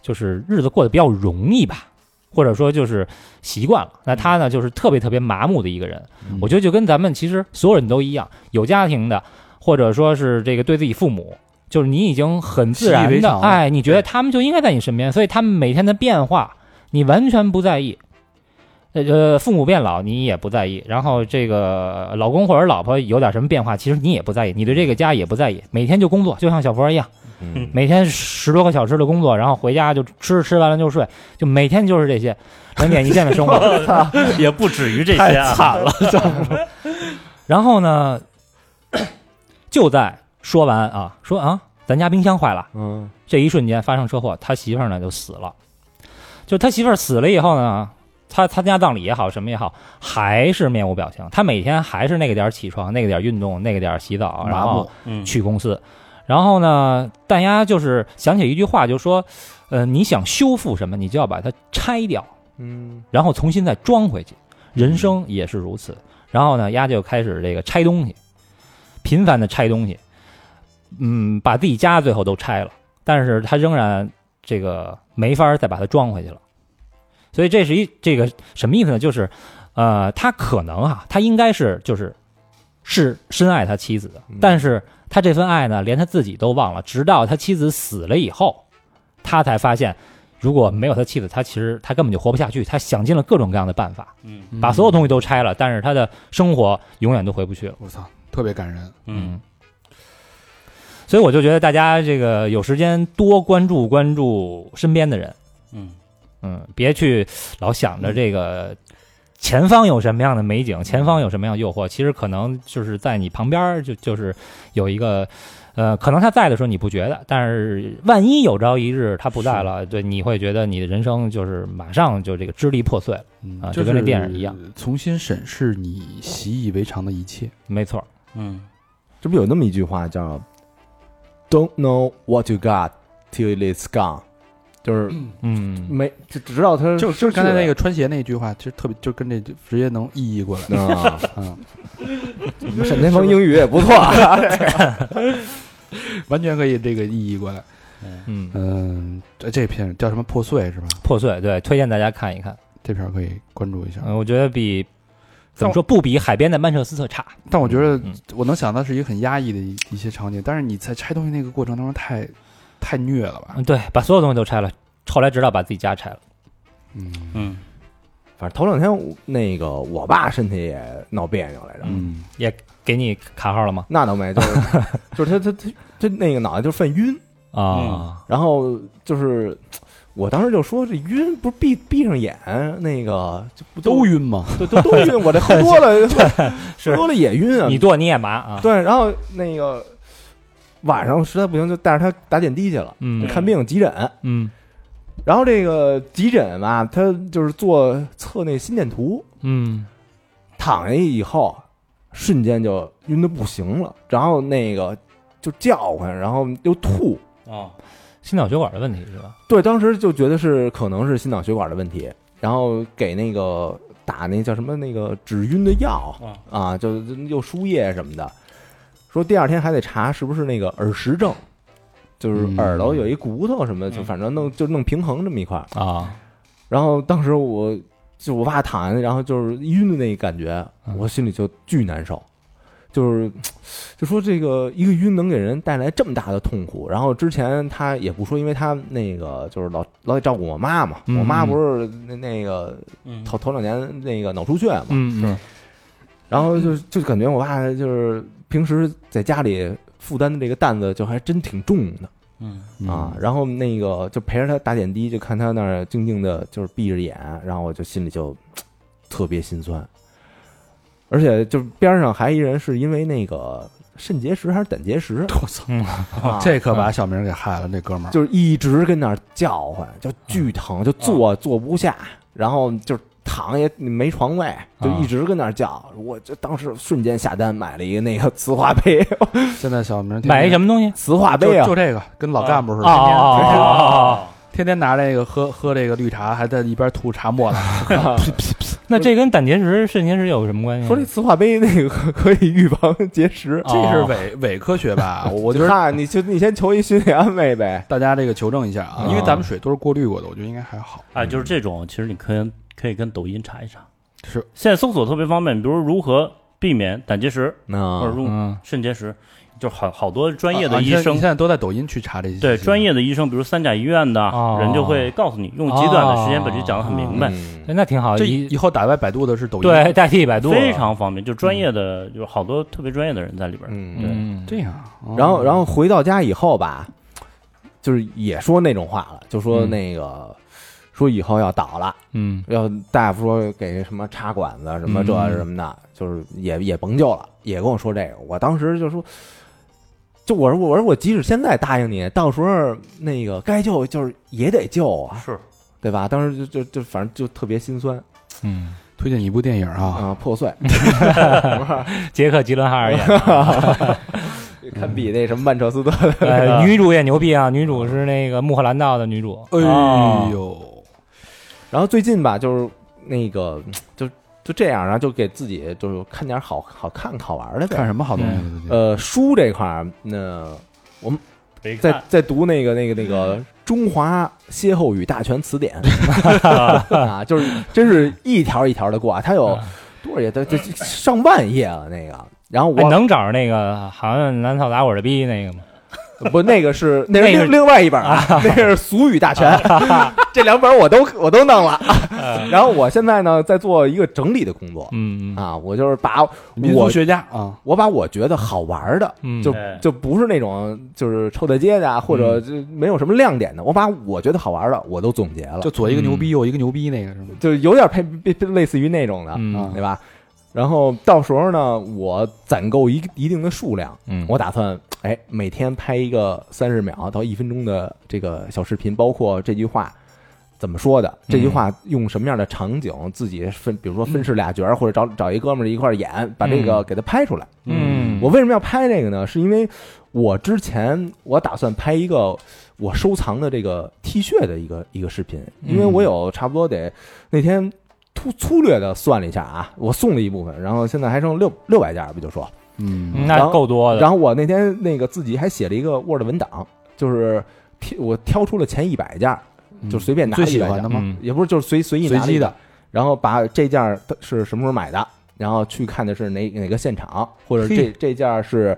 [SPEAKER 3] 就是日子过得比较容易吧，或者说就是习惯了。”那他呢，就是特别特别麻木的一个人。我觉得就跟咱们其实所有人都一样，有家庭的，或者说是这个对自己父母，就是你已经很自
[SPEAKER 1] 习以
[SPEAKER 3] 然
[SPEAKER 1] 为
[SPEAKER 3] 的，
[SPEAKER 1] 常了
[SPEAKER 3] 哎，你觉得他们就应该在你身边，所以他们每天的变化你完全不在意。呃呃，父母变老你也不在意，然后这个老公或者老婆有点什么变化，其实你也不在意，你对这个家也不在意，每天就工作，就像小佛一样，
[SPEAKER 5] 嗯
[SPEAKER 3] 每天十多个小时的工作，然后回家就吃，吃完了就睡，就每天就是这些两点一线的 生活。
[SPEAKER 4] 也不止于这些啊，
[SPEAKER 3] 了，然后呢， 就在说完啊，说啊，咱家冰箱坏了，
[SPEAKER 5] 嗯
[SPEAKER 3] 这一瞬间发生车祸，他媳妇儿呢就死了。就他媳妇儿死了以后呢，他参加葬礼也好，什么也好，还是面无表情。他每天还是那个点儿起床，那个点儿运动，那个点儿洗澡，然
[SPEAKER 2] 麻
[SPEAKER 3] 后
[SPEAKER 2] 木
[SPEAKER 4] 嗯，
[SPEAKER 3] 去公司。然后呢，大家就是想起一句话，就说，呃，你想修复什么，你就要把它拆掉。
[SPEAKER 5] 嗯
[SPEAKER 3] 然后重新再装回去。人生也是如此。然后呢，丫就开始这个拆东西，频繁的拆东西，嗯，把自己家最后都拆了，但是他仍然这个没法再把它装回去了。所以这是一这个什么意思呢？就是，呃，他可能啊，他应该是就是是深爱他妻子的
[SPEAKER 5] 嗯，
[SPEAKER 3] 但是他这份爱呢，连他自己都忘了，直到他妻子死了以后，他才发现，如果没有他妻子，他其实他根本就活不下去。他想尽了各种各样的办法，
[SPEAKER 4] 嗯
[SPEAKER 3] 把所有东西都拆了，但是他的生活永远都回不去了。
[SPEAKER 2] 我操，特别感人。
[SPEAKER 4] 嗯，，
[SPEAKER 3] 所以我就觉得大家这个有时间多关注关注身边的人，
[SPEAKER 4] 嗯，
[SPEAKER 3] 嗯，别去老想着这个前方有什么样的美景，前方有什么样的诱惑，其实可能就是在你旁边儿就就是有一个。呃，可能他在的时候你不觉得，但是万一有朝一日他不在了，对，你会觉得你的人生就是马上就这个支离破碎了。
[SPEAKER 2] 嗯
[SPEAKER 3] 啊
[SPEAKER 2] 就
[SPEAKER 3] 就跟那电影一样，
[SPEAKER 2] 重新审视你习以为常的一切。
[SPEAKER 3] 没错，
[SPEAKER 4] 嗯，
[SPEAKER 5] 这不有那么一句话叫 “Don't know what you got till it's gone”，就是
[SPEAKER 3] 嗯，
[SPEAKER 5] 没只直到他
[SPEAKER 2] 就
[SPEAKER 5] 失
[SPEAKER 2] 是
[SPEAKER 5] 去
[SPEAKER 2] 刚才那
[SPEAKER 5] 了
[SPEAKER 2] 个穿鞋那句话，其实特别，就跟这直接能意译过来。
[SPEAKER 5] 啊，
[SPEAKER 2] 嗯，
[SPEAKER 5] 沈天鹏英语 也不错啊。
[SPEAKER 2] 完全可以这个意译过来。
[SPEAKER 3] 嗯，
[SPEAKER 2] 嗯，这这片叫什么？破碎是吧？
[SPEAKER 3] 破碎，对，推荐大家看一看。
[SPEAKER 2] 这片可以关注一下。
[SPEAKER 3] 嗯，我觉得比怎
[SPEAKER 2] 但我
[SPEAKER 3] 么说不比海边的曼彻斯特差。
[SPEAKER 2] 但我觉得
[SPEAKER 3] 嗯
[SPEAKER 2] 我能想到是一个很压抑的一一些场景，但是你在拆东西那个过程当中太太虐了吧？
[SPEAKER 3] 嗯，对，把所有东西都拆了，后来直到把自己家拆了。
[SPEAKER 2] 嗯
[SPEAKER 4] 嗯，
[SPEAKER 5] 反正头两天我那个我爸身体也闹别扭来着，
[SPEAKER 2] 嗯
[SPEAKER 3] 给你卡号了吗？
[SPEAKER 5] 那倒没， 就是就是他他他他那个脑袋就犯晕，
[SPEAKER 3] 啊，
[SPEAKER 5] 然后就是我当时就说这晕不是闭闭上眼那个就不
[SPEAKER 2] 都晕吗？
[SPEAKER 5] 都都都晕，我这喝多 了 喝多了也晕啊，
[SPEAKER 3] 你剁你也麻啊。
[SPEAKER 5] 对，然后那个晚上实在不行就带着他打点滴去了，
[SPEAKER 3] 嗯
[SPEAKER 5] 看病急诊。
[SPEAKER 3] 嗯
[SPEAKER 5] 然后这个急诊吧，他就是做测那心电图，
[SPEAKER 3] 嗯
[SPEAKER 5] 躺下以后，瞬间就晕的不行了，然后那个就叫唤，然后又吐。
[SPEAKER 4] 哦，
[SPEAKER 3] 心脑血管的问题是吧？
[SPEAKER 5] 对，当时就觉得是可能是心脑血管的问题，然后给那个打那叫什么那个止晕的药
[SPEAKER 4] 啊
[SPEAKER 5] 啊，就就又输液什么的。说第二天还得查是不是那个耳石症，就是
[SPEAKER 2] 嗯
[SPEAKER 5] 耳朵有一骨头什么的，就
[SPEAKER 4] 嗯
[SPEAKER 5] 反正弄就弄平衡这么一块儿。
[SPEAKER 3] 啊，
[SPEAKER 5] 然后当时我就我爸躺下，然后就是晕的那感觉，
[SPEAKER 3] 嗯
[SPEAKER 5] 我心里就巨难受，就是就说这个一个晕能给人带来这么大的痛苦。然后之前他也不说，因为他那个就是老老得照顾我妈嘛，
[SPEAKER 3] 嗯
[SPEAKER 5] 我妈不是那那个
[SPEAKER 4] 嗯，
[SPEAKER 5] 头头两年那个脑出血嘛，
[SPEAKER 3] 嗯嗯
[SPEAKER 5] 然后
[SPEAKER 2] 嗯
[SPEAKER 5] 就就感觉我爸就是平时在家里负担的这个担子就还真挺重的。
[SPEAKER 4] 嗯，
[SPEAKER 5] 啊，然后那个就陪着他打点滴，就看他那儿静静的，就是闭着眼，然后我就心里就特别心酸，而且就边上还一人是因为那个肾结石还是胆结石
[SPEAKER 2] ，我操，
[SPEAKER 5] 啊、
[SPEAKER 2] 这可把小明给害了，这哥们儿。
[SPEAKER 5] 就是一直跟那儿叫唤，就
[SPEAKER 2] 嗯
[SPEAKER 5] 巨疼，就坐、坐不下，然后就是躺也没床位，就
[SPEAKER 2] 嗯
[SPEAKER 5] 一直跟那儿叫，我就当时瞬间下单买了一个那个磁化杯，
[SPEAKER 2] 现在小明天天
[SPEAKER 3] 买一什么东西？
[SPEAKER 5] 磁化
[SPEAKER 2] 就
[SPEAKER 5] 杯啊
[SPEAKER 2] 就，这个，跟老干部似的，
[SPEAKER 3] 啊啊啊啊啊啊！
[SPEAKER 4] 哦，
[SPEAKER 2] 天天拿这个喝喝这个绿茶，还在一边吐茶沫子。
[SPEAKER 3] 那这跟胆结石、肾结石有什么关系？
[SPEAKER 2] 嗯
[SPEAKER 3] 啊
[SPEAKER 5] 说这磁化杯那个可可以预防结 石。
[SPEAKER 2] 这是
[SPEAKER 3] 哦
[SPEAKER 2] 伪伪科学吧？啊我我觉得
[SPEAKER 5] 那你就你先求一心理安慰呗。
[SPEAKER 2] 大家这个求证一下啊，因为咱们水都是过滤过的，我觉得应该还好。
[SPEAKER 4] 哎，就是这种，其实你可以可以跟抖音查一查，
[SPEAKER 2] 是
[SPEAKER 4] 现在搜索特别方便，比如如何避免胆结石或者
[SPEAKER 5] 那
[SPEAKER 4] 如
[SPEAKER 3] 嗯
[SPEAKER 4] 肾结石，就是好好多专业
[SPEAKER 2] 啊
[SPEAKER 4] 的
[SPEAKER 2] 啊
[SPEAKER 4] 医
[SPEAKER 2] 现在
[SPEAKER 4] 生
[SPEAKER 2] 现，在都在抖音去查这些信息，啊
[SPEAKER 4] 对专业的医生，比如三甲医院的
[SPEAKER 3] 哦
[SPEAKER 4] 人就会告诉你，用极短的时间把这讲得很明
[SPEAKER 5] 哦
[SPEAKER 4] 白，
[SPEAKER 5] 嗯
[SPEAKER 3] 哎那挺好，
[SPEAKER 2] 这
[SPEAKER 3] 一
[SPEAKER 2] 以后打外百度的是抖音，
[SPEAKER 3] 对代替百
[SPEAKER 5] 啊
[SPEAKER 3] 度了
[SPEAKER 4] 非常方便，就专业的有好多特别专业的人在里边儿。
[SPEAKER 5] 嗯，
[SPEAKER 3] 嗯
[SPEAKER 2] 这样。哦
[SPEAKER 5] 然后然后回到家以后吧，就是也说那种话了，就说
[SPEAKER 3] 嗯
[SPEAKER 5] 那个。说以后要倒了，
[SPEAKER 3] 嗯
[SPEAKER 5] 要大夫说给什么插管子什么这
[SPEAKER 3] 嗯
[SPEAKER 5] 什么的，就是也也甭救了，也跟我说这个。我当时就说，就我说我说我即使现在答应你，到时候那个该救就是也得救啊，
[SPEAKER 4] 是，
[SPEAKER 5] 对吧？当时就就就反正就特别心酸
[SPEAKER 3] 嗯，
[SPEAKER 2] 推荐一部电影啊，
[SPEAKER 5] 啊、破 碎。
[SPEAKER 3] 杰克·吉伦哈 尔 演的，
[SPEAKER 5] 堪比那什么曼彻斯特
[SPEAKER 3] 呃，女主也牛逼啊，女主是那个穆赫兰道的女主，
[SPEAKER 2] 哎呦，
[SPEAKER 5] 然后最近吧，就是那个，就就这样，然后就给自己就是看点好好看好玩的呗。
[SPEAKER 1] 看什么好东西？
[SPEAKER 2] 啊
[SPEAKER 1] 对
[SPEAKER 5] 呃，书这块儿，那我们
[SPEAKER 4] 没
[SPEAKER 5] 在在读那个那个那个《中华歇后语大全词典》啊，就是真是一条一条的过啊，它有多少页？它这上万页了那个。然后
[SPEAKER 3] 哎
[SPEAKER 5] 我
[SPEAKER 3] 能找着那个好像南草打我的逼那个吗？
[SPEAKER 5] 不那个 是那
[SPEAKER 3] 那
[SPEAKER 5] 是
[SPEAKER 3] 个
[SPEAKER 5] 另另外一本啊， 那是《俗语大全》， 这两本我都我都弄了。然后我现在呢在做一个整理的工作
[SPEAKER 3] 嗯嗯
[SPEAKER 5] 啊，我就是把
[SPEAKER 1] 民俗
[SPEAKER 5] 我
[SPEAKER 1] 学家啊，
[SPEAKER 5] 我把我觉得好玩的
[SPEAKER 3] 嗯，
[SPEAKER 5] 就
[SPEAKER 4] 哎
[SPEAKER 5] 就不是那种就是臭大街的啊，或者就没有什么亮点的，我把我觉得好玩的我都总结了，就
[SPEAKER 1] 就左一个牛逼，右一个牛逼，那个是吗？
[SPEAKER 5] 就有点配配配类似于那种的，
[SPEAKER 3] 嗯
[SPEAKER 1] 啊
[SPEAKER 5] 对吧？然后到时候呢，我攒够一一定的数量，
[SPEAKER 3] 嗯
[SPEAKER 5] 我打算哎每天拍一个三十秒到一分钟的这个小视频，包括这句话。怎么说的？这句
[SPEAKER 3] 嗯
[SPEAKER 5] 话用什么样的场景，自己分，比如说分饰俩角儿，或者找找一哥们儿一块儿演，把这个
[SPEAKER 3] 嗯
[SPEAKER 5] 给他拍出来。
[SPEAKER 3] 嗯
[SPEAKER 5] 我为什么要拍这个呢？是因为我之前我打算拍一个我收藏的这个 T 恤的一个一个视频，因为
[SPEAKER 3] 嗯
[SPEAKER 5] 我有差不多得那天粗粗略的算了一下啊，我送了一部分，然后现在还剩六六百件儿，不就说，
[SPEAKER 1] 嗯
[SPEAKER 3] 嗯
[SPEAKER 5] 然
[SPEAKER 3] 那
[SPEAKER 5] 后
[SPEAKER 3] 够多的，
[SPEAKER 5] 然后我那天那个自己还写了一个 Word 文档，就是挑我挑出了前一百件儿，就随便拿
[SPEAKER 1] 嗯最
[SPEAKER 5] 一
[SPEAKER 1] 喜
[SPEAKER 5] 百件
[SPEAKER 1] 欢
[SPEAKER 5] 儿
[SPEAKER 1] 的吗？
[SPEAKER 3] 嗯
[SPEAKER 5] 也不是就是随随意拿
[SPEAKER 1] 随
[SPEAKER 5] 了一
[SPEAKER 1] 机
[SPEAKER 5] 个
[SPEAKER 1] 的，
[SPEAKER 5] 然后把这件儿它是什么时候买的，然后去看的是哪哪个现场，或者这
[SPEAKER 1] 嘿
[SPEAKER 5] 这件儿是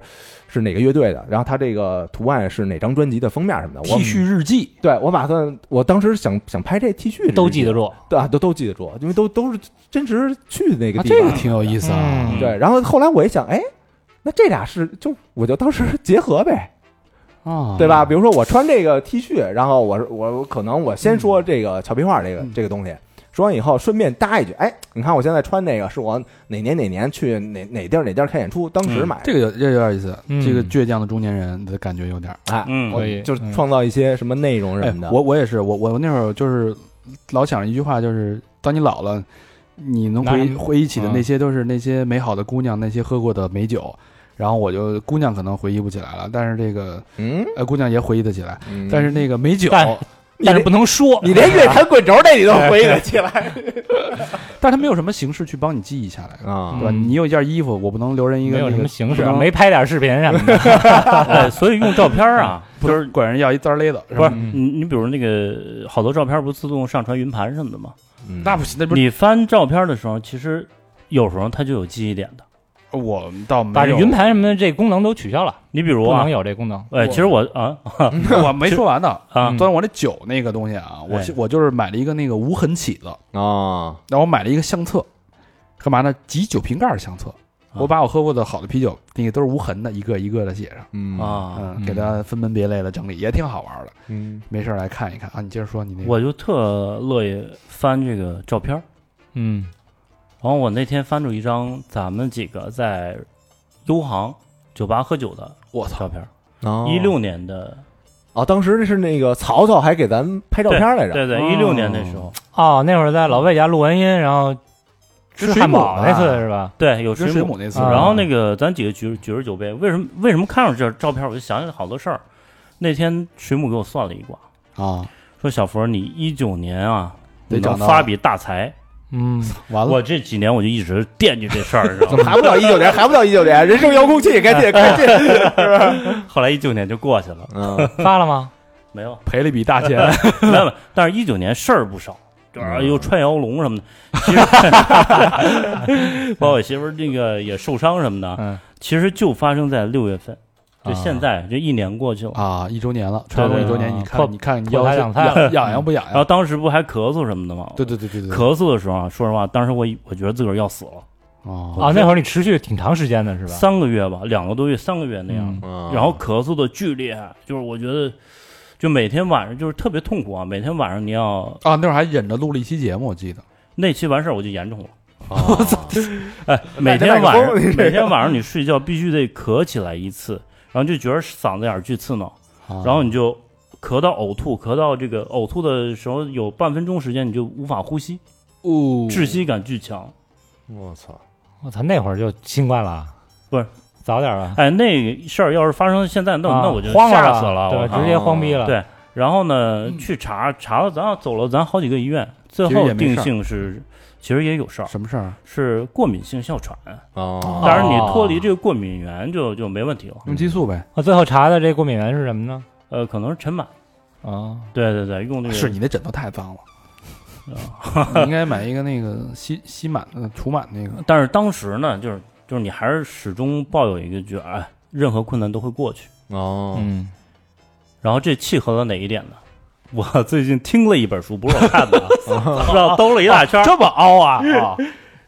[SPEAKER 5] 是哪个乐队的，然后它这个图案是哪张专辑的封面什么的。
[SPEAKER 1] 剃
[SPEAKER 5] 我
[SPEAKER 1] 须日记，
[SPEAKER 5] 对我打算，我当时想想拍这 T 恤，
[SPEAKER 3] 都记得，住。
[SPEAKER 5] 对啊，都都记得住，因为都都是真实去那个
[SPEAKER 1] 啊
[SPEAKER 5] 地方。
[SPEAKER 1] 挺有意思啊
[SPEAKER 3] 嗯。
[SPEAKER 5] 对，然后后来我一想，哎，那这俩是就我就当时结合呗，
[SPEAKER 1] 啊，
[SPEAKER 5] 对吧？比如说我穿这个 T 恤，然后我我我可能我先说这个俏皮话这个、
[SPEAKER 1] 嗯
[SPEAKER 5] 这个东西，说完以后顺便搭一句，哎，你看我现在穿那个是我哪年哪年去哪哪地儿哪地儿看演出，当时买的、
[SPEAKER 1] 这个有这有点意思，
[SPEAKER 3] 嗯
[SPEAKER 1] 这个倔强的中年人的感觉有点儿。
[SPEAKER 5] 哎，
[SPEAKER 4] 嗯
[SPEAKER 5] 我
[SPEAKER 3] 可以
[SPEAKER 5] 就是
[SPEAKER 3] 嗯
[SPEAKER 5] 创造一些什么内容什么的。
[SPEAKER 1] 哎我我也是，我我那会儿就是老想着一句话，就是当你老了，你能
[SPEAKER 3] 拿什
[SPEAKER 1] 回
[SPEAKER 3] 么
[SPEAKER 1] 回忆起的
[SPEAKER 3] 嗯
[SPEAKER 1] 那些都是那些美好的姑娘，那些喝过的美酒。然后我就姑娘可能回忆不起来了，但是这个
[SPEAKER 5] 嗯，
[SPEAKER 1] 呃姑娘也回忆得起来，
[SPEAKER 5] 嗯
[SPEAKER 1] 但是那个美酒，
[SPEAKER 3] 但但是不能说，
[SPEAKER 5] 你连乐坛滚轴那你都回忆得起来
[SPEAKER 1] 但是它没有什么形式去帮你记忆下来，
[SPEAKER 5] 啊
[SPEAKER 1] 对吧？
[SPEAKER 3] 嗯
[SPEAKER 1] 你有一件衣服，我不能留人一个
[SPEAKER 3] 没
[SPEAKER 1] 那
[SPEAKER 3] 有什
[SPEAKER 1] 个
[SPEAKER 3] 么形式
[SPEAKER 1] 不，能
[SPEAKER 3] 嗯没拍点视频什么的。
[SPEAKER 4] 哎，所以用照片啊，
[SPEAKER 1] 不
[SPEAKER 4] 就是
[SPEAKER 1] 是管人要一脏勒子，
[SPEAKER 4] 不是
[SPEAKER 1] 吧
[SPEAKER 5] 嗯
[SPEAKER 4] 你你比如那个好多照片不是自动上传云盘什么的吗？
[SPEAKER 5] 嗯
[SPEAKER 1] 那不行，那不是
[SPEAKER 4] 你翻照片的时候，其实有时候它就有记忆点的。
[SPEAKER 1] 我倒
[SPEAKER 3] 把
[SPEAKER 1] 没
[SPEAKER 3] 这
[SPEAKER 1] 有
[SPEAKER 3] 云盘什么的这功能都取消了，
[SPEAKER 4] 你比如
[SPEAKER 3] 不能
[SPEAKER 4] 啊，
[SPEAKER 3] 有这功能。
[SPEAKER 4] 哎，其实我啊，
[SPEAKER 5] 嗯
[SPEAKER 1] 我没说完呢
[SPEAKER 4] 啊
[SPEAKER 1] 昨天我那酒那个东西啊，我
[SPEAKER 4] 哎
[SPEAKER 1] 我就是买了一个那个无痕起子，
[SPEAKER 5] 啊
[SPEAKER 1] 然后我买了一个相册，干嘛呢？集酒瓶盖儿相册。我把我喝过的好的啤酒，那个都是无痕的，一个一个的写上，
[SPEAKER 5] 嗯
[SPEAKER 4] 啊，
[SPEAKER 1] 嗯，给它分门别类的整理，也挺好玩的。
[SPEAKER 5] 嗯
[SPEAKER 1] 没事儿来看一看啊。你接着说，你那个
[SPEAKER 4] 我就特乐意翻这个照片儿。
[SPEAKER 3] 嗯
[SPEAKER 4] 然后我那天翻出一张咱们几个在优航酒吧喝酒的
[SPEAKER 1] 我
[SPEAKER 4] 照片儿，
[SPEAKER 5] 哦
[SPEAKER 4] 一六年的，
[SPEAKER 5] 哦，当时是那个曹操还给咱们拍照片来着，
[SPEAKER 4] 对对，一六年那时候，
[SPEAKER 3] 哦，那会儿在老魏家录完音，然后吃
[SPEAKER 1] 水
[SPEAKER 3] 汉
[SPEAKER 1] 母
[SPEAKER 3] 堡
[SPEAKER 1] 啊
[SPEAKER 3] 那次是吧？
[SPEAKER 4] 对，有
[SPEAKER 1] 跟
[SPEAKER 4] 水
[SPEAKER 1] 水
[SPEAKER 4] 母。
[SPEAKER 1] 母那次，
[SPEAKER 3] 啊
[SPEAKER 4] 然后那个咱几个举着举着酒杯，为什么为什么看上这照片我就想起来好多事儿？那天水母给我算了一卦，
[SPEAKER 1] 啊，
[SPEAKER 4] 说小佛你一九年啊，
[SPEAKER 1] 得
[SPEAKER 4] 你
[SPEAKER 1] 长大
[SPEAKER 4] 能发
[SPEAKER 1] 了
[SPEAKER 4] 笔大财。
[SPEAKER 3] 嗯，
[SPEAKER 1] 完了，
[SPEAKER 4] 我这几年我就一直惦记这事儿，你知道
[SPEAKER 5] 怎
[SPEAKER 4] 吗
[SPEAKER 5] 么还不到一九年？还不到一九年，人生遥控器，赶紧赶紧！
[SPEAKER 4] 后来一九年就过去了，
[SPEAKER 5] 嗯
[SPEAKER 3] 发 了吗？
[SPEAKER 4] 没有，
[SPEAKER 1] 赔了一笔大钱。
[SPEAKER 4] 没有了。但是一九年事儿不少，就是
[SPEAKER 5] 嗯
[SPEAKER 4] 又串摇龙什么的， 其实包括我媳妇儿那个也受伤什么的，
[SPEAKER 3] 嗯
[SPEAKER 4] 其实就发生在六月份，就
[SPEAKER 1] 啊
[SPEAKER 4] 现在这一年过去了。
[SPEAKER 1] 啊，一周年了，穿过一周年，
[SPEAKER 3] 对
[SPEAKER 1] 你
[SPEAKER 3] 破
[SPEAKER 1] 看，你看，你
[SPEAKER 3] 破
[SPEAKER 1] 腰
[SPEAKER 3] 财
[SPEAKER 1] 是
[SPEAKER 3] 长菜了
[SPEAKER 1] 痒痒痒不痒
[SPEAKER 3] 哎
[SPEAKER 4] 然后
[SPEAKER 1] 痒？
[SPEAKER 4] 当时不还咳嗽什么的吗？
[SPEAKER 1] 对对对对对，
[SPEAKER 4] 咳嗽的时候啊，说实话，当时我以我觉得自个儿要死了，
[SPEAKER 1] 啊，
[SPEAKER 3] 啊，那会儿你持续挺长时间的是吧？
[SPEAKER 4] 三个月吧，两个多月，三个月那样。
[SPEAKER 3] 嗯
[SPEAKER 5] 然
[SPEAKER 4] 然后咳嗽的剧烈，就是我觉得，就每天晚上就是特别痛苦啊。每天晚上你要
[SPEAKER 1] 啊，那会儿还忍着录了一期节目，我记得。
[SPEAKER 4] 那期完事儿我就严重了，
[SPEAKER 5] 我操，
[SPEAKER 4] 哎，每天晚
[SPEAKER 5] 麦克风你
[SPEAKER 4] 上
[SPEAKER 5] 这
[SPEAKER 4] 每天晚上你睡觉必须得咳起来一次，然后就觉得嗓子眼儿巨刺挠，
[SPEAKER 3] 啊
[SPEAKER 1] 然
[SPEAKER 4] 然后你就咳到呕吐，咳到这个呕吐的时候有半分钟时间你就无法呼吸，
[SPEAKER 1] 哦，
[SPEAKER 4] 窒息感巨强。
[SPEAKER 5] 我操，
[SPEAKER 3] 我操，那会儿就新冠了，
[SPEAKER 4] 不是
[SPEAKER 3] 早点 吧？
[SPEAKER 4] 哎，那个事儿要是发生现在，那我
[SPEAKER 3] 啊
[SPEAKER 4] 那我就
[SPEAKER 3] 慌
[SPEAKER 4] 吓死了，
[SPEAKER 3] 了吧，
[SPEAKER 4] 我啊
[SPEAKER 3] 对，
[SPEAKER 4] 靠哦
[SPEAKER 3] 直接慌逼了。
[SPEAKER 4] 对然后呢，去查查了咱，走了咱好几个医院，最
[SPEAKER 1] 其实
[SPEAKER 4] 后
[SPEAKER 1] 也没事
[SPEAKER 4] 定
[SPEAKER 1] 儿
[SPEAKER 4] 性是其实也有事儿，
[SPEAKER 3] 什么事
[SPEAKER 1] 啊
[SPEAKER 3] 儿？
[SPEAKER 4] 是过敏性哮喘。
[SPEAKER 5] 哦
[SPEAKER 4] 当然，你脱离这个过敏源就就没问题了。
[SPEAKER 1] 用激素呗，
[SPEAKER 3] 啊我最后查的这过敏源是什么呢？
[SPEAKER 4] 呃，可能是尘螨。
[SPEAKER 3] 啊，
[SPEAKER 4] 对对对，用那 个
[SPEAKER 1] 是你那枕头太脏了。 你应该买一个那个吸吸螨的除螨那个，
[SPEAKER 4] 但是当时呢，就是就是你还是始终抱有一个觉得，哎，任何困难都会过去。
[SPEAKER 5] 哦，
[SPEAKER 3] 嗯，
[SPEAKER 4] 然后这契合了哪一点呢？我最近听了一本书，不是我看的，啊， 知道兜了一大圈儿。
[SPEAKER 3] 这么凹啊啊！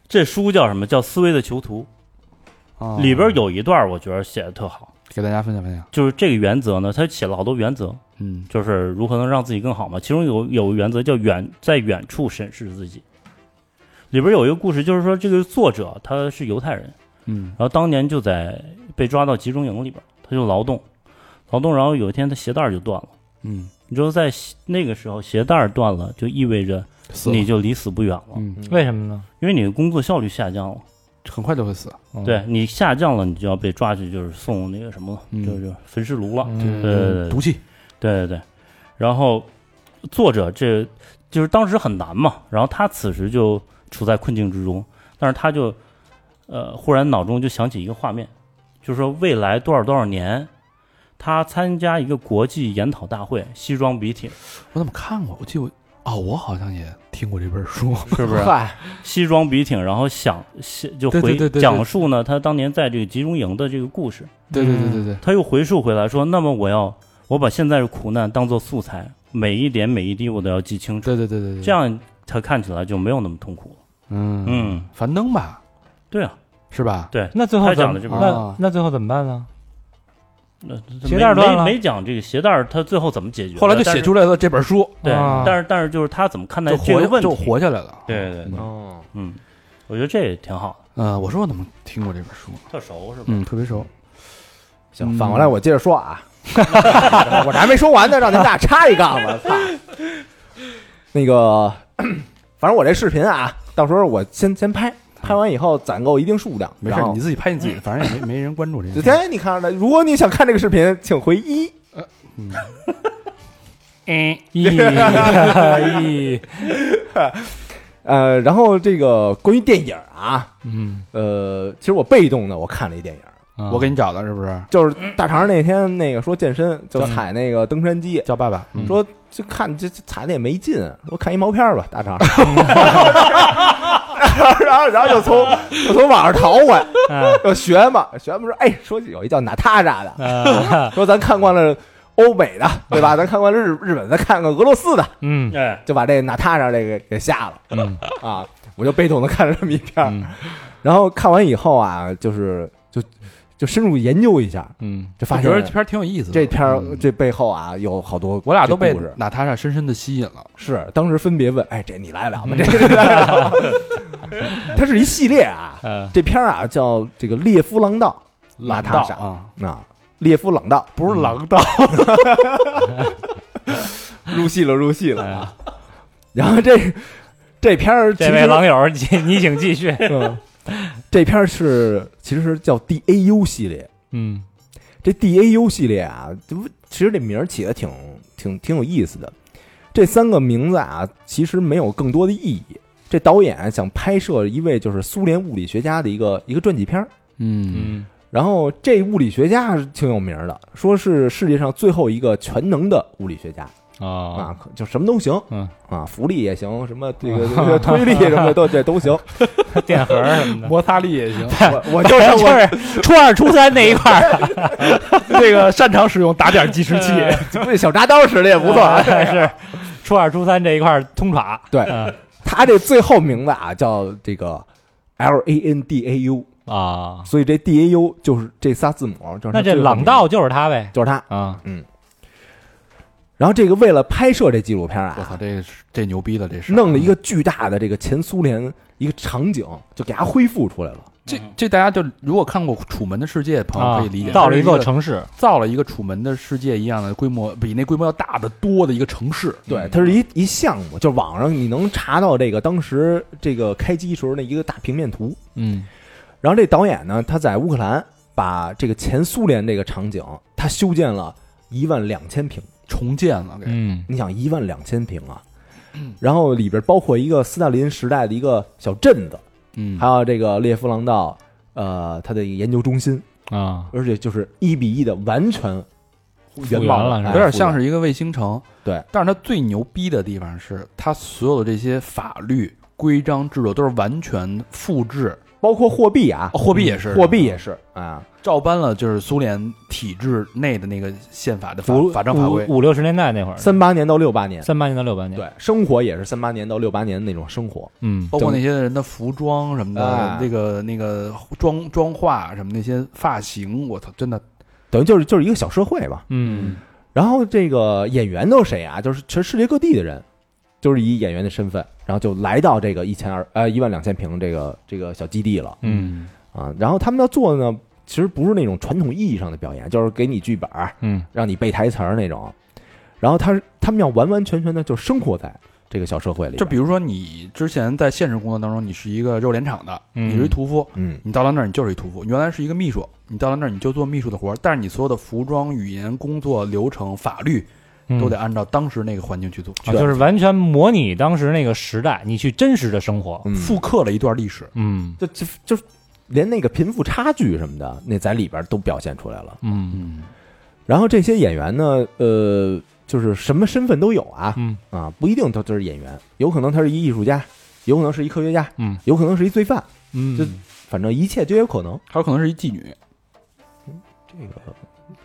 [SPEAKER 4] 这书叫什么？叫《思维的囚徒
[SPEAKER 1] 啊》，
[SPEAKER 4] 里边有一段我觉得写的特好，
[SPEAKER 1] 给大家分享分享。
[SPEAKER 4] 就是这个原则呢，他写了好多原则，
[SPEAKER 1] 嗯，
[SPEAKER 4] 就是如何能让自己更好嘛。其中有有个原则叫远在远处审视自己。里边有一个故事，就是说这个作者他是犹太人，
[SPEAKER 1] 嗯
[SPEAKER 4] 然后当年就在被抓到集中营里边，他就劳动，劳动，然后有一天他鞋带儿就断了。
[SPEAKER 1] 嗯，
[SPEAKER 4] 你知道在那个时候鞋带儿断了，就意味着
[SPEAKER 1] 死了
[SPEAKER 4] 你就离死不远了，
[SPEAKER 1] 嗯
[SPEAKER 3] 为什么呢？
[SPEAKER 4] 因为你的工作效率下降了。
[SPEAKER 1] 很快就会死。
[SPEAKER 3] 嗯
[SPEAKER 4] 对，你下降了，你就要被抓去，就是送那个什么了，
[SPEAKER 1] 嗯
[SPEAKER 4] 就是焚尸炉了。
[SPEAKER 3] 嗯
[SPEAKER 4] 哦对对对
[SPEAKER 1] 毒气。
[SPEAKER 4] 对对对，然后作者这就是当时很难嘛，然后他此时就处在困境之中，但是他就呃忽然脑中就想起一个画面，就是说未来多少多少年，他参加一个国际研讨大会，西装笔挺，
[SPEAKER 1] 我怎么看过？我记得我哦，我好像也听过这本书。
[SPEAKER 4] 是
[SPEAKER 5] 哦
[SPEAKER 4] 不是？
[SPEAKER 2] 嗨，
[SPEAKER 4] 西装笔挺，然后想想就回
[SPEAKER 1] 对对对对对
[SPEAKER 4] 讲述呢他当年在这个集中营的这个故事，
[SPEAKER 1] 对对对对对，
[SPEAKER 4] 他又回溯回来说，那么我要我把现在的苦难当做素材，每一点每一滴我都要记清楚。
[SPEAKER 1] 对对对对对，
[SPEAKER 4] 这样他看起来就没有那么痛苦了。
[SPEAKER 1] 嗯嗯，
[SPEAKER 4] 嗯，
[SPEAKER 1] 樊登吧，
[SPEAKER 4] 对啊，
[SPEAKER 1] 是吧？
[SPEAKER 4] 对，
[SPEAKER 3] 那最后
[SPEAKER 4] 他
[SPEAKER 3] 怎
[SPEAKER 4] 讲
[SPEAKER 3] 么
[SPEAKER 4] 的这本
[SPEAKER 3] 那
[SPEAKER 1] 啊
[SPEAKER 3] 那最后怎么办呢？
[SPEAKER 4] 那
[SPEAKER 3] 鞋带儿断
[SPEAKER 4] 没
[SPEAKER 3] 了
[SPEAKER 4] 没没讲这个鞋带儿他最后怎么解决的，
[SPEAKER 1] 后来就写出来了这本书，
[SPEAKER 4] 但是对，
[SPEAKER 3] 啊
[SPEAKER 4] 但是但是就是他怎么看待
[SPEAKER 1] 就
[SPEAKER 4] 这个
[SPEAKER 1] 活
[SPEAKER 4] 问题，
[SPEAKER 1] 就活下来了。
[SPEAKER 4] 对对对，
[SPEAKER 5] 哦，
[SPEAKER 4] 嗯，我觉得这也挺好的，
[SPEAKER 1] 呃，我说我怎么听过这本书？
[SPEAKER 4] 特熟是吧？
[SPEAKER 1] 嗯，特别熟。
[SPEAKER 5] 嗯
[SPEAKER 1] 行
[SPEAKER 5] 反
[SPEAKER 2] 反过来我接着说啊，我这还没说完呢，让你们俩插一杠子，操！
[SPEAKER 5] 那个
[SPEAKER 2] 反正我这视频啊，
[SPEAKER 5] 到时候我先先拍，拍完以后攒够一定数量，
[SPEAKER 1] 没事
[SPEAKER 5] 然后，哎
[SPEAKER 1] 你自己拍你自己的，反正也 没没人关注这
[SPEAKER 2] 今
[SPEAKER 1] 个。
[SPEAKER 2] 天你看着呢。如果你想看这个视频，请回一。
[SPEAKER 3] 嗯，咦，
[SPEAKER 5] 呃，然后这个关于电影啊，
[SPEAKER 1] 嗯，
[SPEAKER 5] 呃，其实我被动的我看了一电影，
[SPEAKER 1] 我给你找的是不是？
[SPEAKER 5] 就是大肠那天那个说健身就踩那个登山机，
[SPEAKER 1] 叫爸爸，
[SPEAKER 3] 嗯
[SPEAKER 5] 说就看这这踩的也没劲，
[SPEAKER 2] 啊
[SPEAKER 5] 我看一毛片儿吧，大肠，
[SPEAKER 2] 然后然后就从就从网上淘换，
[SPEAKER 1] 嗯
[SPEAKER 3] 啊
[SPEAKER 2] 就学嘛，学嘛说，哎，说起有一叫娜塔莎的，
[SPEAKER 1] 嗯
[SPEAKER 3] 啊，
[SPEAKER 2] 说咱看惯了欧美的，对吧？咱看惯了日日本的，看看俄罗斯的，
[SPEAKER 3] 嗯
[SPEAKER 4] 哎，
[SPEAKER 2] 就把这娜塔莎这个给下了
[SPEAKER 3] 嗯
[SPEAKER 2] 啊！我就被动的看了这么一片儿，
[SPEAKER 1] 嗯
[SPEAKER 5] 然后看完以后啊，就是就就深入研究一下，
[SPEAKER 1] 嗯，
[SPEAKER 5] 就发
[SPEAKER 1] 我觉得这
[SPEAKER 5] 现
[SPEAKER 1] 片儿挺有意思的。
[SPEAKER 5] 这片儿
[SPEAKER 1] 嗯
[SPEAKER 5] 这背后啊有好多
[SPEAKER 1] 我俩都被
[SPEAKER 5] 这故事
[SPEAKER 1] 娜塔莎深深的吸引了。
[SPEAKER 5] 是当时分别问，哎，这你来不了吗？这
[SPEAKER 3] 嗯
[SPEAKER 5] 这你来不了 吗，它是一系列啊，
[SPEAKER 3] 啊
[SPEAKER 5] 这片儿啊叫这个列夫朗道娜塔莎
[SPEAKER 1] 啊，
[SPEAKER 5] 啊，列夫朗道
[SPEAKER 1] 不是狼道，
[SPEAKER 2] 入戏了，入戏了。
[SPEAKER 3] 啊！
[SPEAKER 5] 然后这这片儿其
[SPEAKER 3] 这位
[SPEAKER 5] 实
[SPEAKER 3] 狼友，你你请继续。
[SPEAKER 5] 嗯，这片儿是其实叫 DAU 系列，
[SPEAKER 3] 嗯
[SPEAKER 5] 这 DAU 系列啊，就其实这名儿起的挺挺挺有意思的。这三个名字啊，其实没有更多的意义。这导演啊想拍摄一位就是苏联物理学家的一个一个传记片儿，
[SPEAKER 1] 嗯，
[SPEAKER 3] 嗯
[SPEAKER 5] 然后这物理学家是挺有名儿的，说是世界上最后一个全能的物理学家
[SPEAKER 3] 啊
[SPEAKER 5] 啊，可就什么都行，
[SPEAKER 3] 嗯
[SPEAKER 5] 啊，浮力也行，什么这个这 个推力什么的都这都行。
[SPEAKER 3] 电盒什 么的，
[SPEAKER 1] 摩擦力也行。
[SPEAKER 5] 我我就是
[SPEAKER 3] 就
[SPEAKER 5] 我
[SPEAKER 3] 是初二、初三那一块儿，
[SPEAKER 1] 这个擅长使用打点计 时器，
[SPEAKER 2] 这小铡刀使的也不
[SPEAKER 1] 嗯
[SPEAKER 2] 错，
[SPEAKER 3] 是初二、初三这一块儿通耍。
[SPEAKER 5] 对
[SPEAKER 3] 嗯
[SPEAKER 5] 他这最后名字啊叫这个 L A N D A U，
[SPEAKER 3] 啊，
[SPEAKER 5] 所以这 D A U 就是这仨字母，就是他
[SPEAKER 3] 那这
[SPEAKER 5] 最后
[SPEAKER 3] 朗
[SPEAKER 5] 名
[SPEAKER 3] 道就是他呗
[SPEAKER 5] 就是他。嗯
[SPEAKER 3] 啊，
[SPEAKER 5] 然后这个为了拍摄这纪录片
[SPEAKER 1] 我操，
[SPEAKER 5] 啊，
[SPEAKER 1] 这是这牛逼了，这是嗯
[SPEAKER 5] 弄了一个巨大的这个前苏联一个场景，就给它恢复出来了。
[SPEAKER 1] 这这大家就如果看过《楚门的世界》，朋友
[SPEAKER 3] 啊
[SPEAKER 1] 可以理解，
[SPEAKER 3] 到了一座
[SPEAKER 1] 它是
[SPEAKER 3] 城市，
[SPEAKER 1] 造了一个《楚门的世界》一样的规模，比那规模要大得多的一个城市。
[SPEAKER 5] 对，它是一一项目，就是网上你能查到这个当时这个开机时候的一个大平面图。
[SPEAKER 1] 嗯
[SPEAKER 5] 然后这导演呢，他在乌克兰把这个前苏联这个场景，他修建了一万两千平。
[SPEAKER 1] 重建了，给
[SPEAKER 3] 嗯
[SPEAKER 5] 你想一万两千平啊，然后里边包括一个斯大林时代的一个小镇子，
[SPEAKER 3] 嗯
[SPEAKER 5] 还有这个列夫廊道，呃，它的一个研究中心，
[SPEAKER 3] 啊，
[SPEAKER 5] 而且就是一比一的完全原
[SPEAKER 3] 原
[SPEAKER 5] 貌
[SPEAKER 3] 了是吧
[SPEAKER 5] 哎
[SPEAKER 1] 有点像是一个卫星城。
[SPEAKER 5] 对，
[SPEAKER 1] 但是它最牛逼的地方是，它所有的这些法律规章制度都是完全复制，
[SPEAKER 5] 包括货币啊
[SPEAKER 1] 哦，货币也是，
[SPEAKER 5] 货币也是
[SPEAKER 3] 嗯
[SPEAKER 5] 啊，
[SPEAKER 1] 照搬了就是苏联体制内的那个宪法的法
[SPEAKER 3] 五
[SPEAKER 1] 法章法规。
[SPEAKER 3] 五五六十年代那会儿，
[SPEAKER 5] 三八年到六八年，
[SPEAKER 3] 三八年到六八年，，
[SPEAKER 5] 对，生活也是三八年到六八年那种生活，
[SPEAKER 3] 嗯
[SPEAKER 1] 包括那些人的服装什么的
[SPEAKER 5] 哎，
[SPEAKER 1] 那个那个妆妆化什么那些发型，我操，真的
[SPEAKER 5] 等于就是就是一个小社会吧。
[SPEAKER 3] 嗯
[SPEAKER 5] 然后这个演员都是谁啊？就是全世界各地的人，就是以演员的身份，然后就来到这个一千二呃一万两千平这个这个小基地了
[SPEAKER 3] 嗯
[SPEAKER 5] 啊。然后他们要做的呢，其实不是那种传统意义上的表演，就是给你剧本儿，
[SPEAKER 3] 嗯
[SPEAKER 5] 让你背台词儿那种。然后他他们要完完全全的就生活在这个小社会里边，
[SPEAKER 1] 就比如说你之前在现实工作当中，你是一个肉联厂的，
[SPEAKER 3] 嗯
[SPEAKER 1] 你是一屠夫，
[SPEAKER 5] 嗯
[SPEAKER 1] 你到了那儿你就是一屠夫。你原来是一个秘书，你到了那儿你就做秘书的活儿，但是你所有的服装、语言、工作流程、法律
[SPEAKER 3] 嗯
[SPEAKER 1] 都得按照当时那个环境去做，
[SPEAKER 3] 啊就是完全模拟当时那个时代，你去真实的生活，
[SPEAKER 5] 嗯，
[SPEAKER 1] 复刻了一段历史。
[SPEAKER 3] 嗯
[SPEAKER 5] 就就就连那个贫富差距什么的，那在里边都表现出来了。
[SPEAKER 3] 嗯
[SPEAKER 1] 嗯，
[SPEAKER 5] 然后这些演员呢，呃，就是什么身份都有啊，
[SPEAKER 3] 嗯
[SPEAKER 5] 啊，不一定他就是演员，有可能他是一艺术家，有可能是一科学家，
[SPEAKER 3] 嗯，
[SPEAKER 5] 有可能是一罪犯，
[SPEAKER 3] 嗯，
[SPEAKER 5] 就反正一切皆有可能。
[SPEAKER 1] 还有可能是一妓女，
[SPEAKER 5] 这个，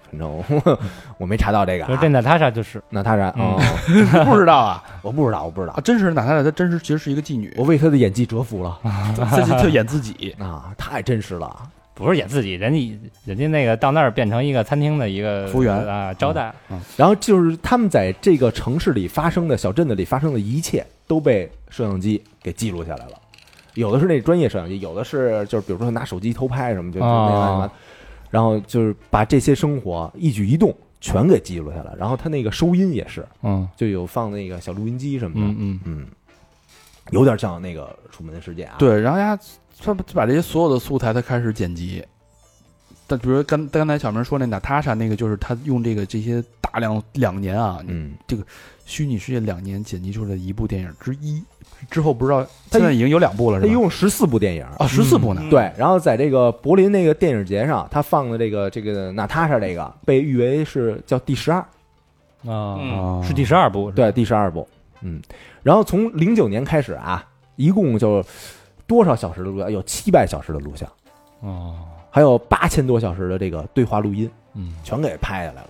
[SPEAKER 5] 反正我 我没查到这个、
[SPEAKER 3] 就是这
[SPEAKER 5] 啊。
[SPEAKER 3] 娜塔莎就是
[SPEAKER 5] 娜塔莎，
[SPEAKER 3] 嗯
[SPEAKER 5] 哦，
[SPEAKER 1] 不知道啊
[SPEAKER 5] 我不知道，我不知道
[SPEAKER 1] 啊！，真实的娜塔莎，她真实其实是一个妓女，
[SPEAKER 5] 我为他的演技折服
[SPEAKER 1] 啊
[SPEAKER 5] 了
[SPEAKER 1] 她她就演 自己。
[SPEAKER 5] 啊，太真实了。
[SPEAKER 3] 不是演自己，人家人家那个到那儿变成一个餐厅的一个
[SPEAKER 1] 服务员
[SPEAKER 3] 啊，招待，
[SPEAKER 5] 然后就是他们在这个城市里发生的小镇子里发生的一切都被摄像机给记录下来了，有的是那专业摄像机，有的是就是比如说拿手机偷拍什么，就就那
[SPEAKER 1] 啊
[SPEAKER 3] 哦
[SPEAKER 5] 乱七八糟，然后就是把这些生活一举一动全给记录下来。然后他那个收音也是，
[SPEAKER 3] 嗯
[SPEAKER 5] 就有放那个小录音机什么的，
[SPEAKER 3] 嗯嗯
[SPEAKER 5] 嗯有点像那个《楚门的世界》啊。，
[SPEAKER 1] 对，然后呀，她把这些所有的素材她开始剪辑。但比如刚刚才小明说那娜塔莎那个，就是她用这个这些大量两年啊，
[SPEAKER 5] 嗯，
[SPEAKER 1] 虚拟世界两年剪辑出来的一部电影之一，之后不知道
[SPEAKER 5] 他
[SPEAKER 1] 现在已经有两部了，
[SPEAKER 5] 他
[SPEAKER 1] 是
[SPEAKER 5] 一
[SPEAKER 1] 吧？
[SPEAKER 5] 共十四部电影。
[SPEAKER 1] 啊，十四部
[SPEAKER 4] 嗯
[SPEAKER 1] 呢，
[SPEAKER 5] 对，然后在这个柏林那个电影节上，他放的这个这个娜塔莎这个被誉为是叫第十二，
[SPEAKER 3] 啊，
[SPEAKER 1] 啊
[SPEAKER 3] 是第十二部，是吧，
[SPEAKER 5] 对，第十二部，嗯，然后从零九年开始啊，一共就多少小时的录像？有七百小时的录像，
[SPEAKER 1] 啊
[SPEAKER 3] 哦，
[SPEAKER 5] 还有八千多小时的这个对话录音，
[SPEAKER 3] 嗯
[SPEAKER 5] 全给拍下来了。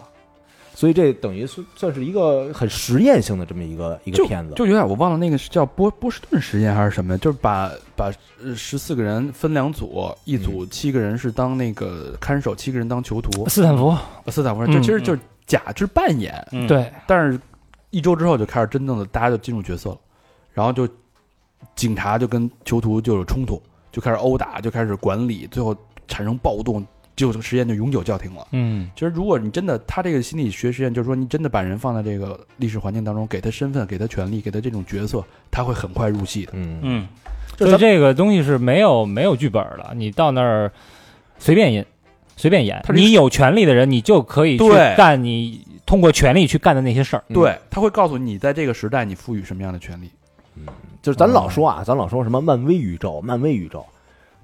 [SPEAKER 5] 所以这等于算算是一个很实验性的这么一个一个片子，
[SPEAKER 1] 就有点我忘了那个是叫波波士顿实验还是什么，就是把把十四个人分两组，一组
[SPEAKER 3] 嗯
[SPEAKER 1] 七个人是当那个看守，七个人当囚徒，
[SPEAKER 3] 斯坦福，
[SPEAKER 1] 斯坦福人
[SPEAKER 3] 嗯
[SPEAKER 1] 就其实就是假就是扮演，
[SPEAKER 4] 嗯，
[SPEAKER 3] 对，
[SPEAKER 1] 但是一周之后就开始真正的大家就进入角色了，然后就警察就跟囚徒就有冲突，就开始殴打，就开始管理，最后产生暴动，就实验就永久叫停了。
[SPEAKER 3] 嗯
[SPEAKER 1] 其实，如果你真的，他这个心理学实验就是说，你真的把人放在这个历史环境当中，给他身份，给他权利，给他这种角色，他会很快入戏的。
[SPEAKER 5] 嗯，
[SPEAKER 4] 嗯，
[SPEAKER 3] 所以这个东西是没有没有剧本的，你到那儿随便演，随便演
[SPEAKER 1] 它，是一
[SPEAKER 3] 你有权利的人，你就可以去
[SPEAKER 1] 对
[SPEAKER 3] 干你通过权力去干的那些事儿。
[SPEAKER 5] 嗯
[SPEAKER 1] 对，他会告诉你，在这个时代你赋予什么样的权利。
[SPEAKER 5] 就是咱老说啊，咱老说什么漫威宇宙，漫威宇宙，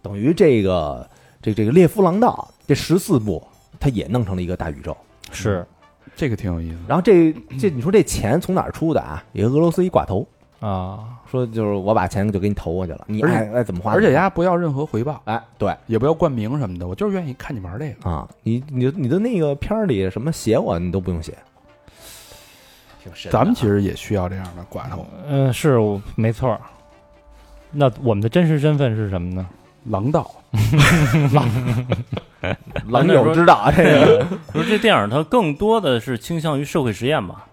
[SPEAKER 5] 等于这个这这个列夫廊道这十四部，它也弄成了一个大宇宙。
[SPEAKER 3] 是
[SPEAKER 1] 这个挺有意思的。
[SPEAKER 5] 然后这这你说这钱从哪儿出的啊？也是俄罗斯一寡头
[SPEAKER 3] 啊，
[SPEAKER 5] 说，就是我把钱就给你投过去了，你
[SPEAKER 1] 而且
[SPEAKER 5] 爱爱怎么花
[SPEAKER 1] 而
[SPEAKER 5] 怎么
[SPEAKER 1] 且
[SPEAKER 5] 花，
[SPEAKER 1] 呀，不要任何回报，
[SPEAKER 5] 哎对
[SPEAKER 1] 也不要冠名什么的，我就是愿意看你玩这个。
[SPEAKER 5] 啊，你你你的那个片儿里什么写我你都不用写，挺神的啊
[SPEAKER 1] 咱们其实也需要这样的寡头，
[SPEAKER 3] 嗯，是我没错儿。那我们的真实身份是什么呢？
[SPEAKER 1] 狼道。
[SPEAKER 5] 狼友知道啊这个，
[SPEAKER 4] 不是这电影它更多的是倾向于社会实验吧？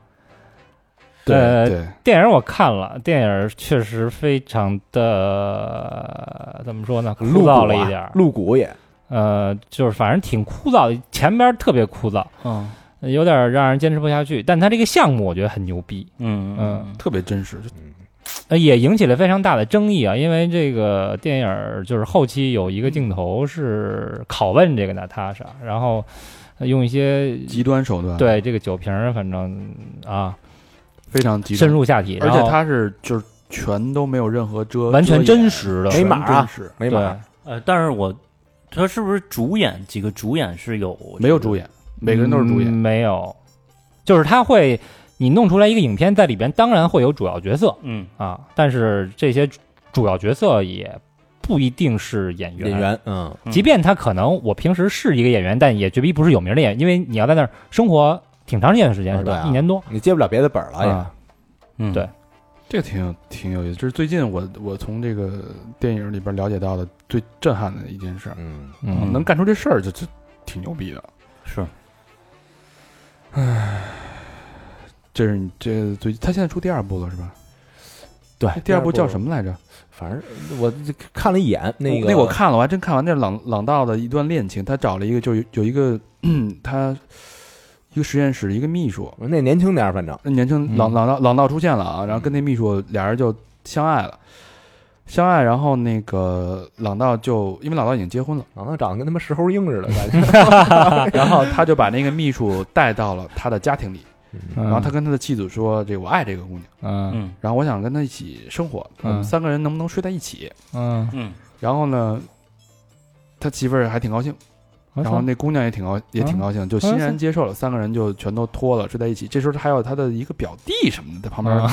[SPEAKER 3] 呃
[SPEAKER 1] 对，
[SPEAKER 3] 电影我看了，电影确实非常的呃怎么说呢，枯
[SPEAKER 5] 露骨
[SPEAKER 3] 燥
[SPEAKER 5] 啊
[SPEAKER 3] 了一点儿。
[SPEAKER 5] 露骨也
[SPEAKER 3] 呃，就是反正挺枯燥的，前边儿特别枯燥，
[SPEAKER 4] 嗯
[SPEAKER 3] 有点儿让人坚持不下去。但他这个项目我觉得很牛逼，
[SPEAKER 4] 嗯
[SPEAKER 3] 嗯
[SPEAKER 1] 特别真实。就
[SPEAKER 3] 呃，也引起了非常大的争议啊，因为这个电影儿就是后期有一个
[SPEAKER 1] 嗯
[SPEAKER 3] 镜头是拷问这个娜塔莎，然后呃用一些
[SPEAKER 1] 极端手段。，
[SPEAKER 3] 对这个酒瓶，儿，反正啊，
[SPEAKER 1] 非常集
[SPEAKER 3] 深
[SPEAKER 1] 中，
[SPEAKER 3] 入下体，
[SPEAKER 1] 而
[SPEAKER 3] 然后
[SPEAKER 1] 且它是就是全都没有任何遮，
[SPEAKER 3] 完全
[SPEAKER 1] 遮掩
[SPEAKER 3] 真实的，
[SPEAKER 1] 全
[SPEAKER 2] 没码啊
[SPEAKER 1] 真实，
[SPEAKER 5] 没
[SPEAKER 3] 对
[SPEAKER 5] 码，，
[SPEAKER 4] 呃，但是我他是不是主演几个主演是有
[SPEAKER 1] 没有主演，每个人都是主
[SPEAKER 3] 嗯
[SPEAKER 1] 演，
[SPEAKER 3] 没有，就是他会你弄出来一个影片，在里边当然会有主要角色
[SPEAKER 4] 嗯
[SPEAKER 3] 啊，但是这些主要角色也不一定是演员，
[SPEAKER 5] 演员，嗯，
[SPEAKER 4] 嗯
[SPEAKER 3] 即便他可能我平时是一个演员，但也绝逼不是有名的演员，因为你要在那儿生活挺长时间的时间
[SPEAKER 5] 啊
[SPEAKER 3] 是吧？
[SPEAKER 5] 对啊
[SPEAKER 3] 一年多
[SPEAKER 5] 你接不了别的本儿了也。
[SPEAKER 3] 啊，
[SPEAKER 4] 嗯
[SPEAKER 3] 对
[SPEAKER 1] 这个挺有挺有意思。这是最近我我从这个电影里边了解到的最震撼的一件事儿，
[SPEAKER 5] 嗯，
[SPEAKER 3] 嗯，
[SPEAKER 1] 能干出这事儿就就挺牛逼的。
[SPEAKER 4] 是
[SPEAKER 1] 这是你这最他现在出第二部了是吧？
[SPEAKER 5] 对
[SPEAKER 1] 这，第二部叫什？么来着？
[SPEAKER 5] 反正我就看了一眼那个，
[SPEAKER 1] 哦那我看了，我还真看完那是朗朗道的一段恋情，他找了一个就有有一个嗯他一个实验室的一个秘书，
[SPEAKER 5] 那年轻点儿，反正
[SPEAKER 1] 那年轻朗
[SPEAKER 3] 嗯
[SPEAKER 1] 朗道朗道出现了啊，然后跟那秘书俩人就相爱了，相爱，然后那个朗道就因为朗道已经结婚了，
[SPEAKER 5] 老能啊长得跟他妈石猴鹰似的，感觉。
[SPEAKER 3] 啊
[SPEAKER 1] 然后他就把那个秘书带到了他的家庭里，
[SPEAKER 3] 嗯
[SPEAKER 1] 然后他跟他的妻子说：“这个我爱这个姑娘，
[SPEAKER 3] 嗯
[SPEAKER 4] 嗯
[SPEAKER 1] 然后我想跟她一起生活，我
[SPEAKER 3] 嗯
[SPEAKER 1] 们三个人能不能睡在一起
[SPEAKER 3] 嗯，
[SPEAKER 4] 嗯？”
[SPEAKER 1] 然后呢，他媳妇儿还挺高兴，
[SPEAKER 3] 我
[SPEAKER 1] 然后
[SPEAKER 3] 操
[SPEAKER 1] 那姑娘也挺高也
[SPEAKER 3] 啊
[SPEAKER 1] 挺高兴，就欣然接受了，三个人就全都脱了睡在一起。这时候还有他的一个表弟什么的在旁边
[SPEAKER 3] 啊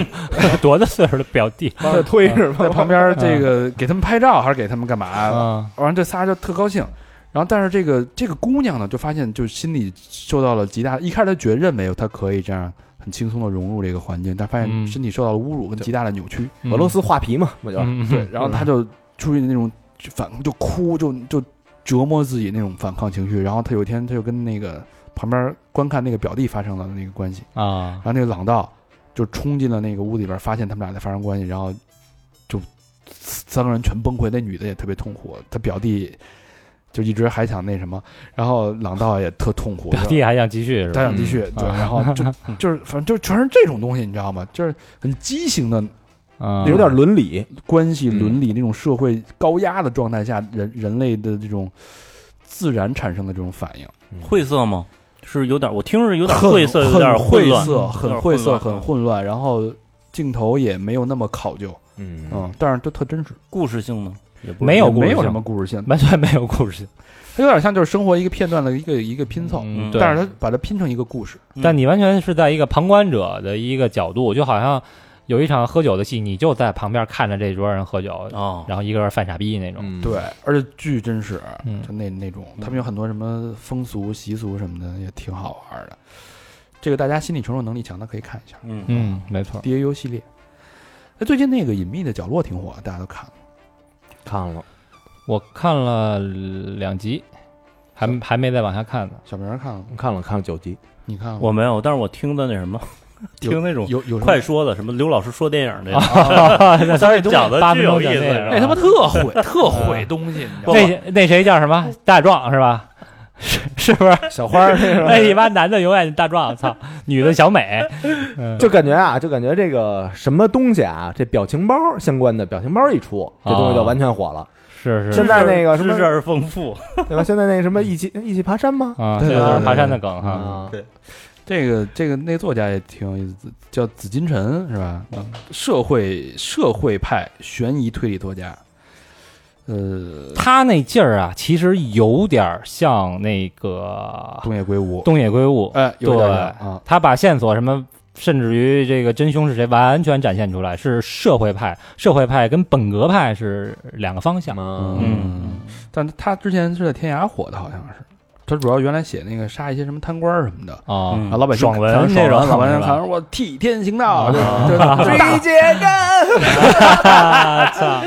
[SPEAKER 3] 多大岁数的表 弟
[SPEAKER 2] 往上推是
[SPEAKER 1] 啊在
[SPEAKER 2] 吧？
[SPEAKER 1] 旁边这个给他们拍照还是给他们干嘛？
[SPEAKER 3] 啊，
[SPEAKER 1] 完这仨就特高兴。然后，但是这个这个姑娘呢，就发现就心里受到了极大，一开始她觉得认为她可以这样很轻松的融入这个环境，但发现
[SPEAKER 3] 嗯
[SPEAKER 1] 身体受到了侮辱跟极大的扭曲。
[SPEAKER 5] 俄罗斯画皮嘛，不就是？
[SPEAKER 3] 嗯，嗯
[SPEAKER 1] 对，然后她就出于那种反就哭就就折磨自己那种反抗情绪。然后她有一天，她就跟那个旁边观看那个表弟发生了那个关系，
[SPEAKER 3] 啊
[SPEAKER 1] 然，后那个朗道就冲进了那个屋里边，发现他们俩在发生关系，然后就三个人全崩溃，那女的也特别痛苦，她表弟就一直还想那什么，然后朗道也特痛苦，
[SPEAKER 3] 表
[SPEAKER 1] 就
[SPEAKER 3] 弟还想继续是
[SPEAKER 1] 他
[SPEAKER 3] 吧？
[SPEAKER 1] 想继续，对，
[SPEAKER 3] 啊
[SPEAKER 1] 然后就就是反正就全是这种东西，你知道吗？就是很畸形的
[SPEAKER 3] 嗯
[SPEAKER 5] 有点伦理，
[SPEAKER 1] 关系、
[SPEAKER 5] 嗯
[SPEAKER 1] 伦理那种社会高压的状态下，人人类的这种自然产生的这种反应，
[SPEAKER 4] 晦涩吗？是有点，我听着有点
[SPEAKER 1] 很
[SPEAKER 4] 晦涩，有
[SPEAKER 1] 很
[SPEAKER 4] 点混
[SPEAKER 1] 晦
[SPEAKER 4] 乱，
[SPEAKER 1] 涩，
[SPEAKER 4] 有
[SPEAKER 1] 很
[SPEAKER 4] 点
[SPEAKER 1] 晦涩，
[SPEAKER 4] 乱
[SPEAKER 1] 很混乱，然后镜头也没有那么考究，
[SPEAKER 5] 嗯
[SPEAKER 1] 嗯，但是都特真实，
[SPEAKER 4] 故事性呢，也不
[SPEAKER 3] 没有
[SPEAKER 1] 也
[SPEAKER 3] 故事
[SPEAKER 1] 没有
[SPEAKER 3] 性
[SPEAKER 1] 什么故事性，
[SPEAKER 3] 完全没有故事，
[SPEAKER 1] 它有点像就是生活一个片段的一个一个拼凑，
[SPEAKER 4] 嗯
[SPEAKER 3] 嗯对
[SPEAKER 1] 但是它把它拼成一个故事，
[SPEAKER 3] 但你完全是在一个旁观者的一个角度，就好像有一场喝酒的戏，你就在旁边看着这桌人喝酒，
[SPEAKER 4] 啊，
[SPEAKER 3] 然后一个人犯傻逼那种。
[SPEAKER 5] 嗯，
[SPEAKER 1] 对，而且巨真实，
[SPEAKER 3] 嗯
[SPEAKER 1] 就那那种，他们有很多什么风俗习俗什么的，也挺好玩的。这个大家心理承受能力强的可以看一下
[SPEAKER 4] 嗯嗯
[SPEAKER 3] 嗯，没错。
[SPEAKER 1] D A U 系列。哎，最近那个《隐秘的角落》挺火，大家都看了。
[SPEAKER 5] 看了，
[SPEAKER 3] 我看了两集，还还没再往下看呢。
[SPEAKER 1] 小明儿看了，
[SPEAKER 5] 看了，看了九集，
[SPEAKER 1] 你看了吗？
[SPEAKER 4] 我没有，但是我听的那什么，
[SPEAKER 1] 有
[SPEAKER 4] 听那种
[SPEAKER 1] 有有什么啊
[SPEAKER 4] 快说的，什么刘老师说电影那个，
[SPEAKER 3] 那
[SPEAKER 4] 当时讲的
[SPEAKER 3] 八
[SPEAKER 4] 巨
[SPEAKER 3] 分钟
[SPEAKER 4] 有意
[SPEAKER 3] 讲
[SPEAKER 4] 思，是
[SPEAKER 3] 那个，
[SPEAKER 4] 吧
[SPEAKER 1] 哎那他妈特毁，特毁东西，你知 道吗？
[SPEAKER 3] 哎那那谁叫什么大壮是吧？ 是是 不是？
[SPEAKER 2] 小花儿那
[SPEAKER 5] 哎
[SPEAKER 3] 那你妈男的永远大壮，操，女的小美，嗯
[SPEAKER 5] 就感觉啊，就感觉这个什么东西啊，这表情包相关的表情包一出，这东西就完全火了，
[SPEAKER 3] 是
[SPEAKER 5] 现
[SPEAKER 3] 是
[SPEAKER 5] 在那个什
[SPEAKER 4] 知
[SPEAKER 5] 么
[SPEAKER 4] 识而丰富，
[SPEAKER 5] 对吧？现在那什么一起一起爬山吗？
[SPEAKER 3] 啊，
[SPEAKER 1] 对
[SPEAKER 3] 这
[SPEAKER 1] 对
[SPEAKER 3] 就是
[SPEAKER 5] 对
[SPEAKER 3] 爬山的梗哈。
[SPEAKER 5] 啊，
[SPEAKER 1] 这个这个那作家也挺有意思，叫紫金陈是吧？
[SPEAKER 3] 嗯
[SPEAKER 1] 社会社会派悬疑推理作家。呃，
[SPEAKER 3] 他那劲儿啊，其实有点像那个
[SPEAKER 1] 东野圭吾，
[SPEAKER 3] 东野圭吾，
[SPEAKER 1] 哎，有点
[SPEAKER 3] 对
[SPEAKER 1] 像啊，
[SPEAKER 3] 他把线索什么，甚至于这个真凶是谁，完全展现出来，是社会派，社会派跟本格派是两个方向。
[SPEAKER 5] 嗯，
[SPEAKER 1] 嗯，但他之前是在天涯火的，好像是。他主要原来写那个杀一些什么贪官儿什么的，
[SPEAKER 3] 哦，
[SPEAKER 4] 嗯
[SPEAKER 1] 啊，老百姓
[SPEAKER 3] 爽文
[SPEAKER 1] 看
[SPEAKER 3] 那种
[SPEAKER 1] 爽文，老
[SPEAKER 3] 是
[SPEAKER 1] 百姓
[SPEAKER 3] 吧
[SPEAKER 1] 看说我替天行道，
[SPEAKER 3] 啊
[SPEAKER 1] 就就就大
[SPEAKER 2] 节干，
[SPEAKER 3] 啊操，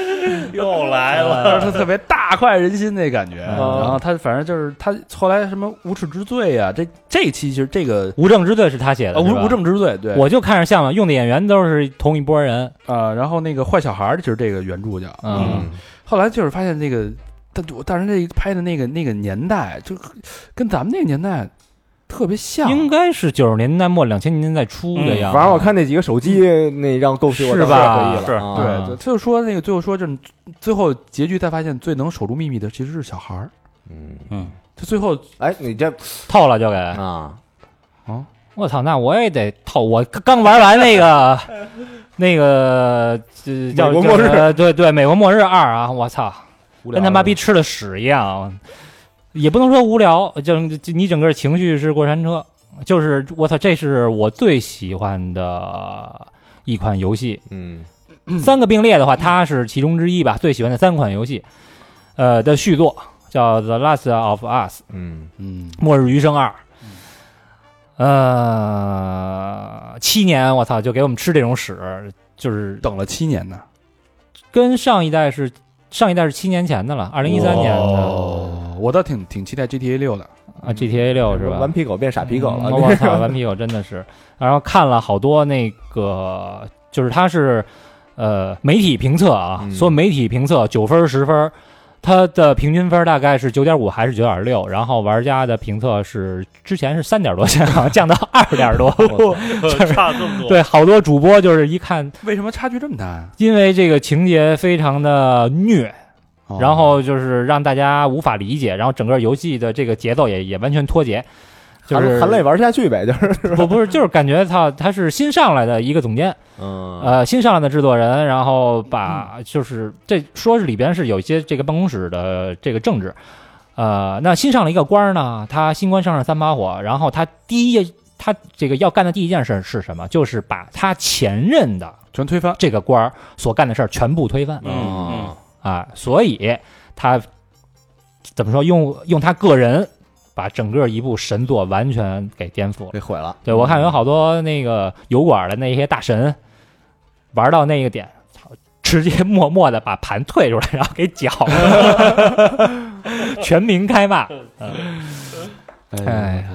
[SPEAKER 4] 又来
[SPEAKER 1] 就
[SPEAKER 4] 了，
[SPEAKER 1] 是特别大快人心那感觉。
[SPEAKER 3] 啊
[SPEAKER 1] 然后他反正就是他后来什么无耻之罪啊，这这期其实这个
[SPEAKER 3] 无证之罪是他写
[SPEAKER 1] 呃
[SPEAKER 3] 的，
[SPEAKER 1] 无
[SPEAKER 3] 是吧
[SPEAKER 1] 无。证之罪，对，
[SPEAKER 3] 我就看着像了，用的演员都是同一波人，
[SPEAKER 1] 啊，然后那个坏小孩儿就是这个原著叫，
[SPEAKER 3] 嗯，
[SPEAKER 1] 后来就是发现那个，但我但是那拍的那个那个年代就跟咱们那个年代特别像，
[SPEAKER 3] 应该是九十年代末两千年代初的
[SPEAKER 4] 嗯
[SPEAKER 3] 样子。
[SPEAKER 5] 反正我看那几个手机那让勾起我的
[SPEAKER 3] 是吧
[SPEAKER 5] 回忆了，
[SPEAKER 4] 是
[SPEAKER 5] 啊
[SPEAKER 1] 对，对他就说那个最后说就是最后结局才发现最能守住秘密的其实是小孩儿，
[SPEAKER 5] 嗯，
[SPEAKER 4] 嗯，
[SPEAKER 1] 就最后
[SPEAKER 5] 哎，你这
[SPEAKER 3] 透了就给
[SPEAKER 5] 啊，
[SPEAKER 1] 啊，
[SPEAKER 3] 我操，那我也得套。我 刚玩完那个 那个呃叫
[SPEAKER 2] 美国末日
[SPEAKER 3] 叫什么 对对，美国末日二啊，我操，
[SPEAKER 5] 无聊啊
[SPEAKER 3] 跟他妈逼吃了屎一样，也不能说无聊，就就你整个情绪是过山车，就是我操，这是我最喜欢的一款游戏。
[SPEAKER 5] 嗯，
[SPEAKER 3] 三个并列的话，它是其中之一吧，最喜欢的三款游戏，呃的续作叫《The Last of Us》
[SPEAKER 5] 嗯
[SPEAKER 4] 嗯，
[SPEAKER 3] 《末日余生二》。呃，七年，我操，就给我们吃这种屎，就是
[SPEAKER 1] 等了七年呢。
[SPEAKER 3] 跟上一代是上一代是七年前的了，二零一三年的
[SPEAKER 1] 哦，我倒挺挺期待 GTA 六的。
[SPEAKER 3] 啊，GTA 六是吧？
[SPEAKER 5] 顽皮狗变傻皮狗了
[SPEAKER 3] 嗯，我操， 顽皮狗真的是。然后看了好多那个，就是他是呃媒体评测啊，
[SPEAKER 5] 嗯
[SPEAKER 3] 所有媒体评测九分十分，它的平均分大概是九点五还是九点六，然后玩家的评测是之前是三点多，现在好像降到二点多。
[SPEAKER 4] 差这么多，
[SPEAKER 3] 对，好多主播就是一看，
[SPEAKER 1] 为什么差距这么大呀？
[SPEAKER 3] 因为这个情节非常的虐，
[SPEAKER 1] 哦
[SPEAKER 3] 然后就是让大家无法理解，然后整个游戏的这个节奏也也完全脱节，就
[SPEAKER 5] 含
[SPEAKER 3] 是
[SPEAKER 5] 含泪玩下去呗，就是
[SPEAKER 3] 不不是，就是感觉他他是新上来的一个总监，
[SPEAKER 5] 嗯
[SPEAKER 3] 呃，新上来的制作人，然后把就是这说是里边是有一些这个办公室的这个政治，呃，那新上了一个官儿呢，他新官上任三把火，然后他第一他这个要干的第一件事是什么？就是把他前任的
[SPEAKER 1] 全推翻。
[SPEAKER 3] 这个官儿所干的事儿全部推翻
[SPEAKER 4] 嗯
[SPEAKER 3] 啊，所以他怎么说用用他个人把整个一部神作完全给颠覆了。
[SPEAKER 2] 给毁了，
[SPEAKER 3] 对，我看有好多那个油管的那些大神，玩到那个点，操直接默默的把盘退出来，然后给搅了， 全民开 骂。哎呀，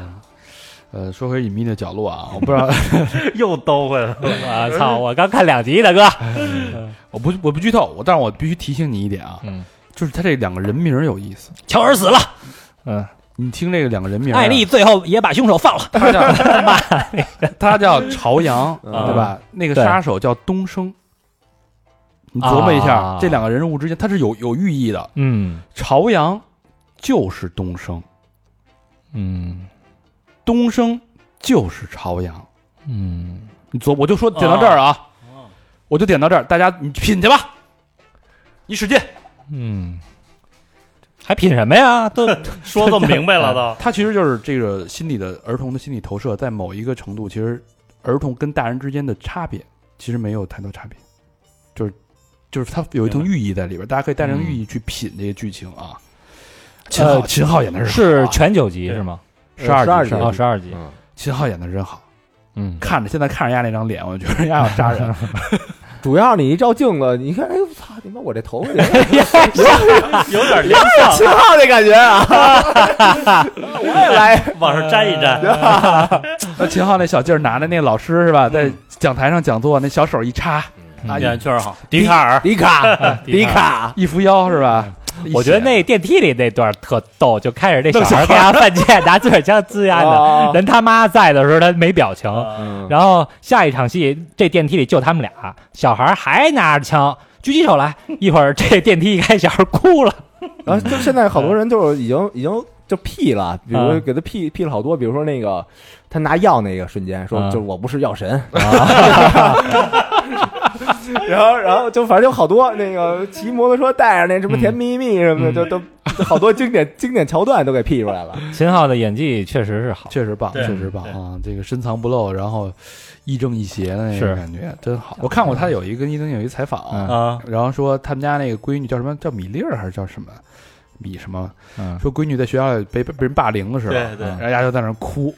[SPEAKER 1] 呃，说回隐秘的角落啊， 我不知道，
[SPEAKER 4] 嗯，又兜回来了，
[SPEAKER 3] 我啊操！我刚看两集，大哥。
[SPEAKER 1] 我不我不剧透，我但是我必须提醒你一点啊，
[SPEAKER 3] 嗯，
[SPEAKER 1] 就是他这两个人名儿有意思。
[SPEAKER 3] 乔尔死 了。嗯，
[SPEAKER 1] 你听这个两个人名儿啊，
[SPEAKER 3] 哎艾丽最后也把凶手放了。
[SPEAKER 1] 他叫 他叫朝阳，
[SPEAKER 5] 嗯
[SPEAKER 1] 啊对吧？那个
[SPEAKER 3] 对
[SPEAKER 1] 杀手叫东升。你琢磨一下
[SPEAKER 3] 啊，
[SPEAKER 1] 这两个人物之间，他是有有寓意的。
[SPEAKER 3] 嗯
[SPEAKER 1] 朝阳就是东升，
[SPEAKER 3] 嗯
[SPEAKER 1] 东升就是朝阳。
[SPEAKER 3] 嗯，
[SPEAKER 1] 你琢，我就说点到这儿啊，我就点到这儿，大家你品去吧，你使劲。
[SPEAKER 3] 嗯，还品什么呀？ 都
[SPEAKER 4] 说这么明白了都，
[SPEAKER 1] 它其实就是这个心理的儿童的心理投射，在某一个程度，其实儿童跟大人之间的差别其实没有太多差别，就是就是它有一层寓意在里边，大家可以带上寓意去品这个剧情啊。秦昊，
[SPEAKER 3] 呃
[SPEAKER 1] 秦昊演的
[SPEAKER 3] 是
[SPEAKER 1] 好啊
[SPEAKER 3] 全九集是吗？
[SPEAKER 1] 十二
[SPEAKER 5] 12
[SPEAKER 1] 集
[SPEAKER 5] 集
[SPEAKER 1] 12
[SPEAKER 3] 哦，十二集。
[SPEAKER 5] 嗯
[SPEAKER 1] 秦昊演的真好，
[SPEAKER 3] 嗯，
[SPEAKER 1] 看着现在看着丫那张脸，我觉得丫要杀人。
[SPEAKER 5] 主要你一照镜子，你看，哎呦，操你妈，我这头发
[SPEAKER 4] 有点联想，
[SPEAKER 5] 秦昊那感觉啊，我 也来，
[SPEAKER 4] 啊往上粘一粘，
[SPEAKER 1] 那 秦昊那小劲儿拿着那老师是吧，在讲台上讲座，那小手一插啊，
[SPEAKER 4] 眼
[SPEAKER 1] 一
[SPEAKER 4] 确实好，笛卡尔，
[SPEAKER 5] 迪卡，迪
[SPEAKER 4] 迪
[SPEAKER 5] 卡，
[SPEAKER 1] 一扶腰是吧？
[SPEAKER 3] 嗯我觉得那电梯里那段特逗，就开始那小孩儿给他犯贱， 拿自个儿枪滋丫的。
[SPEAKER 5] 哦
[SPEAKER 3] 人他妈在的时候他没表情，
[SPEAKER 5] 嗯
[SPEAKER 3] 然后下一场戏这电梯里就他们俩，小孩儿还拿着枪举起手来，一会儿这电梯一开，小孩儿哭了。
[SPEAKER 5] 然后就现在
[SPEAKER 2] 嗯
[SPEAKER 5] 好多人就是已经已经就 P 了，比如给他 P P 了好多，比如说那个他拿药那个瞬间说，
[SPEAKER 3] 嗯
[SPEAKER 5] 就是我不是药神，
[SPEAKER 2] 啊
[SPEAKER 5] 然后然后就反正有好多那个骑摩托车带着那什
[SPEAKER 2] 嗯
[SPEAKER 5] 么甜蜜蜜什么的，就都好多经典经典桥段都给 P 出来了。
[SPEAKER 3] 秦昊的演技确实是好，
[SPEAKER 1] 确实棒，
[SPEAKER 4] 对
[SPEAKER 1] 确实棒
[SPEAKER 4] 对
[SPEAKER 1] 啊！这个深藏不露，然后亦正亦邪的那个
[SPEAKER 3] 是
[SPEAKER 1] 感觉真好。我看过他有一个跟伊登有一采访，
[SPEAKER 3] 嗯
[SPEAKER 4] 啊，
[SPEAKER 1] 然后说他们家那个闺女叫什么？叫米粒儿还是叫什么？米什么？
[SPEAKER 3] 嗯
[SPEAKER 1] 说闺女在学校里被被人霸凌的时候，
[SPEAKER 4] 对对
[SPEAKER 1] 然后人家就在那儿哭。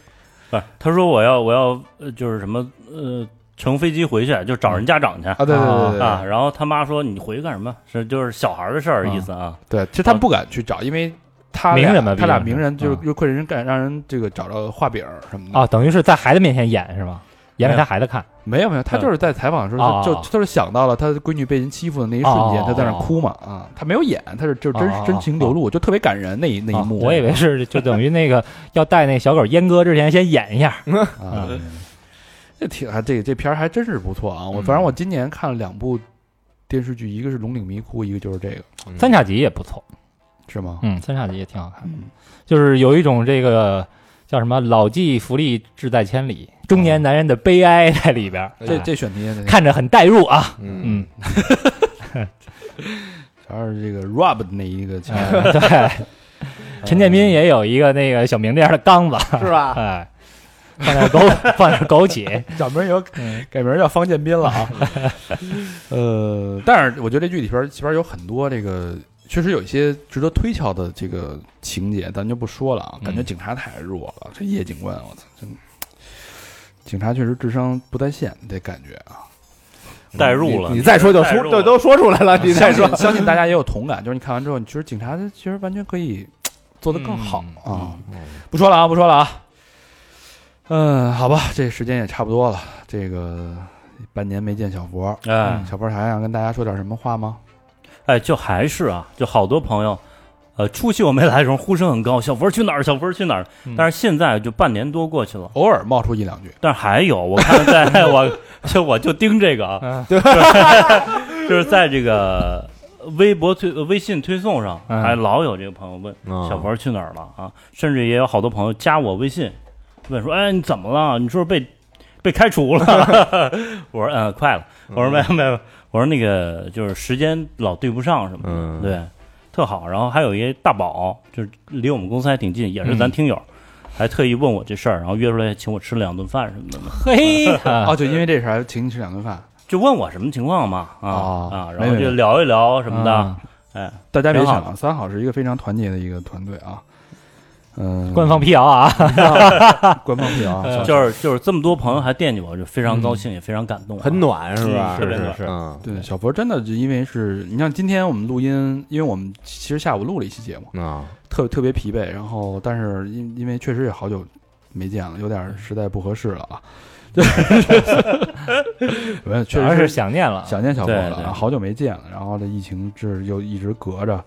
[SPEAKER 4] 不是，哎他说我要我要呃就是什么呃，乘飞机回去就找人家长去。
[SPEAKER 1] 啊，对对对对
[SPEAKER 4] 啊，
[SPEAKER 1] 对
[SPEAKER 4] 然后他妈说你回去干什么？是就是小孩的事儿，意思啊。
[SPEAKER 1] 对，其实他们不敢去找，因为他俩
[SPEAKER 3] 名人嘛
[SPEAKER 1] 他俩
[SPEAKER 3] 毕竟是
[SPEAKER 1] 名人就是嗯
[SPEAKER 3] 啊
[SPEAKER 1] 又困人干，让人这个找着画饼儿什么的
[SPEAKER 3] 啊，等于是在孩子面前演是吗？演给他孩子看。
[SPEAKER 1] 没有没有，他就是在采访的时候
[SPEAKER 3] 嗯
[SPEAKER 1] 就
[SPEAKER 3] 哦
[SPEAKER 1] 就就是想到了他闺女被人欺负的那一瞬间
[SPEAKER 3] 哦，
[SPEAKER 1] 他在那儿哭嘛啊，他没有演，他是就是真
[SPEAKER 3] 哦哦哦
[SPEAKER 1] 真情流露，就特别感人那一那一
[SPEAKER 3] 啊
[SPEAKER 1] 幕。
[SPEAKER 3] 我以为是就等于那个要带那小狗阉割之前先演一下。
[SPEAKER 1] 啊，
[SPEAKER 3] 嗯
[SPEAKER 1] 这挺还这这片儿还真是不错啊！
[SPEAKER 3] 嗯
[SPEAKER 1] 我反正我今年看了两部电视剧，一个是《龙岭迷窟》，一个就是这个，
[SPEAKER 3] 三叉戟也不错，
[SPEAKER 1] 是吗？
[SPEAKER 3] 嗯嗯，三叉戟也挺好看的
[SPEAKER 1] 嗯，
[SPEAKER 3] 就是有一种这个叫什么“老骥伏枥，志在千里”，中年男人的悲哀在里边儿，
[SPEAKER 1] 这
[SPEAKER 3] 哎
[SPEAKER 1] 这选题，
[SPEAKER 3] 看着很代 入啊。
[SPEAKER 5] 嗯，
[SPEAKER 3] 嗯，
[SPEAKER 1] 主要是这个 Rob 的那一个情况，
[SPEAKER 3] 呃对，陈建斌也有一个那个小名店的缸子，
[SPEAKER 2] 是
[SPEAKER 5] 啊
[SPEAKER 2] 吧？
[SPEAKER 3] 哎，放点枸放点枸杞，
[SPEAKER 1] 小名有改名叫方建斌了啊。呃， 但是我觉得这剧里边儿其实有很多这个确实有一些值得推敲的这个情节，咱就不说了啊。感觉
[SPEAKER 3] 嗯
[SPEAKER 1] 警察太弱了，这叶警官，我操，真警察确实智商不在线，这感觉啊。
[SPEAKER 5] 嗯
[SPEAKER 4] 代入了
[SPEAKER 2] 你，再说就说
[SPEAKER 4] 代入了嗯
[SPEAKER 2] 就都说出来了，你再
[SPEAKER 1] 相
[SPEAKER 2] 说
[SPEAKER 1] 信相信大家也有同感，就是你看完之后，你觉得警察其实完全可以做得更好啊。不说了啊，不说了啊。嗯，好吧，这时间也差不多了。这个半年没见小佛，
[SPEAKER 4] 哎
[SPEAKER 1] 小波还想跟大家说点什么话吗？
[SPEAKER 4] 哎，就还是啊，就好多朋友，呃，初期我没来的时候呼声很高，小佛去哪儿？小佛去哪儿？但是现在就半年多过去了，
[SPEAKER 1] 偶尔冒出一两句，
[SPEAKER 4] 但是还有，我看在我就我就盯这个啊，对， 就是在这个微博推、微信推送上，
[SPEAKER 3] 嗯
[SPEAKER 4] 还老有这个朋友问
[SPEAKER 1] 呃
[SPEAKER 5] 哦
[SPEAKER 4] 小佛去哪儿了啊，甚至也有好多朋友加我微信，问说，哎，你怎么了？你是不是被被开除了？ 我说，嗯，快了。我说没有没有，我说那个就是时间老对不上什么的，
[SPEAKER 5] 嗯
[SPEAKER 4] 对，特好。然后还有一个大宝，就是离我们公司还挺近，也是咱
[SPEAKER 5] 嗯
[SPEAKER 4] 听友。还特意问我这事儿，然后约出来请我吃两顿饭什么的呢。
[SPEAKER 3] 嘿，啊
[SPEAKER 1] 哦，就因为这事儿请你吃两顿饭，
[SPEAKER 4] 就问我什么情况嘛，啊、
[SPEAKER 1] 哦
[SPEAKER 4] 啊，
[SPEAKER 1] 没
[SPEAKER 4] 然后
[SPEAKER 1] 没
[SPEAKER 4] 就聊一聊什么的，
[SPEAKER 1] 啊
[SPEAKER 4] 哎，
[SPEAKER 1] 大家别
[SPEAKER 4] 挺好
[SPEAKER 1] 想，三好是一个非常团结的一个团队啊。嗯，
[SPEAKER 3] 官方嗯辟谣啊，
[SPEAKER 1] 官 方辟谣啊，
[SPEAKER 5] 嗯
[SPEAKER 1] 小
[SPEAKER 4] 就是就是这么多朋友还惦记我，就非常高兴，也非常感动、
[SPEAKER 5] 很，暖是吧？
[SPEAKER 4] 嗯特别暖
[SPEAKER 5] 是，嗯
[SPEAKER 1] 对小佛真的就因为是你像今天我们录音，因为我们其实下午录了一期节目，
[SPEAKER 5] 啊，
[SPEAKER 1] 特特别疲惫，然后但是因因为确实也好久没见了，有点实在不合适了啊。 对，
[SPEAKER 3] 主
[SPEAKER 1] 确
[SPEAKER 3] 要
[SPEAKER 1] 实
[SPEAKER 3] 是想念了，
[SPEAKER 1] 想念小朋友了，
[SPEAKER 4] 对对
[SPEAKER 1] 然后好久没见了，然后这疫情这又一直隔着，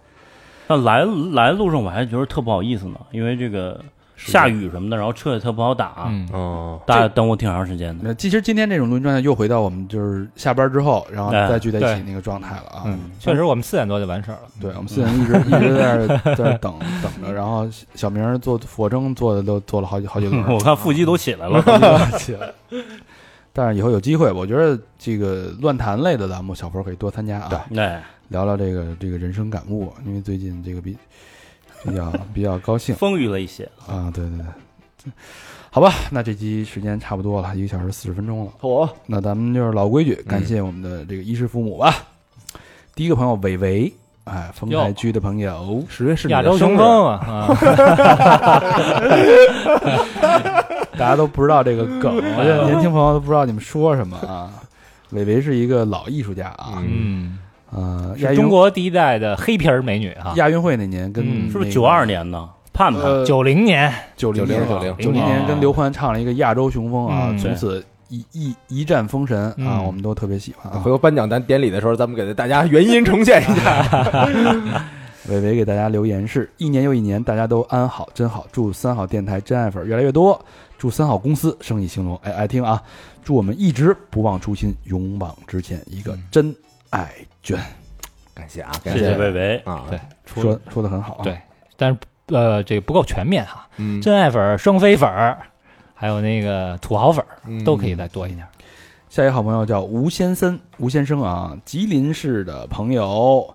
[SPEAKER 4] 但来来路上我还觉得特不好意思呢，因为这个下雨什么的，然后车也特不好打，
[SPEAKER 3] 嗯，
[SPEAKER 5] 哦，
[SPEAKER 4] 大家等我挺长时间的。
[SPEAKER 1] 那其实今天这种录音状态又回到我们就是下班之后，然后
[SPEAKER 4] 哎
[SPEAKER 1] 再聚在一起
[SPEAKER 3] 对
[SPEAKER 1] 那个状态了啊。
[SPEAKER 3] 嗯，确实我们四点多就完事儿了，
[SPEAKER 1] 对，我们四人一直一直在这儿在这儿等等着，然后小明儿做俯卧撑做的都做了好几好几轮儿，
[SPEAKER 4] 我看腹肌都起来了，
[SPEAKER 1] 起来。但是以后有机会，我觉得这个乱谈类的栏目，小佛可以多参加啊。
[SPEAKER 5] 嗯
[SPEAKER 4] 哎，
[SPEAKER 1] 聊聊这个这个人生感悟，因为最近这个比比较比较高兴
[SPEAKER 4] 丰腴了一些。
[SPEAKER 1] 啊，对对对，好吧，那这期时间差不多了，一个小时四十分钟了，
[SPEAKER 5] 哦
[SPEAKER 2] 我
[SPEAKER 1] 那咱们就是老规矩，感谢我们的这个衣食父母吧。第一个朋友伟伟，哎，丰台
[SPEAKER 3] 哟
[SPEAKER 1] 区的朋友，
[SPEAKER 5] 十月是你
[SPEAKER 3] 亚
[SPEAKER 5] 的
[SPEAKER 3] 洲
[SPEAKER 5] 生
[SPEAKER 3] 雄
[SPEAKER 5] 日
[SPEAKER 3] 风啊，啊
[SPEAKER 1] 大家都不知道这个梗，我觉得年轻朋友都不知道你们说什么啊。伟伟是一个老艺术家啊，
[SPEAKER 3] 嗯，
[SPEAKER 1] 呃，亚
[SPEAKER 3] 是
[SPEAKER 1] 运
[SPEAKER 3] 中国第一代的黑皮儿美女啊，
[SPEAKER 1] 亚运会那年跟
[SPEAKER 3] 嗯
[SPEAKER 4] 是不是九二年呢？盼盼、
[SPEAKER 1] 呃
[SPEAKER 3] 九零年，
[SPEAKER 1] 九零年啊
[SPEAKER 5] 90
[SPEAKER 1] 九零年跟刘欢唱了一个《亚洲雄风》啊，
[SPEAKER 3] 嗯
[SPEAKER 1] 从此一一一战封神啊，
[SPEAKER 3] 嗯
[SPEAKER 1] 我们都特别喜欢啊
[SPEAKER 5] 回。头颁奖咱典礼的时候，咱们给大家原音重现一下。
[SPEAKER 1] 伟伟给大家留言是：一年又一年，大家都安好，真好。祝三好电台真爱粉越来越多，祝三好公司生意兴隆。哎，爱听啊！祝我们一直不忘初心，勇往直前，一个真爱卷。
[SPEAKER 5] 感谢啊，感
[SPEAKER 4] 谢谢
[SPEAKER 5] 谢
[SPEAKER 4] 薇薇，
[SPEAKER 5] 啊，
[SPEAKER 3] 对
[SPEAKER 1] 说说的很好啊，
[SPEAKER 3] 对但是呃，这个不够全面哈，
[SPEAKER 5] 嗯，
[SPEAKER 3] 真爱粉儿、双飞粉儿，还有那个土豪粉儿，
[SPEAKER 5] 嗯
[SPEAKER 1] 嗯
[SPEAKER 3] 都可以再多一点。
[SPEAKER 1] 下一个好朋友叫吴先生，吴先生啊，吉林市的朋友，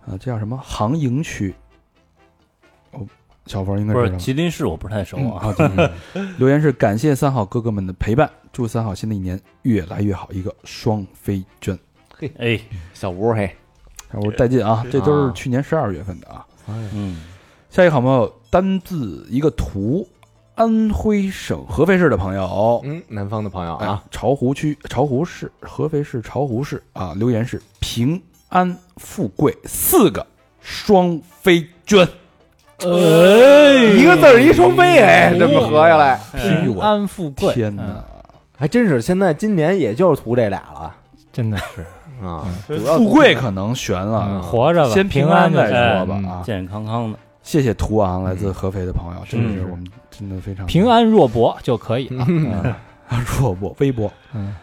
[SPEAKER 1] 啊、这叫什么杭营区？哦，小佛应该
[SPEAKER 4] 不
[SPEAKER 1] 知
[SPEAKER 4] 是
[SPEAKER 1] 道。嗯
[SPEAKER 4] 吉林市，我不太熟啊。
[SPEAKER 1] 留言是感谢三好哥哥们的陪伴，祝三好新的一年越来越好，一个双飞卷。
[SPEAKER 4] 哎，
[SPEAKER 5] 小吴嘿，
[SPEAKER 1] 啊我带劲啊，这都是
[SPEAKER 5] 啊
[SPEAKER 1] 去年十二月份的啊。
[SPEAKER 4] 嗯，
[SPEAKER 1] 下一个好朋友单字一个图，安徽省合肥市的朋友，
[SPEAKER 5] 嗯，南方的朋友
[SPEAKER 1] 啊
[SPEAKER 5] 啊，，
[SPEAKER 1] 巢湖区、巢湖市、合肥市巢湖市啊，留言是平安富贵四个双飞娟，
[SPEAKER 3] 哎
[SPEAKER 2] 一个字儿一双飞，哎，这么合下来，
[SPEAKER 1] 哎呦
[SPEAKER 3] 平
[SPEAKER 1] 我
[SPEAKER 3] 安富贵，
[SPEAKER 1] 天
[SPEAKER 3] 嗯
[SPEAKER 1] 哪！
[SPEAKER 5] 还真是，现在今年也就是图这俩了
[SPEAKER 3] 真的嗯是
[SPEAKER 5] 啊。
[SPEAKER 1] 富贵可能悬
[SPEAKER 3] 嗯
[SPEAKER 1] 了，
[SPEAKER 3] 活着吧，
[SPEAKER 1] 先
[SPEAKER 3] 平
[SPEAKER 1] 平安
[SPEAKER 3] 就
[SPEAKER 1] 再
[SPEAKER 3] 行
[SPEAKER 1] 说吧
[SPEAKER 3] 嗯
[SPEAKER 1] 啊！
[SPEAKER 4] 健健康康的，
[SPEAKER 1] 谢谢图昂来自合肥的朋友，真的是
[SPEAKER 4] 嗯
[SPEAKER 1] 我们真的非常
[SPEAKER 3] 平安若薄就可
[SPEAKER 1] 嗯
[SPEAKER 3] 以了。
[SPEAKER 1] 啊， 弱博微博，
[SPEAKER 3] 嗯，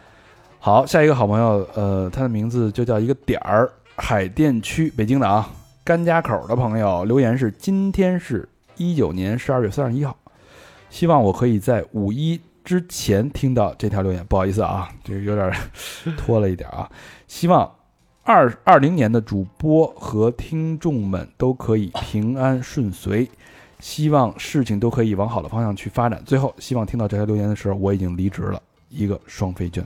[SPEAKER 1] 好，下一个好朋友，呃，他的名字就叫一个点儿，海淀区北京的啊，甘家口的朋友留言是：今天是一九年十二月三十一号，希望我可以在五一之前听到这条留言。不好意思啊，这个有点儿拖了一点儿啊。希望二二零年的主播和听众们都可以平安顺遂，希望事情都可以往好的方向去发展。最后，希望听到这条留言的时候，我已经离职了，一个双飞卷。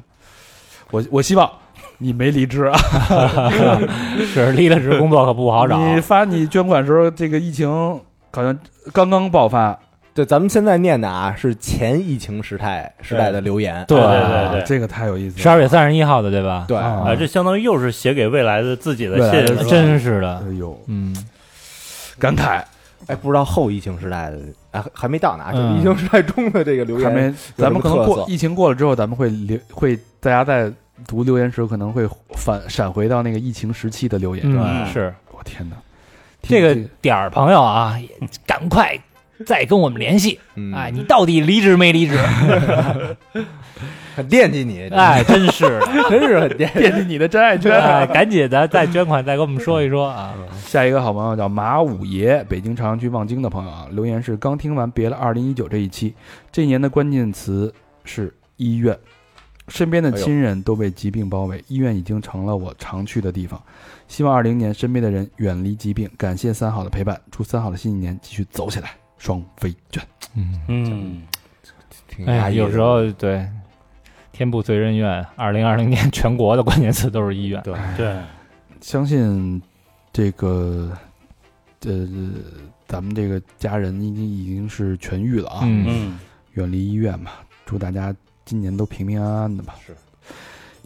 [SPEAKER 1] 我我希望你没离职啊。
[SPEAKER 3] 是离了职工作可不好找。
[SPEAKER 1] 你发你捐款时候，这个疫情好像刚刚爆发，
[SPEAKER 5] 对，咱们现在念的啊是前疫情时代时代的留言，
[SPEAKER 3] 对啊
[SPEAKER 4] 对对对
[SPEAKER 1] 啊这个太有意思
[SPEAKER 3] 十
[SPEAKER 1] 了。
[SPEAKER 3] 二月三十一号的对吧？
[SPEAKER 5] 对
[SPEAKER 1] 啊
[SPEAKER 4] 啊，这相当于又是写给未来的自己的
[SPEAKER 1] 未来
[SPEAKER 4] 信
[SPEAKER 1] 的
[SPEAKER 4] 是吧，
[SPEAKER 3] 真是的，
[SPEAKER 1] 哎呦，
[SPEAKER 3] 嗯，
[SPEAKER 1] 感慨
[SPEAKER 5] 哎，不知道后疫情时代的，哎，还还没到呢啊，就
[SPEAKER 3] 嗯
[SPEAKER 5] 疫情时代中的这个留言，
[SPEAKER 1] 还没，咱们可能
[SPEAKER 5] 特
[SPEAKER 1] 过
[SPEAKER 5] 色
[SPEAKER 1] 疫情过了之后，咱们会留会大家在读留言时可能会返闪回到那个疫情时期的留言。
[SPEAKER 3] 嗯是
[SPEAKER 1] 我天哪，
[SPEAKER 3] 这个
[SPEAKER 1] 听
[SPEAKER 3] 点儿朋友啊，也赶快再跟我们联系。
[SPEAKER 5] 嗯
[SPEAKER 3] 哎，，你到底离职没离职？
[SPEAKER 5] 很惦记你，
[SPEAKER 3] 哎，真是的，
[SPEAKER 5] 真是很惦记。
[SPEAKER 1] 惦记你的真爱圈。
[SPEAKER 3] 哎赶紧咱再捐款，再跟我们说一说啊。
[SPEAKER 1] 下一个好朋友叫马五爷，北京朝阳区望京的朋友啊，留言是刚听完《别了2019》这一期，这一年的关键词是医院，身边的亲人都被疾病包围，医院已经成了我常去的地方。希望20年身边的人远离疾病，感谢三好的陪伴，祝三好的新一年继续走起来，双飞卷。
[SPEAKER 3] 嗯，
[SPEAKER 4] 嗯，
[SPEAKER 5] 挺
[SPEAKER 3] 哎呀，
[SPEAKER 5] 压抑的
[SPEAKER 3] 有时候对，天不遂人愿。二零二零年全国的关键词都是医院。
[SPEAKER 4] 对，
[SPEAKER 1] 相信这个，呃，咱们这个家人已经已经是痊愈了啊。
[SPEAKER 3] 嗯，
[SPEAKER 4] 嗯，
[SPEAKER 1] 远离医院吧，祝大家今年都平平安安的吧。
[SPEAKER 5] 是，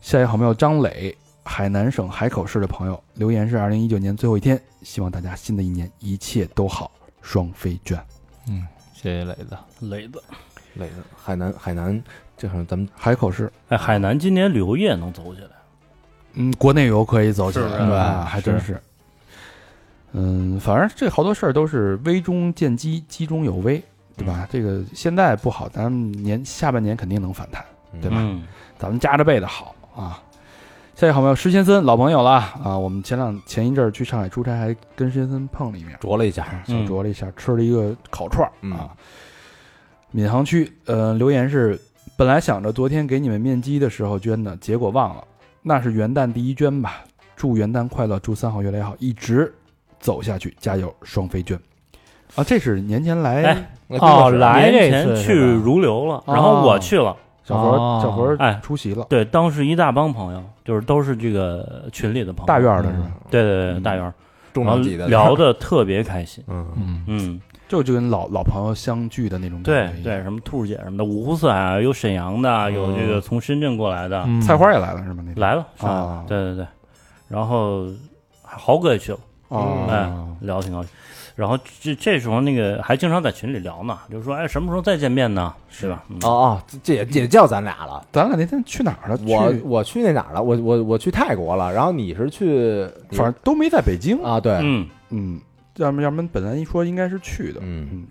[SPEAKER 1] 下一个好朋友张磊，海南省海口市的朋友留言是二零一九年最后一天，希望大家新的一年一切都好，双飞卷。
[SPEAKER 3] 谢谢磊子。
[SPEAKER 4] 雷子，
[SPEAKER 5] 累的，海南海南，这好像咱们
[SPEAKER 1] 海口市，
[SPEAKER 4] 哎，海南今年旅游业能走起来，
[SPEAKER 1] 嗯，国内游可以走起来
[SPEAKER 4] 是
[SPEAKER 1] 对吧？
[SPEAKER 5] 吧
[SPEAKER 1] 还真是。嗯，反正这好多事儿都是危中见机，机中有危，对吧？这个现在不好，咱们年下半年肯定能反弹。对吧
[SPEAKER 4] 嗯，
[SPEAKER 1] 咱们加着倍的好啊。下一个好朋友施先森，老朋友了啊！我们前两前一阵儿去上海出差，还跟施先森碰了一面，
[SPEAKER 5] 啄了一下，
[SPEAKER 1] 小酌了一下，吃了一个烤串儿
[SPEAKER 5] 嗯
[SPEAKER 1] 啊。闵行区，呃，留言是：本来想着昨天给你们面基的时候捐的，结果忘了，那是元旦第一捐吧。祝元旦快乐，祝三好越来越好，一直走下去，加油，双飞捐！啊，这是年前来
[SPEAKER 4] 哎
[SPEAKER 3] 哦，来
[SPEAKER 4] 年前
[SPEAKER 3] 这次
[SPEAKER 4] 去
[SPEAKER 3] 是吧
[SPEAKER 4] 如流了，
[SPEAKER 1] 哦
[SPEAKER 4] 然后我去了，
[SPEAKER 1] 小佛、
[SPEAKER 3] 哦
[SPEAKER 1] 小佛
[SPEAKER 4] 哎
[SPEAKER 1] 出席了，
[SPEAKER 4] 对，当时一大帮朋友，就是都是这个群里的朋友，
[SPEAKER 1] 大院儿的是吧？
[SPEAKER 4] 对对对，大院儿，
[SPEAKER 5] 嗯中
[SPEAKER 4] 然后
[SPEAKER 5] 等级的
[SPEAKER 4] 哦聊，的特别开心，
[SPEAKER 5] 嗯，
[SPEAKER 3] 嗯，
[SPEAKER 4] 嗯，
[SPEAKER 1] 就就跟老老朋友相聚的那种
[SPEAKER 4] 对
[SPEAKER 1] 感觉一样。
[SPEAKER 4] 对，什么兔儿姐什么的，五湖四海，有沈阳的，有这个从深圳过来的，
[SPEAKER 3] 嗯
[SPEAKER 1] 菜花也来了是吗？那天
[SPEAKER 4] 来了，上海
[SPEAKER 1] 啊
[SPEAKER 4] 对对对，然后豪哥也去了，
[SPEAKER 1] 哦，
[SPEAKER 4] 哎聊得挺高兴。然后这这时候那个还经常在群里聊呢，就说哎什么时候再见面呢？是吧？嗯
[SPEAKER 5] 哦哦，这这也也叫咱俩了。
[SPEAKER 1] 咱俩那天去哪儿了？
[SPEAKER 5] 我
[SPEAKER 1] 去
[SPEAKER 5] 我去那哪儿了？我我我去泰国了，然后你是去，
[SPEAKER 1] 反正都没在北京。
[SPEAKER 5] 啊，对，
[SPEAKER 4] 嗯，
[SPEAKER 1] 嗯，要么要么本来一说应该是去的。
[SPEAKER 5] 嗯，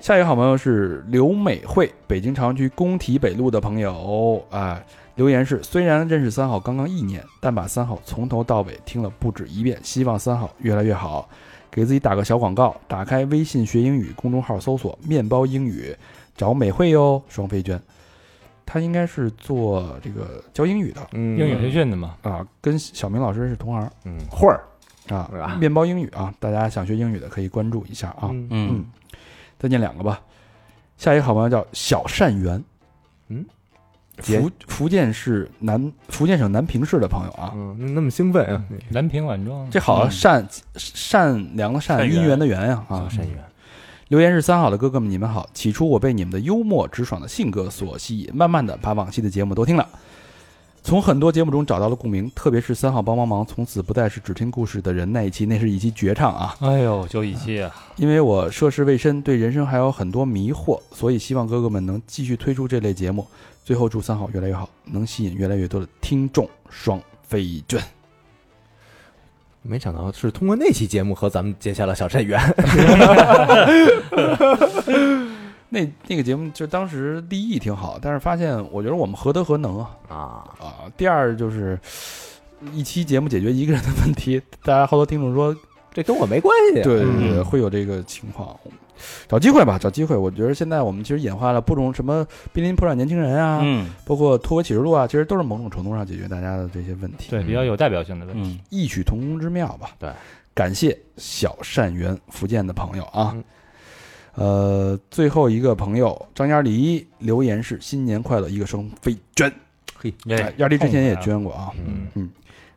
[SPEAKER 1] 下一个好朋友是刘美惠，北京朝阳区工体北路的朋友啊、留言是：虽然认识三好刚刚一年，但把三好从头到尾听了不止一遍，希望三好越来越好。给自己打个小广告，打开微信学英语公众号，搜索“面包英语”，找美惠哟，双飞娟。她应该是做这个教英语的
[SPEAKER 5] 英
[SPEAKER 3] 英语培，训的嘛。
[SPEAKER 1] 啊，跟小明老师是同行。
[SPEAKER 5] 嗯，会儿
[SPEAKER 1] 啊
[SPEAKER 5] 是吧，
[SPEAKER 1] 面包英语啊，大家想学英语的可以关注一下啊。
[SPEAKER 5] 嗯
[SPEAKER 4] 嗯，
[SPEAKER 1] 再念两个吧。下一个好朋友叫小善缘，
[SPEAKER 5] 嗯，
[SPEAKER 1] 福福建市南福建省南平市的朋友啊，
[SPEAKER 5] 嗯，那那么兴奋啊，
[SPEAKER 3] 南平晚装，
[SPEAKER 1] 这好啊，
[SPEAKER 4] 嗯
[SPEAKER 1] 善善良的善，
[SPEAKER 4] 善缘
[SPEAKER 1] 姻缘的缘呀
[SPEAKER 5] 小。
[SPEAKER 1] 啊
[SPEAKER 5] 善缘，
[SPEAKER 1] 留言是三好的哥哥们，你们好。起初我被你们的幽默直爽的性格所吸引，慢慢的把往期的节目都听了，从很多节目中找到了共鸣，特别是三好帮帮忙，从此不再是只听故事的人那一期，那是一期绝唱啊。
[SPEAKER 3] 哎呦，就一期啊，
[SPEAKER 1] 因为我涉世未深，对人生还有很多迷惑，所以希望哥哥们能继续推出这类节目。最后祝三好越来越好，能吸引越来越多的听众，双飞卷。
[SPEAKER 5] 没想到是通过那期节目和咱们结下了小善缘，
[SPEAKER 1] 那那个节目就当时第一挺好，但是发现我觉得我们何德何能啊
[SPEAKER 5] 啊，
[SPEAKER 1] 啊！第二就是一期节目解决一个人的问题，大家好多听众说
[SPEAKER 2] 这跟我没关
[SPEAKER 5] 啊
[SPEAKER 2] 系。
[SPEAKER 1] 对对对，
[SPEAKER 4] 嗯
[SPEAKER 1] 会有这个情况。找机会吧，找机会。我觉得现在我们其实演化了不同什么濒临破产年轻人啊，
[SPEAKER 4] 嗯
[SPEAKER 1] 包括脱轨启示录啊，其实都是某种程度上解决大家的这些问题，
[SPEAKER 3] 对，比较有代表性的问题。
[SPEAKER 4] 嗯，
[SPEAKER 1] 异曲同工之妙吧。
[SPEAKER 5] 对，
[SPEAKER 1] 感谢小善缘福建的朋友啊。
[SPEAKER 5] 嗯
[SPEAKER 1] 呃，最后一个朋友张丫梨留言是：新年快乐，一个双飞捐。
[SPEAKER 5] 嘿，
[SPEAKER 1] 哎丫梨之前也捐过啊，
[SPEAKER 5] 嗯，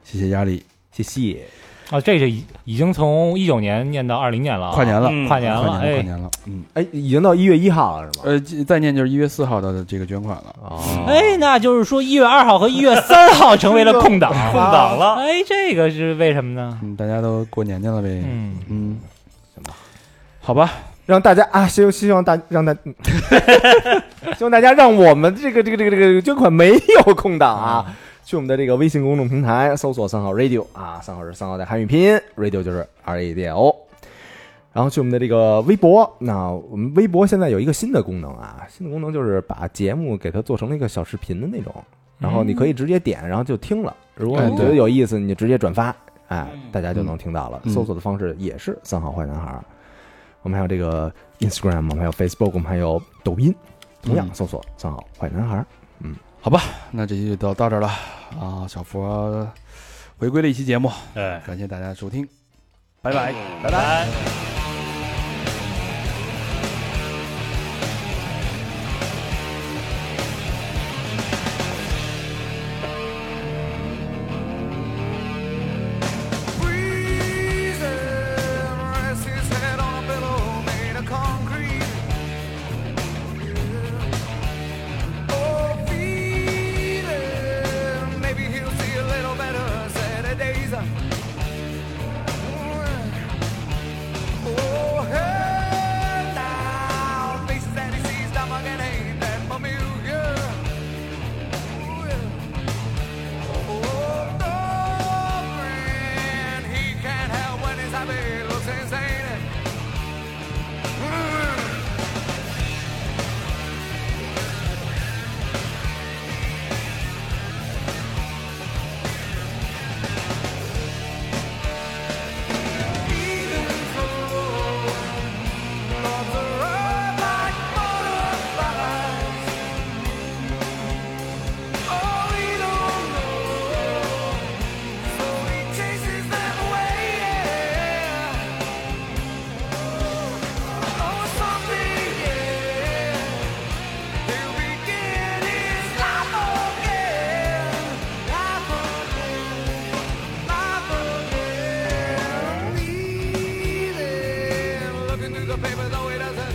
[SPEAKER 1] 谢谢丫梨，
[SPEAKER 5] 谢谢，
[SPEAKER 3] 啊，这是已已经从一九年念到二零年了啊，
[SPEAKER 1] 跨年了，
[SPEAKER 4] 嗯
[SPEAKER 3] 跨年
[SPEAKER 1] 快年了，
[SPEAKER 3] 了，
[SPEAKER 1] 快
[SPEAKER 3] 哎，
[SPEAKER 1] 年了。嗯，
[SPEAKER 5] 哎，已经到一月一号了是吗？
[SPEAKER 1] 呃，再念就是一月四号的这个捐款了。
[SPEAKER 5] 哦，
[SPEAKER 3] 哎，那就是说一月二号和一月三号成为了空 档，
[SPEAKER 4] 空档了，
[SPEAKER 3] 哎，这个是为什么呢？
[SPEAKER 1] 嗯，大家都过年去了呗。
[SPEAKER 3] 嗯，
[SPEAKER 1] 嗯，好吧，
[SPEAKER 5] 让大家啊，希希望大让大，嗯 希望大家让我们这个这个这个这个捐款没有空档啊，去我们的这个微信公众平台搜索“三好 radio” 啊，三好是三好的汉语拼音，radio 就是 R A D I O。然后去我们的这个微博，那我们微博现在有一个新的功能啊，新的功能就是把节目给它做成了一个小视频的那种，然后你可以直接点，然后就听了。如果
[SPEAKER 1] 嗯哎
[SPEAKER 5] 你觉得
[SPEAKER 1] 对
[SPEAKER 5] 有意思，你就直接转发，哎
[SPEAKER 4] 嗯，
[SPEAKER 5] 大家就能听到了。
[SPEAKER 1] 嗯
[SPEAKER 5] 搜索的方式也是“三好坏男孩儿”，我们还有这个 Instagram，我们还有 Facebook，我们还有抖音，同样
[SPEAKER 1] 嗯
[SPEAKER 5] 搜索“三好坏男孩儿
[SPEAKER 1] 那这期就到到这儿了啊。小佛回归了一期节目，
[SPEAKER 4] 哎，
[SPEAKER 1] 感谢大家收听，拜拜。
[SPEAKER 4] 拜拜。
[SPEAKER 6] Looks insane. Paper though he doesn't